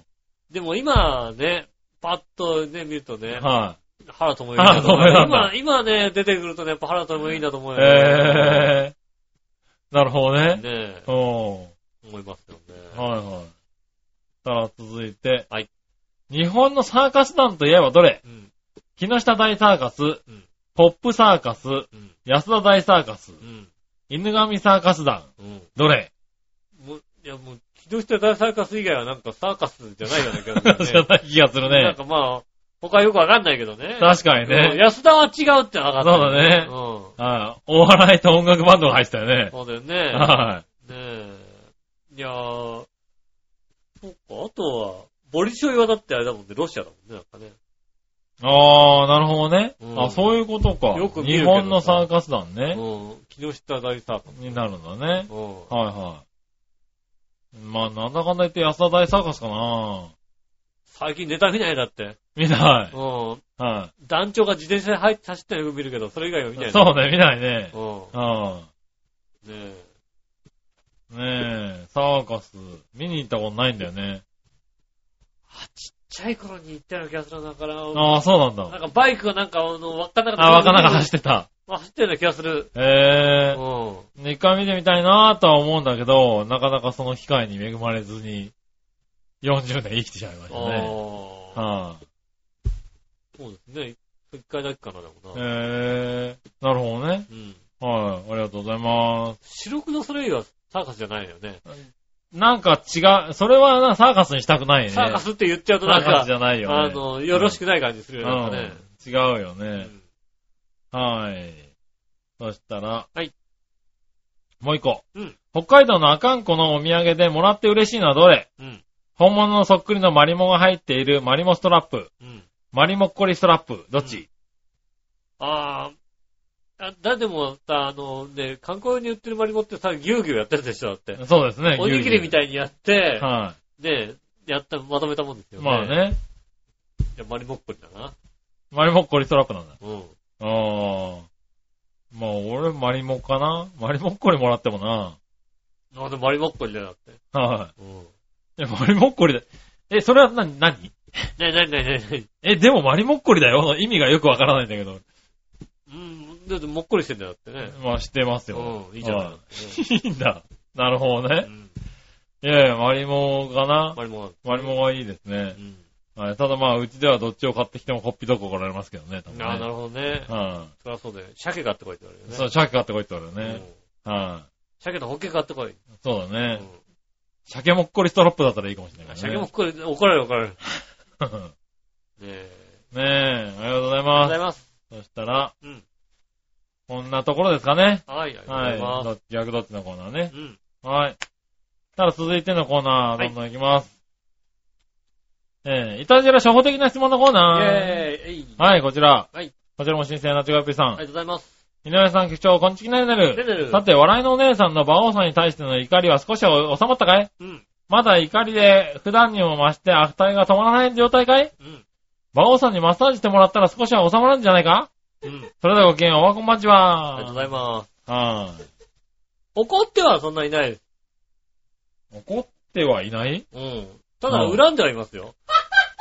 Speaker 2: でも今ね、パッとね、見ると
Speaker 3: う
Speaker 2: ね、
Speaker 3: は
Speaker 2: 原智
Speaker 3: 原田知世な
Speaker 2: 今
Speaker 3: んだ、
Speaker 2: 今ね、出てくるとね、やっぱ原智世いいんだと思う
Speaker 3: い、
Speaker 2: よね。
Speaker 3: えー。なるほどね。
Speaker 2: ね
Speaker 3: おお
Speaker 2: 思いますよ
Speaker 3: う
Speaker 2: ね。
Speaker 3: はいはい。たら続いて、
Speaker 2: はい。
Speaker 3: 日本のサーカス団といえばどれ
Speaker 2: うん、
Speaker 3: 木下大サーカス、
Speaker 2: ん
Speaker 3: ポップサーカス、
Speaker 2: うん、
Speaker 3: 安田大サーカス、
Speaker 2: うん、
Speaker 3: 犬神サーカス団、
Speaker 2: うん。
Speaker 3: どれ、
Speaker 2: もういや、もう、木下大サーカス以外はなんかサーカスじゃないよね、逆
Speaker 3: 知ら
Speaker 2: にね。
Speaker 3: ない気がする
Speaker 2: なん
Speaker 3: ね。
Speaker 2: かまあ、他よくわかんないけどね。
Speaker 3: 確かに
Speaker 2: うん
Speaker 3: ね。
Speaker 2: 安田は違うってなかった。
Speaker 3: そうだね
Speaker 2: うん。
Speaker 3: ああお笑いと音楽バンドが入ってたよね。
Speaker 2: そうだよね。
Speaker 3: は
Speaker 2: ねえ。いやー、そっか、あとは、ボリショイはだってあれだもんね、ロシアだもんね、なんかね。
Speaker 3: い。ああ、なるほどね。
Speaker 2: うん
Speaker 3: あそういうことか。
Speaker 2: よく見るけ
Speaker 3: 日
Speaker 2: どさ
Speaker 3: 本のサーカス団ね。
Speaker 2: うん。木下大サーカ
Speaker 3: になるんだね。
Speaker 2: ス。うん。
Speaker 3: はいはまあ、なんだかんだ言って安田大サーカスかな
Speaker 2: 最近ネタ見ないだって。
Speaker 3: 見な
Speaker 2: うん。
Speaker 3: い。は。
Speaker 2: 団長が自転車で入って走ってるのよく見るけど、それ以外は見ないい。
Speaker 3: そうね、見ないね。
Speaker 2: う
Speaker 3: うん。
Speaker 2: ん。ねえ。
Speaker 3: ねえ、サーカス、見に行ったことないんだよね。
Speaker 2: ちっちゃい頃に行ったような気がするな、だから。
Speaker 3: ああ、そうなん
Speaker 2: な
Speaker 3: だ。
Speaker 2: んかバイクがなんか、あの、輪っかの中で
Speaker 3: あ、わかなが走ってた。
Speaker 2: 走ってるような気がする。う
Speaker 3: ええ
Speaker 2: ん。
Speaker 3: 一回見てみたいなとは思うんだけど、なかなかその機会に恵まれずに、40年生きてしまいましたね。
Speaker 2: ああ。
Speaker 3: は
Speaker 2: そうですね。一回だけかな、でも
Speaker 3: い。
Speaker 2: な。
Speaker 3: ええなるほどね。
Speaker 2: うん。
Speaker 3: はい、ありがとうございま
Speaker 2: 主
Speaker 3: す。
Speaker 2: 力のそれ以外はサーカスじゃないよね。
Speaker 3: なんか違う、それはな、サーカスにしたくないね。
Speaker 2: サーカスって言っちゃうと
Speaker 3: サ
Speaker 2: なん
Speaker 3: ーカス
Speaker 2: か
Speaker 3: じ、ゃないよね。
Speaker 2: あの、よろしくない感じするよね、なんかね。
Speaker 3: うん、違うよね。
Speaker 2: うん
Speaker 3: はい。そしたら、
Speaker 2: はい。
Speaker 3: もう一個。
Speaker 2: うん
Speaker 3: 北海道の阿寒湖のお土産でもらって嬉しいのはどれ
Speaker 2: うん。
Speaker 3: 本物のそっくりのマリモが入っているマリモストラップ。
Speaker 2: うん。
Speaker 3: マリモっこりストラップ。どっち、
Speaker 2: ああ。あだ、でもさ、あの、ね、観光用に売ってるマリモってさ、ぎゅうぎゅうやってるでしょ、だって。
Speaker 3: そうですね。
Speaker 2: おにぎりみ
Speaker 3: い
Speaker 2: たいにやって、
Speaker 3: は
Speaker 2: で、やった、まとめたもんです
Speaker 3: い。
Speaker 2: よね。
Speaker 3: まあ。ね。
Speaker 2: じゃあマリモっこりだな。
Speaker 3: マリモっこりストラップなんだ。
Speaker 2: うん。
Speaker 3: ああ。まあ、俺、マリモかなマリモっこりもらってもな。
Speaker 2: なんでマリモっこりだよ、だって。
Speaker 3: は
Speaker 2: うん。
Speaker 3: い。え、マリモっこりだ。え、それは何、何
Speaker 2: ねなになになになに
Speaker 3: え、でもマリモっこりだよ。意味がよくわからないんだけど。
Speaker 2: うん、だってもっこりしてんだよ、だってね。
Speaker 3: まあ、知ってますよ。
Speaker 2: うん、いいじゃない。
Speaker 3: いいんだ。なるほど
Speaker 2: う
Speaker 3: ね。
Speaker 2: ん。
Speaker 3: いやいや、マリモかな
Speaker 2: マリモ
Speaker 3: マリモがいいです
Speaker 2: う
Speaker 3: ね。
Speaker 2: ん。
Speaker 3: はい。ただまあ、うちではどっちを買ってきてもコッピどこ来られますけどね。多分ね
Speaker 2: ああ、なるほどね。
Speaker 3: は
Speaker 2: そりゃそうだよ。鮭買ってこいって言われる
Speaker 3: い。
Speaker 2: よね。
Speaker 3: そう、鮭買ってこいって言われ
Speaker 2: う
Speaker 3: る
Speaker 2: ん
Speaker 3: ね。。は
Speaker 2: 鮭のホッケ買ってこい。
Speaker 3: い。そうだ
Speaker 2: う
Speaker 3: ね
Speaker 2: ん。。
Speaker 3: 鮭もっこりストラップだったらいいかもしれないから
Speaker 2: 鮭
Speaker 3: ね。
Speaker 2: もっこり、怒られる怒られる。ねえ。
Speaker 3: ねえ、ありがとうござい
Speaker 2: ありがとうご
Speaker 3: ま
Speaker 2: ざい
Speaker 3: す。
Speaker 2: ます。
Speaker 3: そしたら
Speaker 2: うん、
Speaker 3: こんなところですかね。
Speaker 2: はい、ありがとうご
Speaker 3: は
Speaker 2: ざ
Speaker 3: い。
Speaker 2: いま
Speaker 3: どっち逆どっちのコーナーね
Speaker 2: す。。うん。
Speaker 3: はい。ただ続いてのコーナー、
Speaker 2: はい
Speaker 3: どんどんいきます。えー、いたじら初歩的な質問のコー
Speaker 2: イェ
Speaker 3: ナー。
Speaker 2: ーイえい。
Speaker 3: はい、こちら。
Speaker 2: はい。
Speaker 3: こちらも新鮮なちぐわぴさ
Speaker 2: ありがとう
Speaker 3: ん。
Speaker 2: ございます。
Speaker 3: 井上さん、局長、こんちきなりな
Speaker 2: ね
Speaker 3: る。
Speaker 2: ねる。
Speaker 3: さて、笑いのお姉さんの馬王さんに対しての怒りは少しは収まったかい
Speaker 2: うん。
Speaker 3: まだ怒りで、普段にも増して悪態が止まらない状態かい
Speaker 2: うん。
Speaker 3: 馬王さんにマッサージしてもらったら少しは収まるんじゃないか
Speaker 2: うん。
Speaker 3: それではごきげんよう、おわこんばんち
Speaker 2: ありがとうござい
Speaker 3: は。
Speaker 2: ます。
Speaker 3: は
Speaker 2: 怒ってはそんなにないです。
Speaker 3: い。怒ってはいない
Speaker 2: うん。ただ、
Speaker 3: うん
Speaker 2: 恨んではいますよ。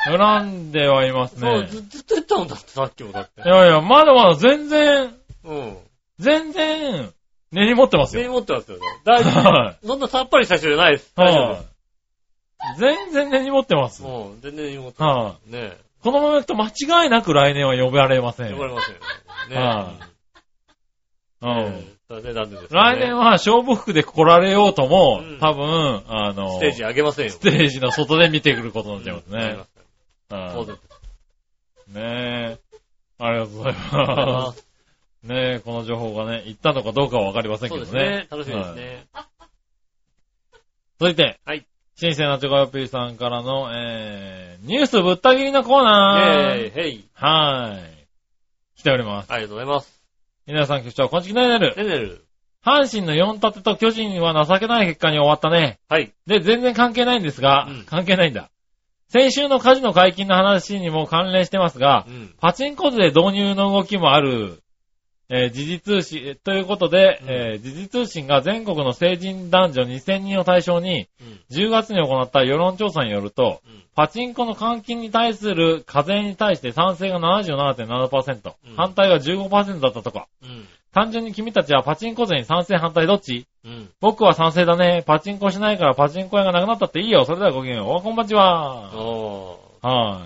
Speaker 3: 恨んではいます
Speaker 2: そう、
Speaker 3: ね。
Speaker 2: ずずっと言ったもんだって、さっきもだって
Speaker 3: い。やいや、まだまだ全然、
Speaker 2: うん。
Speaker 3: 全然、根に持ってます
Speaker 2: 全員
Speaker 3: よ。
Speaker 2: 持ってますよね。大丈夫。
Speaker 3: は
Speaker 2: そんなさっぱりした人じゃないです。
Speaker 3: い。
Speaker 2: 大丈夫
Speaker 3: は
Speaker 2: で
Speaker 3: い。全然根に持ってます。
Speaker 2: す。
Speaker 3: はい。
Speaker 2: もう、全然持ってま
Speaker 3: こ
Speaker 2: す。ね
Speaker 3: のまま行くと間違いなく来年は呼ばれませ
Speaker 2: え。
Speaker 3: ん
Speaker 2: 呼ば。れませんよね。
Speaker 3: はう
Speaker 2: え。
Speaker 3: ん。
Speaker 2: うん。ね、なんでですか
Speaker 3: 来
Speaker 2: ね
Speaker 3: 年は勝負服で来られようとも
Speaker 2: うん、
Speaker 3: 多分、あの、
Speaker 2: ステージ上げませんよ。
Speaker 3: ステージの外で見てくることになっちゃいます
Speaker 2: うん
Speaker 3: ね。。
Speaker 2: 上げません
Speaker 3: は
Speaker 2: そ
Speaker 3: いう
Speaker 2: です。
Speaker 3: ねえ。ありがとうござい
Speaker 2: ありがとうござい
Speaker 3: ま。
Speaker 2: ます
Speaker 3: ねえ、この情報がね、言ったのかどうかはわかりませ
Speaker 2: す
Speaker 3: ん
Speaker 2: そう
Speaker 3: けど
Speaker 2: です
Speaker 3: ね
Speaker 2: ね。。楽しみです
Speaker 3: はい
Speaker 2: ね。
Speaker 3: 続いて、
Speaker 2: はい。
Speaker 3: 新鮮なチョコヨッピーさんからの、えー、ニュースぶった切りのコーナー。
Speaker 2: イェーイ、へい。
Speaker 3: はーい。来ております。
Speaker 2: ありがとうございます。
Speaker 3: 皆さん、局長、こんちきなになる。
Speaker 2: ねねる。
Speaker 3: 阪神の4立てと巨人は情けない結果に終わったね。
Speaker 2: はい。
Speaker 3: で、全然関係ないんですが、
Speaker 2: うん
Speaker 3: 関係ないんだ。先週のカジノ解禁の話にも関連してますが
Speaker 2: う、ん。
Speaker 3: パチンコ税導入の動きもある、えー時事通信、えということで、
Speaker 2: うん
Speaker 3: えー時事通信が全国の成人男女2000人を対象に、
Speaker 2: うん。
Speaker 3: 10月に行った世論調査によると、
Speaker 2: うん。
Speaker 3: パチンコの換金に対する課税に対して賛成が77.7%、
Speaker 2: うん
Speaker 3: 反対が15%だったとか。
Speaker 2: うん。
Speaker 3: 単純に君たちはパチンコ税に賛成反対どっち
Speaker 2: うん。
Speaker 3: 僕は賛成だね。パチンコしないからパチンコ屋がなくなったっていいよ。それではごきげんよう。おはこんばんちは。
Speaker 2: おー。
Speaker 3: は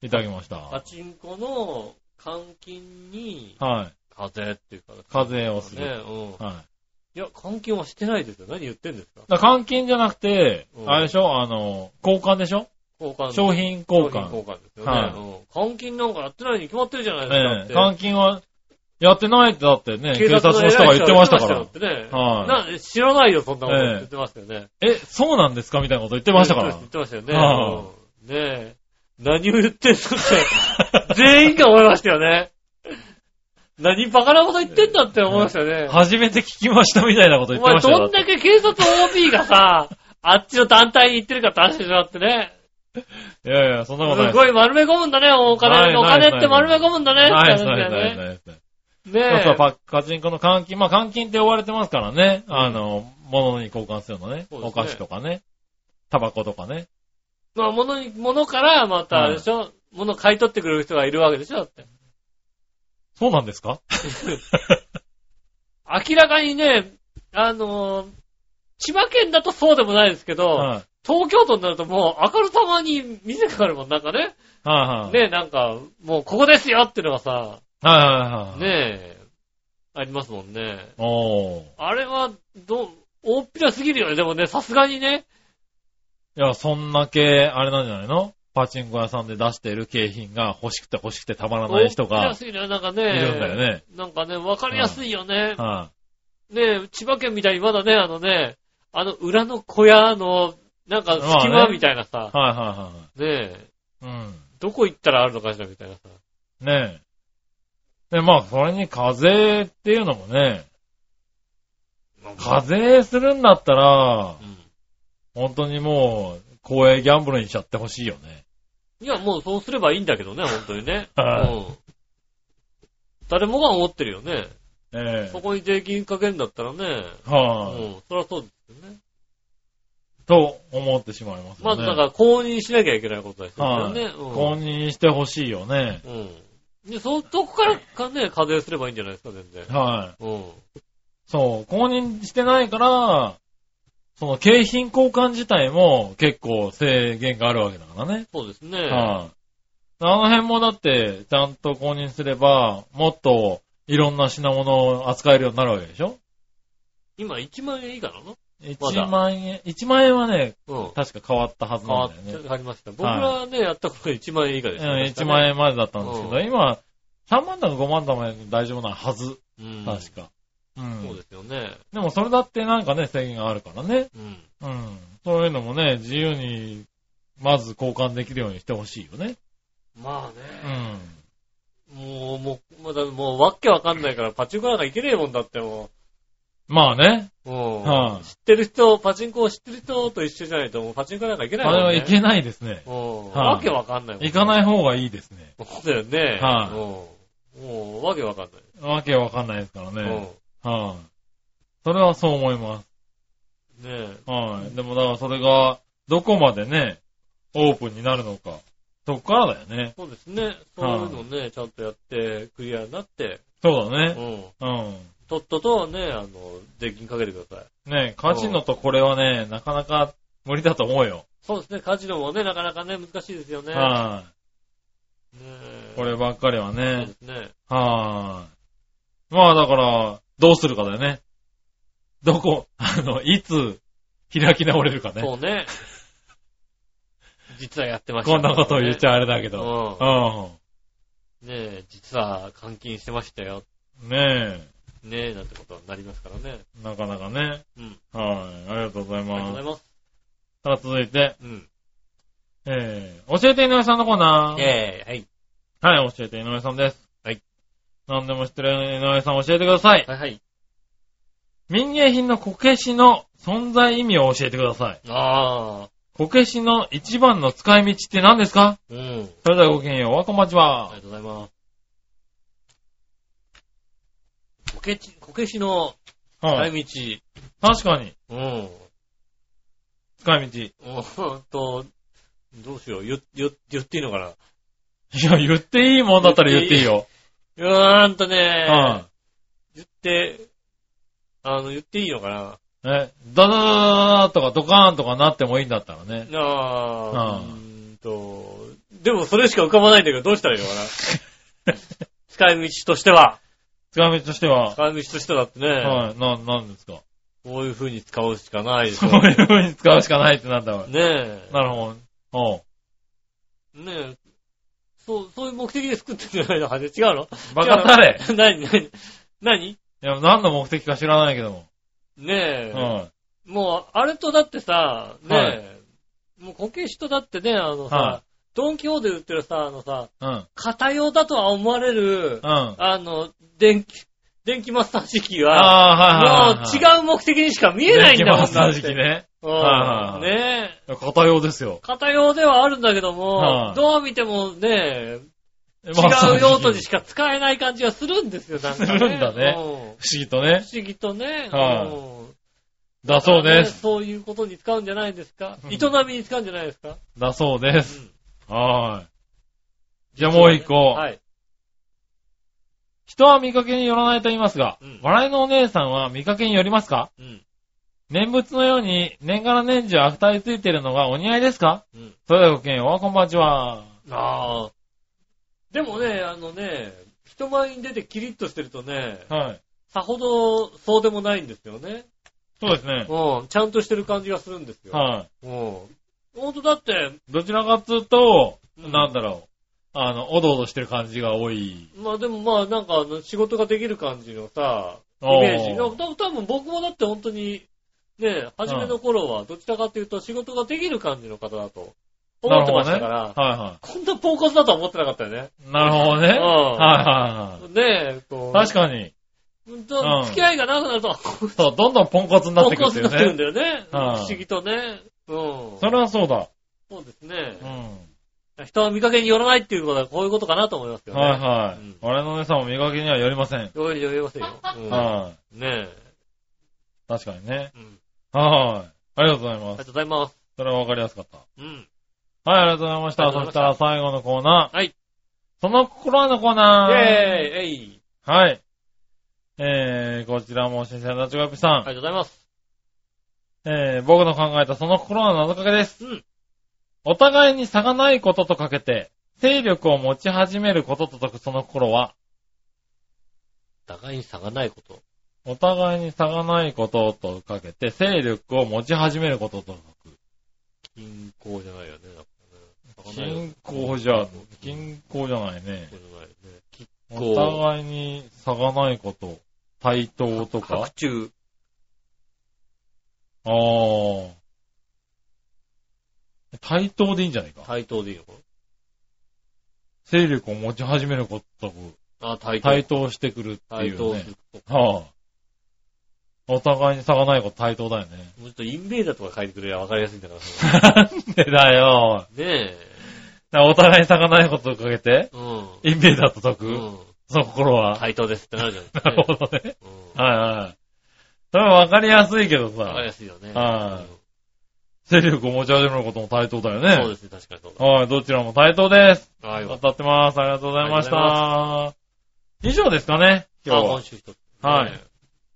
Speaker 3: い。いただきました。
Speaker 2: パ
Speaker 3: は
Speaker 2: チンコの換金に、
Speaker 3: い。
Speaker 2: 課税っていうか、
Speaker 3: 課税をする
Speaker 2: ね、うん。
Speaker 3: はい
Speaker 2: や、換金はしてないですよ。何言ってんですか
Speaker 3: い。だから換金じゃなくて
Speaker 2: う、ん
Speaker 3: あれでしょあの、交換でしょ
Speaker 2: 交換。
Speaker 3: 商品
Speaker 2: 商品
Speaker 3: 交換。
Speaker 2: 交換ですよね。
Speaker 3: はい
Speaker 2: うん換金なんかやってないに決まってるじゃない
Speaker 3: ええ
Speaker 2: ですか。だっ
Speaker 3: 換金はやってないってだってね、
Speaker 2: て
Speaker 3: 警察の人が言ってましたか
Speaker 2: 偉
Speaker 3: ら
Speaker 2: い。人が言ってましたよってね。
Speaker 3: は
Speaker 2: な知らないよ、そんなこと
Speaker 3: ええ
Speaker 2: 言ってましたよね。言っ
Speaker 3: え、そうなんですかみたいなこと言ってましたから。
Speaker 2: 言ってましたよね。
Speaker 3: は
Speaker 2: うんねえ。何を言ってんの って、全員が思いましたよね。何バカなこと言ってんだって思いましたよね。
Speaker 3: 初めて聞きましたみたいなこと言
Speaker 2: お
Speaker 3: って
Speaker 2: 前
Speaker 3: ましたよ。
Speaker 2: どんだけ警察 OB がさ、あっちの団体に行ってるから出してしまってね。
Speaker 3: いやいや、そんなことない。
Speaker 2: すごい丸め込むんだね、お
Speaker 3: ない
Speaker 2: 金。お
Speaker 3: ない
Speaker 2: 金って丸め込むんだね。
Speaker 3: ないです、
Speaker 2: って話
Speaker 3: な
Speaker 2: だ
Speaker 3: いで
Speaker 2: よね
Speaker 3: す、ないですないです。そう
Speaker 2: ね
Speaker 3: そう、
Speaker 2: え。
Speaker 3: パカチンコの換金。まあ、換金って呼ばれてますからね。あの、物に交換するのね。
Speaker 2: そうですね
Speaker 3: お菓子とかね。タバコとかね。
Speaker 2: まあ、物に、物からまた、あれでしょ、物買い取ってくれる人がいるわけでしょだって。
Speaker 3: そうなんですか
Speaker 2: 明らかにね、あのー千葉県だとそうでもないですけど、
Speaker 3: はい。
Speaker 2: 東京都になるともう、明るたまに店かかるもん、なんかね。
Speaker 3: はいはい。
Speaker 2: ねえ、なんか、もうここですよってのがさ、
Speaker 3: はいはいはい。
Speaker 2: ねえ、ありますもんね。
Speaker 3: おー。
Speaker 2: あれは、どう、大っぴらすぎるよね。でもね、さすがにね。
Speaker 3: いや、そんだけ、あれなんじゃないのパチンコ屋さんで出している景品が欲しくて欲しくてたまらない人
Speaker 2: 大っぴ
Speaker 3: が
Speaker 2: ら
Speaker 3: い
Speaker 2: すぎるよね。なんかね。
Speaker 3: るんだよね。
Speaker 2: なんかね、わかりやすいよね。
Speaker 3: は
Speaker 2: ねえ、千葉県みたいにまだね、あのね、あの裏の小屋の、なんか隙
Speaker 3: まあ
Speaker 2: 間
Speaker 3: ね
Speaker 2: みたいなさ
Speaker 3: い。、はいは
Speaker 2: ねえ、
Speaker 3: いはいはい。うん。
Speaker 2: どこ行ったらあるのかしらみたいなさ。
Speaker 3: ねえ。で、まあ、それに課税っていうのもね、課税するんだったら、
Speaker 2: うん
Speaker 3: 本当にもう、公営ギャンブルにしちゃってほしいよね。
Speaker 2: いや、もうそうすればいいんだけどね、本当にね。
Speaker 3: はい
Speaker 2: うん誰もが思ってるよね。
Speaker 3: ええ
Speaker 2: そこに税金かけるんだったらね。う
Speaker 3: はい、
Speaker 2: ん、そりゃそうですよね。
Speaker 3: と思ってしまいます
Speaker 2: ま
Speaker 3: よね。
Speaker 2: ず、だから公認しなきゃいけないことですよ
Speaker 3: はい、
Speaker 2: ね。
Speaker 3: 公認してほしいよね。
Speaker 2: うん。うん。で、そ、どこからかね、課税すればいいんじゃないですか、全然。
Speaker 3: はい、
Speaker 2: うん。
Speaker 3: そう、公認してないから、その景品交換自体も結構制限があるわけだからね。
Speaker 2: そうですね。
Speaker 3: はい、あの辺もだって、ちゃんと公認すれば、もっといろんな品物を扱えるようになるわけでしょ
Speaker 2: 今1万円以下なの
Speaker 3: ?1 万円、1万円はね、
Speaker 2: うん。
Speaker 3: 確か変わったはず
Speaker 2: 変
Speaker 3: な
Speaker 2: わ
Speaker 3: ん
Speaker 2: っ
Speaker 3: だ
Speaker 2: て
Speaker 3: よね。
Speaker 2: 変わりました。僕はね、やった頃1万円以下でした、
Speaker 3: うん、1万
Speaker 2: 円。
Speaker 3: 円までだったんですけど、
Speaker 2: うん
Speaker 3: 今、3万だか5万だかで大丈夫なはず、
Speaker 2: うん。
Speaker 3: 確か。うん。
Speaker 2: そうですよね。
Speaker 3: でもそれだってなんかね、制限があるからね。
Speaker 2: うん。
Speaker 3: うん。そういうのもね、自由に、まず交換できるようにしてほしいよね。
Speaker 2: ま
Speaker 3: う
Speaker 2: あね。
Speaker 3: ん。
Speaker 2: もう、もう、まだもう、わっけわかんないから、パチンコなんか行けねえもんだっても
Speaker 3: まあね。
Speaker 2: う。うん。
Speaker 3: は
Speaker 2: 知ってる人、パチンコを知ってる人と一緒じゃないと、もうパチンコなんか行け
Speaker 3: い。
Speaker 2: ない
Speaker 3: あ
Speaker 2: もん、ね。
Speaker 3: れはいけないですね。
Speaker 2: うん。
Speaker 3: はい
Speaker 2: わけわかんないもん、。
Speaker 3: 行かないい方がいいですね。
Speaker 2: そうだよね。
Speaker 3: は
Speaker 2: うん。もう、わけわかん
Speaker 3: わけわかんないですから
Speaker 2: ない。
Speaker 3: ね。はい。それはそう思います。
Speaker 2: うん。ね
Speaker 3: はい。でもだからそれが、どこまでね、オープンになるのか。そっからだよね。
Speaker 2: そうですね。そういうのね、ちゃんとやって、クリアになって、
Speaker 3: そうだ
Speaker 2: う
Speaker 3: ね。
Speaker 2: ん。
Speaker 3: うん。
Speaker 2: とっととね、あの、税金かけてください。
Speaker 3: ねカジノとこれはね、なかなか無理だと思うよ。
Speaker 2: そうですね、カジノもね、なかなかね、難しいですよね。
Speaker 3: は
Speaker 2: ね
Speaker 3: い。
Speaker 2: え
Speaker 3: こればっかりは
Speaker 2: そう
Speaker 3: ね
Speaker 2: で。すね。
Speaker 3: はい。まあだから、どうするかだよね。どこ、あの、いつ、開き直れるかね。
Speaker 2: そう ね。実はやってました
Speaker 3: こ
Speaker 2: よ
Speaker 3: ん
Speaker 2: ね、
Speaker 3: なことを言っち
Speaker 2: ゃ
Speaker 3: ゃあれだけど。
Speaker 2: うん。
Speaker 3: う
Speaker 2: ねえ、実は監禁してましたよ。
Speaker 3: ん。ね
Speaker 2: ねえ、なんてことになりますからね。
Speaker 3: え、なかなかね。
Speaker 2: うん。
Speaker 3: はい。ありがとうござい
Speaker 2: ありがとうご
Speaker 3: ま
Speaker 2: ざ
Speaker 3: す
Speaker 2: い。ます。
Speaker 3: さあ、続いて、
Speaker 2: うん。
Speaker 3: えー、教えて井上さんのコーナー。
Speaker 2: ええ、はい。
Speaker 3: はい、教えて井上さんです。
Speaker 2: はい。
Speaker 3: 何でも知ってる井上さん教えてください。
Speaker 2: はいはい。
Speaker 3: 民芸品のこけしの存在意味を教えてください。
Speaker 2: ああ、
Speaker 3: こけしの一番の使い道って何ですか
Speaker 2: うん。あり
Speaker 3: それではごきげんよう、おわこまちは。
Speaker 2: がとうございます。こけち、こけしの
Speaker 3: は
Speaker 2: 使
Speaker 3: い。
Speaker 2: い道。
Speaker 3: 確かに、
Speaker 2: うん。
Speaker 3: 使い道。い
Speaker 2: うん と、どうしよう。言、言、言っていいのかな
Speaker 3: や、言っていいもんだったら言っていいよ。
Speaker 2: うーんとね、
Speaker 3: うん。
Speaker 2: 言って、あの、言っていいのかな
Speaker 3: え、ダダダダダとかドカーンとかなってもいいんだったら
Speaker 2: あー
Speaker 3: ね。うん
Speaker 2: うーんと、でもそれしか浮かばないんだけど、どうしたらいいのかな 使い道としては、
Speaker 3: 使い道としては、
Speaker 2: 使い道としてはだってね、
Speaker 3: はい、な、なんですか。
Speaker 2: こういう風に使うしかないでし
Speaker 3: そ
Speaker 2: ょ。
Speaker 3: ういう風に使うしかないってなんだろ
Speaker 2: ねえ。
Speaker 3: なるほど。おう
Speaker 2: ねえ。そう、そういう目的で作ってんじゃないのは違うの
Speaker 3: バカだれ。
Speaker 2: 違うの何何何
Speaker 3: いや、何の目的か知らないけども。
Speaker 2: ねえ。
Speaker 3: は
Speaker 2: もう、あれとだってさ、ねえ、
Speaker 3: は
Speaker 2: もうこけしとだってね、あのさ、
Speaker 3: は
Speaker 2: ドンキホーで売ってるさ、あのさ、
Speaker 3: い。うん。
Speaker 2: 型用だとは思われる、
Speaker 3: うん。あ
Speaker 2: あの、電気、電気マッサージ機は、
Speaker 3: あー、はいはいはいはい。
Speaker 2: もう違う目的にしか見えないんだもん
Speaker 3: 電気マッサ
Speaker 2: だ
Speaker 3: ー
Speaker 2: っ
Speaker 3: ジ
Speaker 2: て
Speaker 3: 機ね。
Speaker 2: うん。
Speaker 3: はいはい
Speaker 2: ねえ。
Speaker 3: 片用です よ。
Speaker 2: 片用ではあるんだけども、
Speaker 3: はい
Speaker 2: どう見てもね、違
Speaker 3: まあ
Speaker 2: う用途にしか使えない感じがするんですよ、なんか、ね。
Speaker 3: するんだね
Speaker 2: うん
Speaker 3: 不思議とね。
Speaker 2: 不思議とね。
Speaker 3: はい
Speaker 2: うん
Speaker 3: だそうで
Speaker 2: ね
Speaker 3: す。
Speaker 2: そういうことに使うんじゃないですか
Speaker 3: う。ん
Speaker 2: 営みに使うんじゃないですか。
Speaker 3: だそうです。
Speaker 2: うん
Speaker 3: はい。じゃあもう一個。
Speaker 2: はい。
Speaker 3: 人は見かけによらないと言いますが、
Speaker 2: うん
Speaker 3: 笑いのお姉さんは見かけによりますか
Speaker 2: うん。
Speaker 3: 念仏のように年がら年中悪態ついてるのがお似合いですか
Speaker 2: うん。
Speaker 3: それではごきげんよう、こんばんちは。
Speaker 2: ああ。でもね、あのね、人前に出てキリッとしてるとね、
Speaker 3: はい。
Speaker 2: さほどそうでもないんですよね。
Speaker 3: そうですね。
Speaker 2: うん。ちゃんとしてる感じがするんですよ。
Speaker 3: は
Speaker 2: うん。ほんとだって、
Speaker 3: い。どちらかっつうと、
Speaker 2: うん
Speaker 3: なんだろう。あの、おどおどしてる感じが多い。
Speaker 2: まあでもまあなんかあの仕事ができる感じのさ、イ
Speaker 3: おー
Speaker 2: メージ。なんか多分僕もだって本当に、ね、初めの頃はどちらかというと仕事ができる感じの方だと思ってましたから、
Speaker 3: は
Speaker 2: こんなポンコツだとは思ってなかったよね。
Speaker 3: いはい。なるほどね。は
Speaker 2: う
Speaker 3: い
Speaker 2: ん
Speaker 3: はいはい。
Speaker 2: ねえ、こう。
Speaker 3: 確かに。
Speaker 2: に。
Speaker 3: うん
Speaker 2: 付き合いがなくなると、
Speaker 3: そう、どんどんポンコツになっ
Speaker 2: ポ
Speaker 3: て
Speaker 2: ン
Speaker 3: くる
Speaker 2: コ
Speaker 3: っ
Speaker 2: ツ
Speaker 3: てい
Speaker 2: に
Speaker 3: う
Speaker 2: なってるん
Speaker 3: ね。
Speaker 2: だよね。不
Speaker 3: うん
Speaker 2: 思議とね。うん。
Speaker 3: それはそうだ。
Speaker 2: そうですね
Speaker 3: う。ん。
Speaker 2: 人は見かけによらないっていうことはこういうことかなと思いますよね。
Speaker 3: はいは
Speaker 2: うん
Speaker 3: い。我のお姉さんも見かけにはよりません。
Speaker 2: よりよりませんよ。うん
Speaker 3: は
Speaker 2: ねえ。
Speaker 3: い。確かにね。
Speaker 2: うん
Speaker 3: はい。ありがとうござい
Speaker 2: あり
Speaker 3: ま
Speaker 2: が
Speaker 3: す。
Speaker 2: とうございます。
Speaker 3: それはわかりやすかった。
Speaker 2: うん。
Speaker 3: はい、ありがとうございまし
Speaker 2: あ
Speaker 3: た。
Speaker 2: りがと
Speaker 3: そう
Speaker 2: ご
Speaker 3: し
Speaker 2: ざ
Speaker 3: た
Speaker 2: いま
Speaker 3: ら最後のコーナー。
Speaker 2: はい。
Speaker 3: その心はのコーナー。
Speaker 2: イェーイえい
Speaker 3: はい。えー、こちらも新鮮なチョコヨッピーさん。
Speaker 2: ありがとうございます。
Speaker 3: えー、僕の考えたその心は謎かけです。
Speaker 2: うん
Speaker 3: お互いに差がないこととかけて、勢力を持ち始めることと解くその心は、
Speaker 2: 互いに差がないこと。
Speaker 3: お互いに差がないこととかけて、勢力を持ち始めることと
Speaker 2: 均衡じゃないよね。だ
Speaker 3: 解く。
Speaker 2: からね
Speaker 3: 均衡じゃ、均衡じゃない
Speaker 2: 衡じゃな
Speaker 3: ね。
Speaker 2: いよね。均
Speaker 3: お
Speaker 2: 衡。
Speaker 3: 互いに差がないこと、対等とか
Speaker 2: 白。昼。
Speaker 3: ああ。対等でいいんじゃないか。
Speaker 2: 対等でいいのか
Speaker 3: 勢力を持ち始めることと
Speaker 2: なあ、対等。
Speaker 3: 対等してくるってい
Speaker 2: 対
Speaker 3: う
Speaker 2: 等
Speaker 3: ね
Speaker 2: す。ること。
Speaker 3: はあ。お互いに差がないこと対等だ よね。
Speaker 2: もうちょっとインベーダーとか書いてくれりゃ分かりやすいんだから。
Speaker 3: なんでだよ。
Speaker 2: ねえ。
Speaker 3: お互いに差がないことをかけて、
Speaker 2: うん。
Speaker 3: インベーダーと解く、
Speaker 2: うん。
Speaker 3: その心は。
Speaker 2: 対等ですって なるじゃん。
Speaker 3: なるほどね。
Speaker 2: ど。うん。
Speaker 3: はいはい。それはわかりやすいけど
Speaker 2: 分かり
Speaker 3: さ
Speaker 2: や、すいよね。う
Speaker 3: は
Speaker 2: ん
Speaker 3: 勢力を持ち始めることも対等だよね。
Speaker 2: そうですね、確かにそう
Speaker 3: はい、どちらも対等です。
Speaker 2: だ。はい。
Speaker 3: 当たってます。ありがとうございました。以上ですかね、今
Speaker 2: あ、
Speaker 3: 日は。
Speaker 2: 今週一つ。
Speaker 3: はい
Speaker 2: ね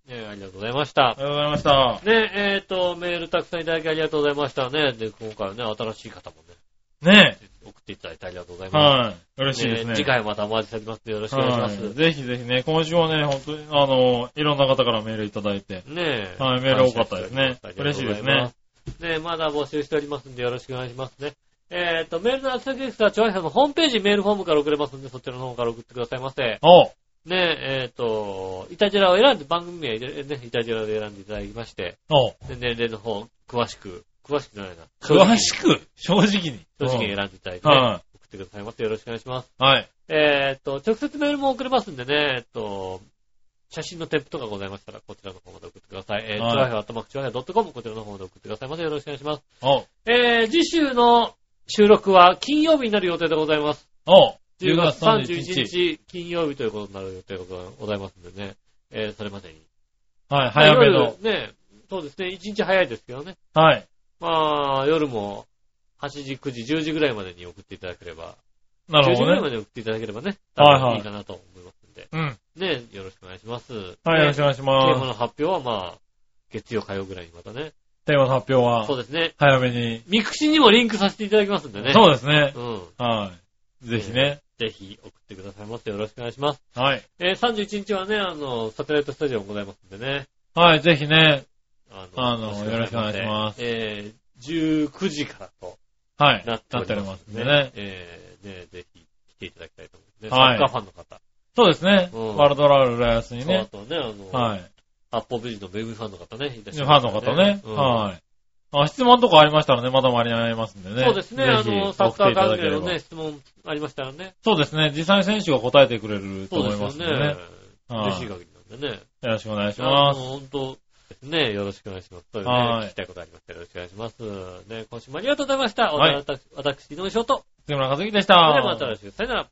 Speaker 2: え。ねえ、ありがとうございました
Speaker 3: あり。がとうございました。
Speaker 2: ねえ、えっ、と、メールたくさんいただきありがとうございましたね。で、今回はね、新しい方もね、
Speaker 3: ね
Speaker 2: 送っていただいてありがとうござい
Speaker 3: え。
Speaker 2: ま
Speaker 3: はい。嬉
Speaker 2: す。
Speaker 3: しいですね。
Speaker 2: 次回またお待ちしておりますので、よろしくお願いします。
Speaker 3: はい。ぜひぜひね、今週はね、本当に、あの、いろんな方からメールいただいて。
Speaker 2: ねえ。
Speaker 3: はいメール多かったですね
Speaker 2: 感謝しております
Speaker 3: 嬉しいですね。
Speaker 2: ねえ、まだ募集しておりますんで、よろしくお願いしますね。えっ、と、メールのアクセスですが、チョアヘさんのホームページメールフォームから送れますんで、そちらの方から送ってくださいませ。
Speaker 3: おう
Speaker 2: ねえ、えっ、と、イタジェラを選んで、番組名、ね、イタジェラで選んでいただきまして、
Speaker 3: おう
Speaker 2: で年齢の方、詳しく、詳しくじゃないな。
Speaker 3: 詳しく、正直に。
Speaker 2: 正直に選んでいただいて、
Speaker 3: うんは
Speaker 2: 送ってくださいませ。よろしくお願いします。
Speaker 3: い。はい。
Speaker 2: えーっと、直接メールも送れますんでね、えっと、写真の添付とかございましたら、こちらの方まで送ってください。えー、
Speaker 3: はい
Speaker 2: チョアヘア、頭くちょアヘア .com、こちらの方まで送ってくださいませ。よろしくお願いします。
Speaker 3: おう
Speaker 2: えー、次週の収録は金曜日になる予定でございます。
Speaker 3: おう
Speaker 2: 10
Speaker 3: 10
Speaker 2: 月
Speaker 3: 月
Speaker 2: 31
Speaker 3: 31日。
Speaker 2: 日、金曜日ということになる予定でございますんでね、えー、それまでに。
Speaker 3: はい、早め
Speaker 2: まあ
Speaker 3: の。
Speaker 2: 夜ね、そうですね、1日早いですけどね。
Speaker 3: はい。
Speaker 2: まあ、夜も、8時、9時、10時ぐらいまでに送っていただければ、
Speaker 3: なる
Speaker 2: 10時
Speaker 3: ほ
Speaker 2: ぐらい
Speaker 3: ど
Speaker 2: ま
Speaker 3: ね。
Speaker 2: で送っていただければね、
Speaker 3: はいはい
Speaker 2: いいかなと思いますんで。
Speaker 3: うん。
Speaker 2: ね、よろしくお願いします。
Speaker 3: はい、よろしく
Speaker 2: ね
Speaker 3: お願いし
Speaker 2: テーマ
Speaker 3: ます。
Speaker 2: の発表はまあ、月曜火曜ぐらいにまたね。
Speaker 3: テーマの発表
Speaker 2: そ
Speaker 3: は
Speaker 2: う、ですね。
Speaker 3: 早めに。
Speaker 2: ミクシィにもリンクさせていただきますんでね。
Speaker 3: そうですね。
Speaker 2: うん。
Speaker 3: はい。ぜひね。
Speaker 2: ぜひ送ってくださいませ。よろしくお願いします。
Speaker 3: はい。
Speaker 2: えー、31日はね、あの、サテライトスタジオもございますんでね。
Speaker 3: はい、ぜひね。
Speaker 2: あ。
Speaker 3: あのよろしくお願いします
Speaker 2: えー、19時からと
Speaker 3: はい。
Speaker 2: なって
Speaker 3: なって
Speaker 2: お
Speaker 3: お
Speaker 2: り
Speaker 3: り
Speaker 2: ま
Speaker 3: ますす
Speaker 2: ん
Speaker 3: ん
Speaker 2: で
Speaker 3: で
Speaker 2: ね
Speaker 3: ね。。
Speaker 2: えー、ね、ぜひ来ていただきたいと思いますね。
Speaker 3: は
Speaker 2: サッ
Speaker 3: い
Speaker 2: カーファンの方。
Speaker 3: そうですね。
Speaker 2: うん
Speaker 3: ワールドラウル浦安に
Speaker 2: そうあ
Speaker 3: ね。
Speaker 2: とね、あの、
Speaker 3: はい。
Speaker 2: 八方美人のベイブファンの方ね、いらっし
Speaker 3: フ
Speaker 2: ゃい
Speaker 3: ァ
Speaker 2: ま
Speaker 3: ン
Speaker 2: す
Speaker 3: の
Speaker 2: から
Speaker 3: 方ね。
Speaker 2: うん
Speaker 3: はい。あ、質問とかありましたらね、まだ間に合いますんでね。
Speaker 2: そうですね。あ
Speaker 3: ぜひ
Speaker 2: の、サッカー関
Speaker 3: 送っていただけ
Speaker 2: 係
Speaker 3: れ
Speaker 2: の
Speaker 3: ば
Speaker 2: ね、質問ありましたらね。
Speaker 3: そうですね。実際に選手が答えてくれると
Speaker 2: そう
Speaker 3: 思
Speaker 2: で
Speaker 3: います
Speaker 2: す
Speaker 3: んで
Speaker 2: よね。。
Speaker 3: ねはい
Speaker 2: 嬉しい限りなんでね。
Speaker 3: よろしほんと
Speaker 2: あの、ほんと、ですね。よろしくお願いします。というね、
Speaker 3: は
Speaker 2: 聞
Speaker 3: い
Speaker 2: きたいことありましたらよろしくお願いします。ね、今週もありがとうございました。お
Speaker 3: はい
Speaker 2: 題は私、私、井上翔と。
Speaker 3: 杉村和樹でし
Speaker 2: それ
Speaker 3: た。
Speaker 2: ではまた来週、さよなら。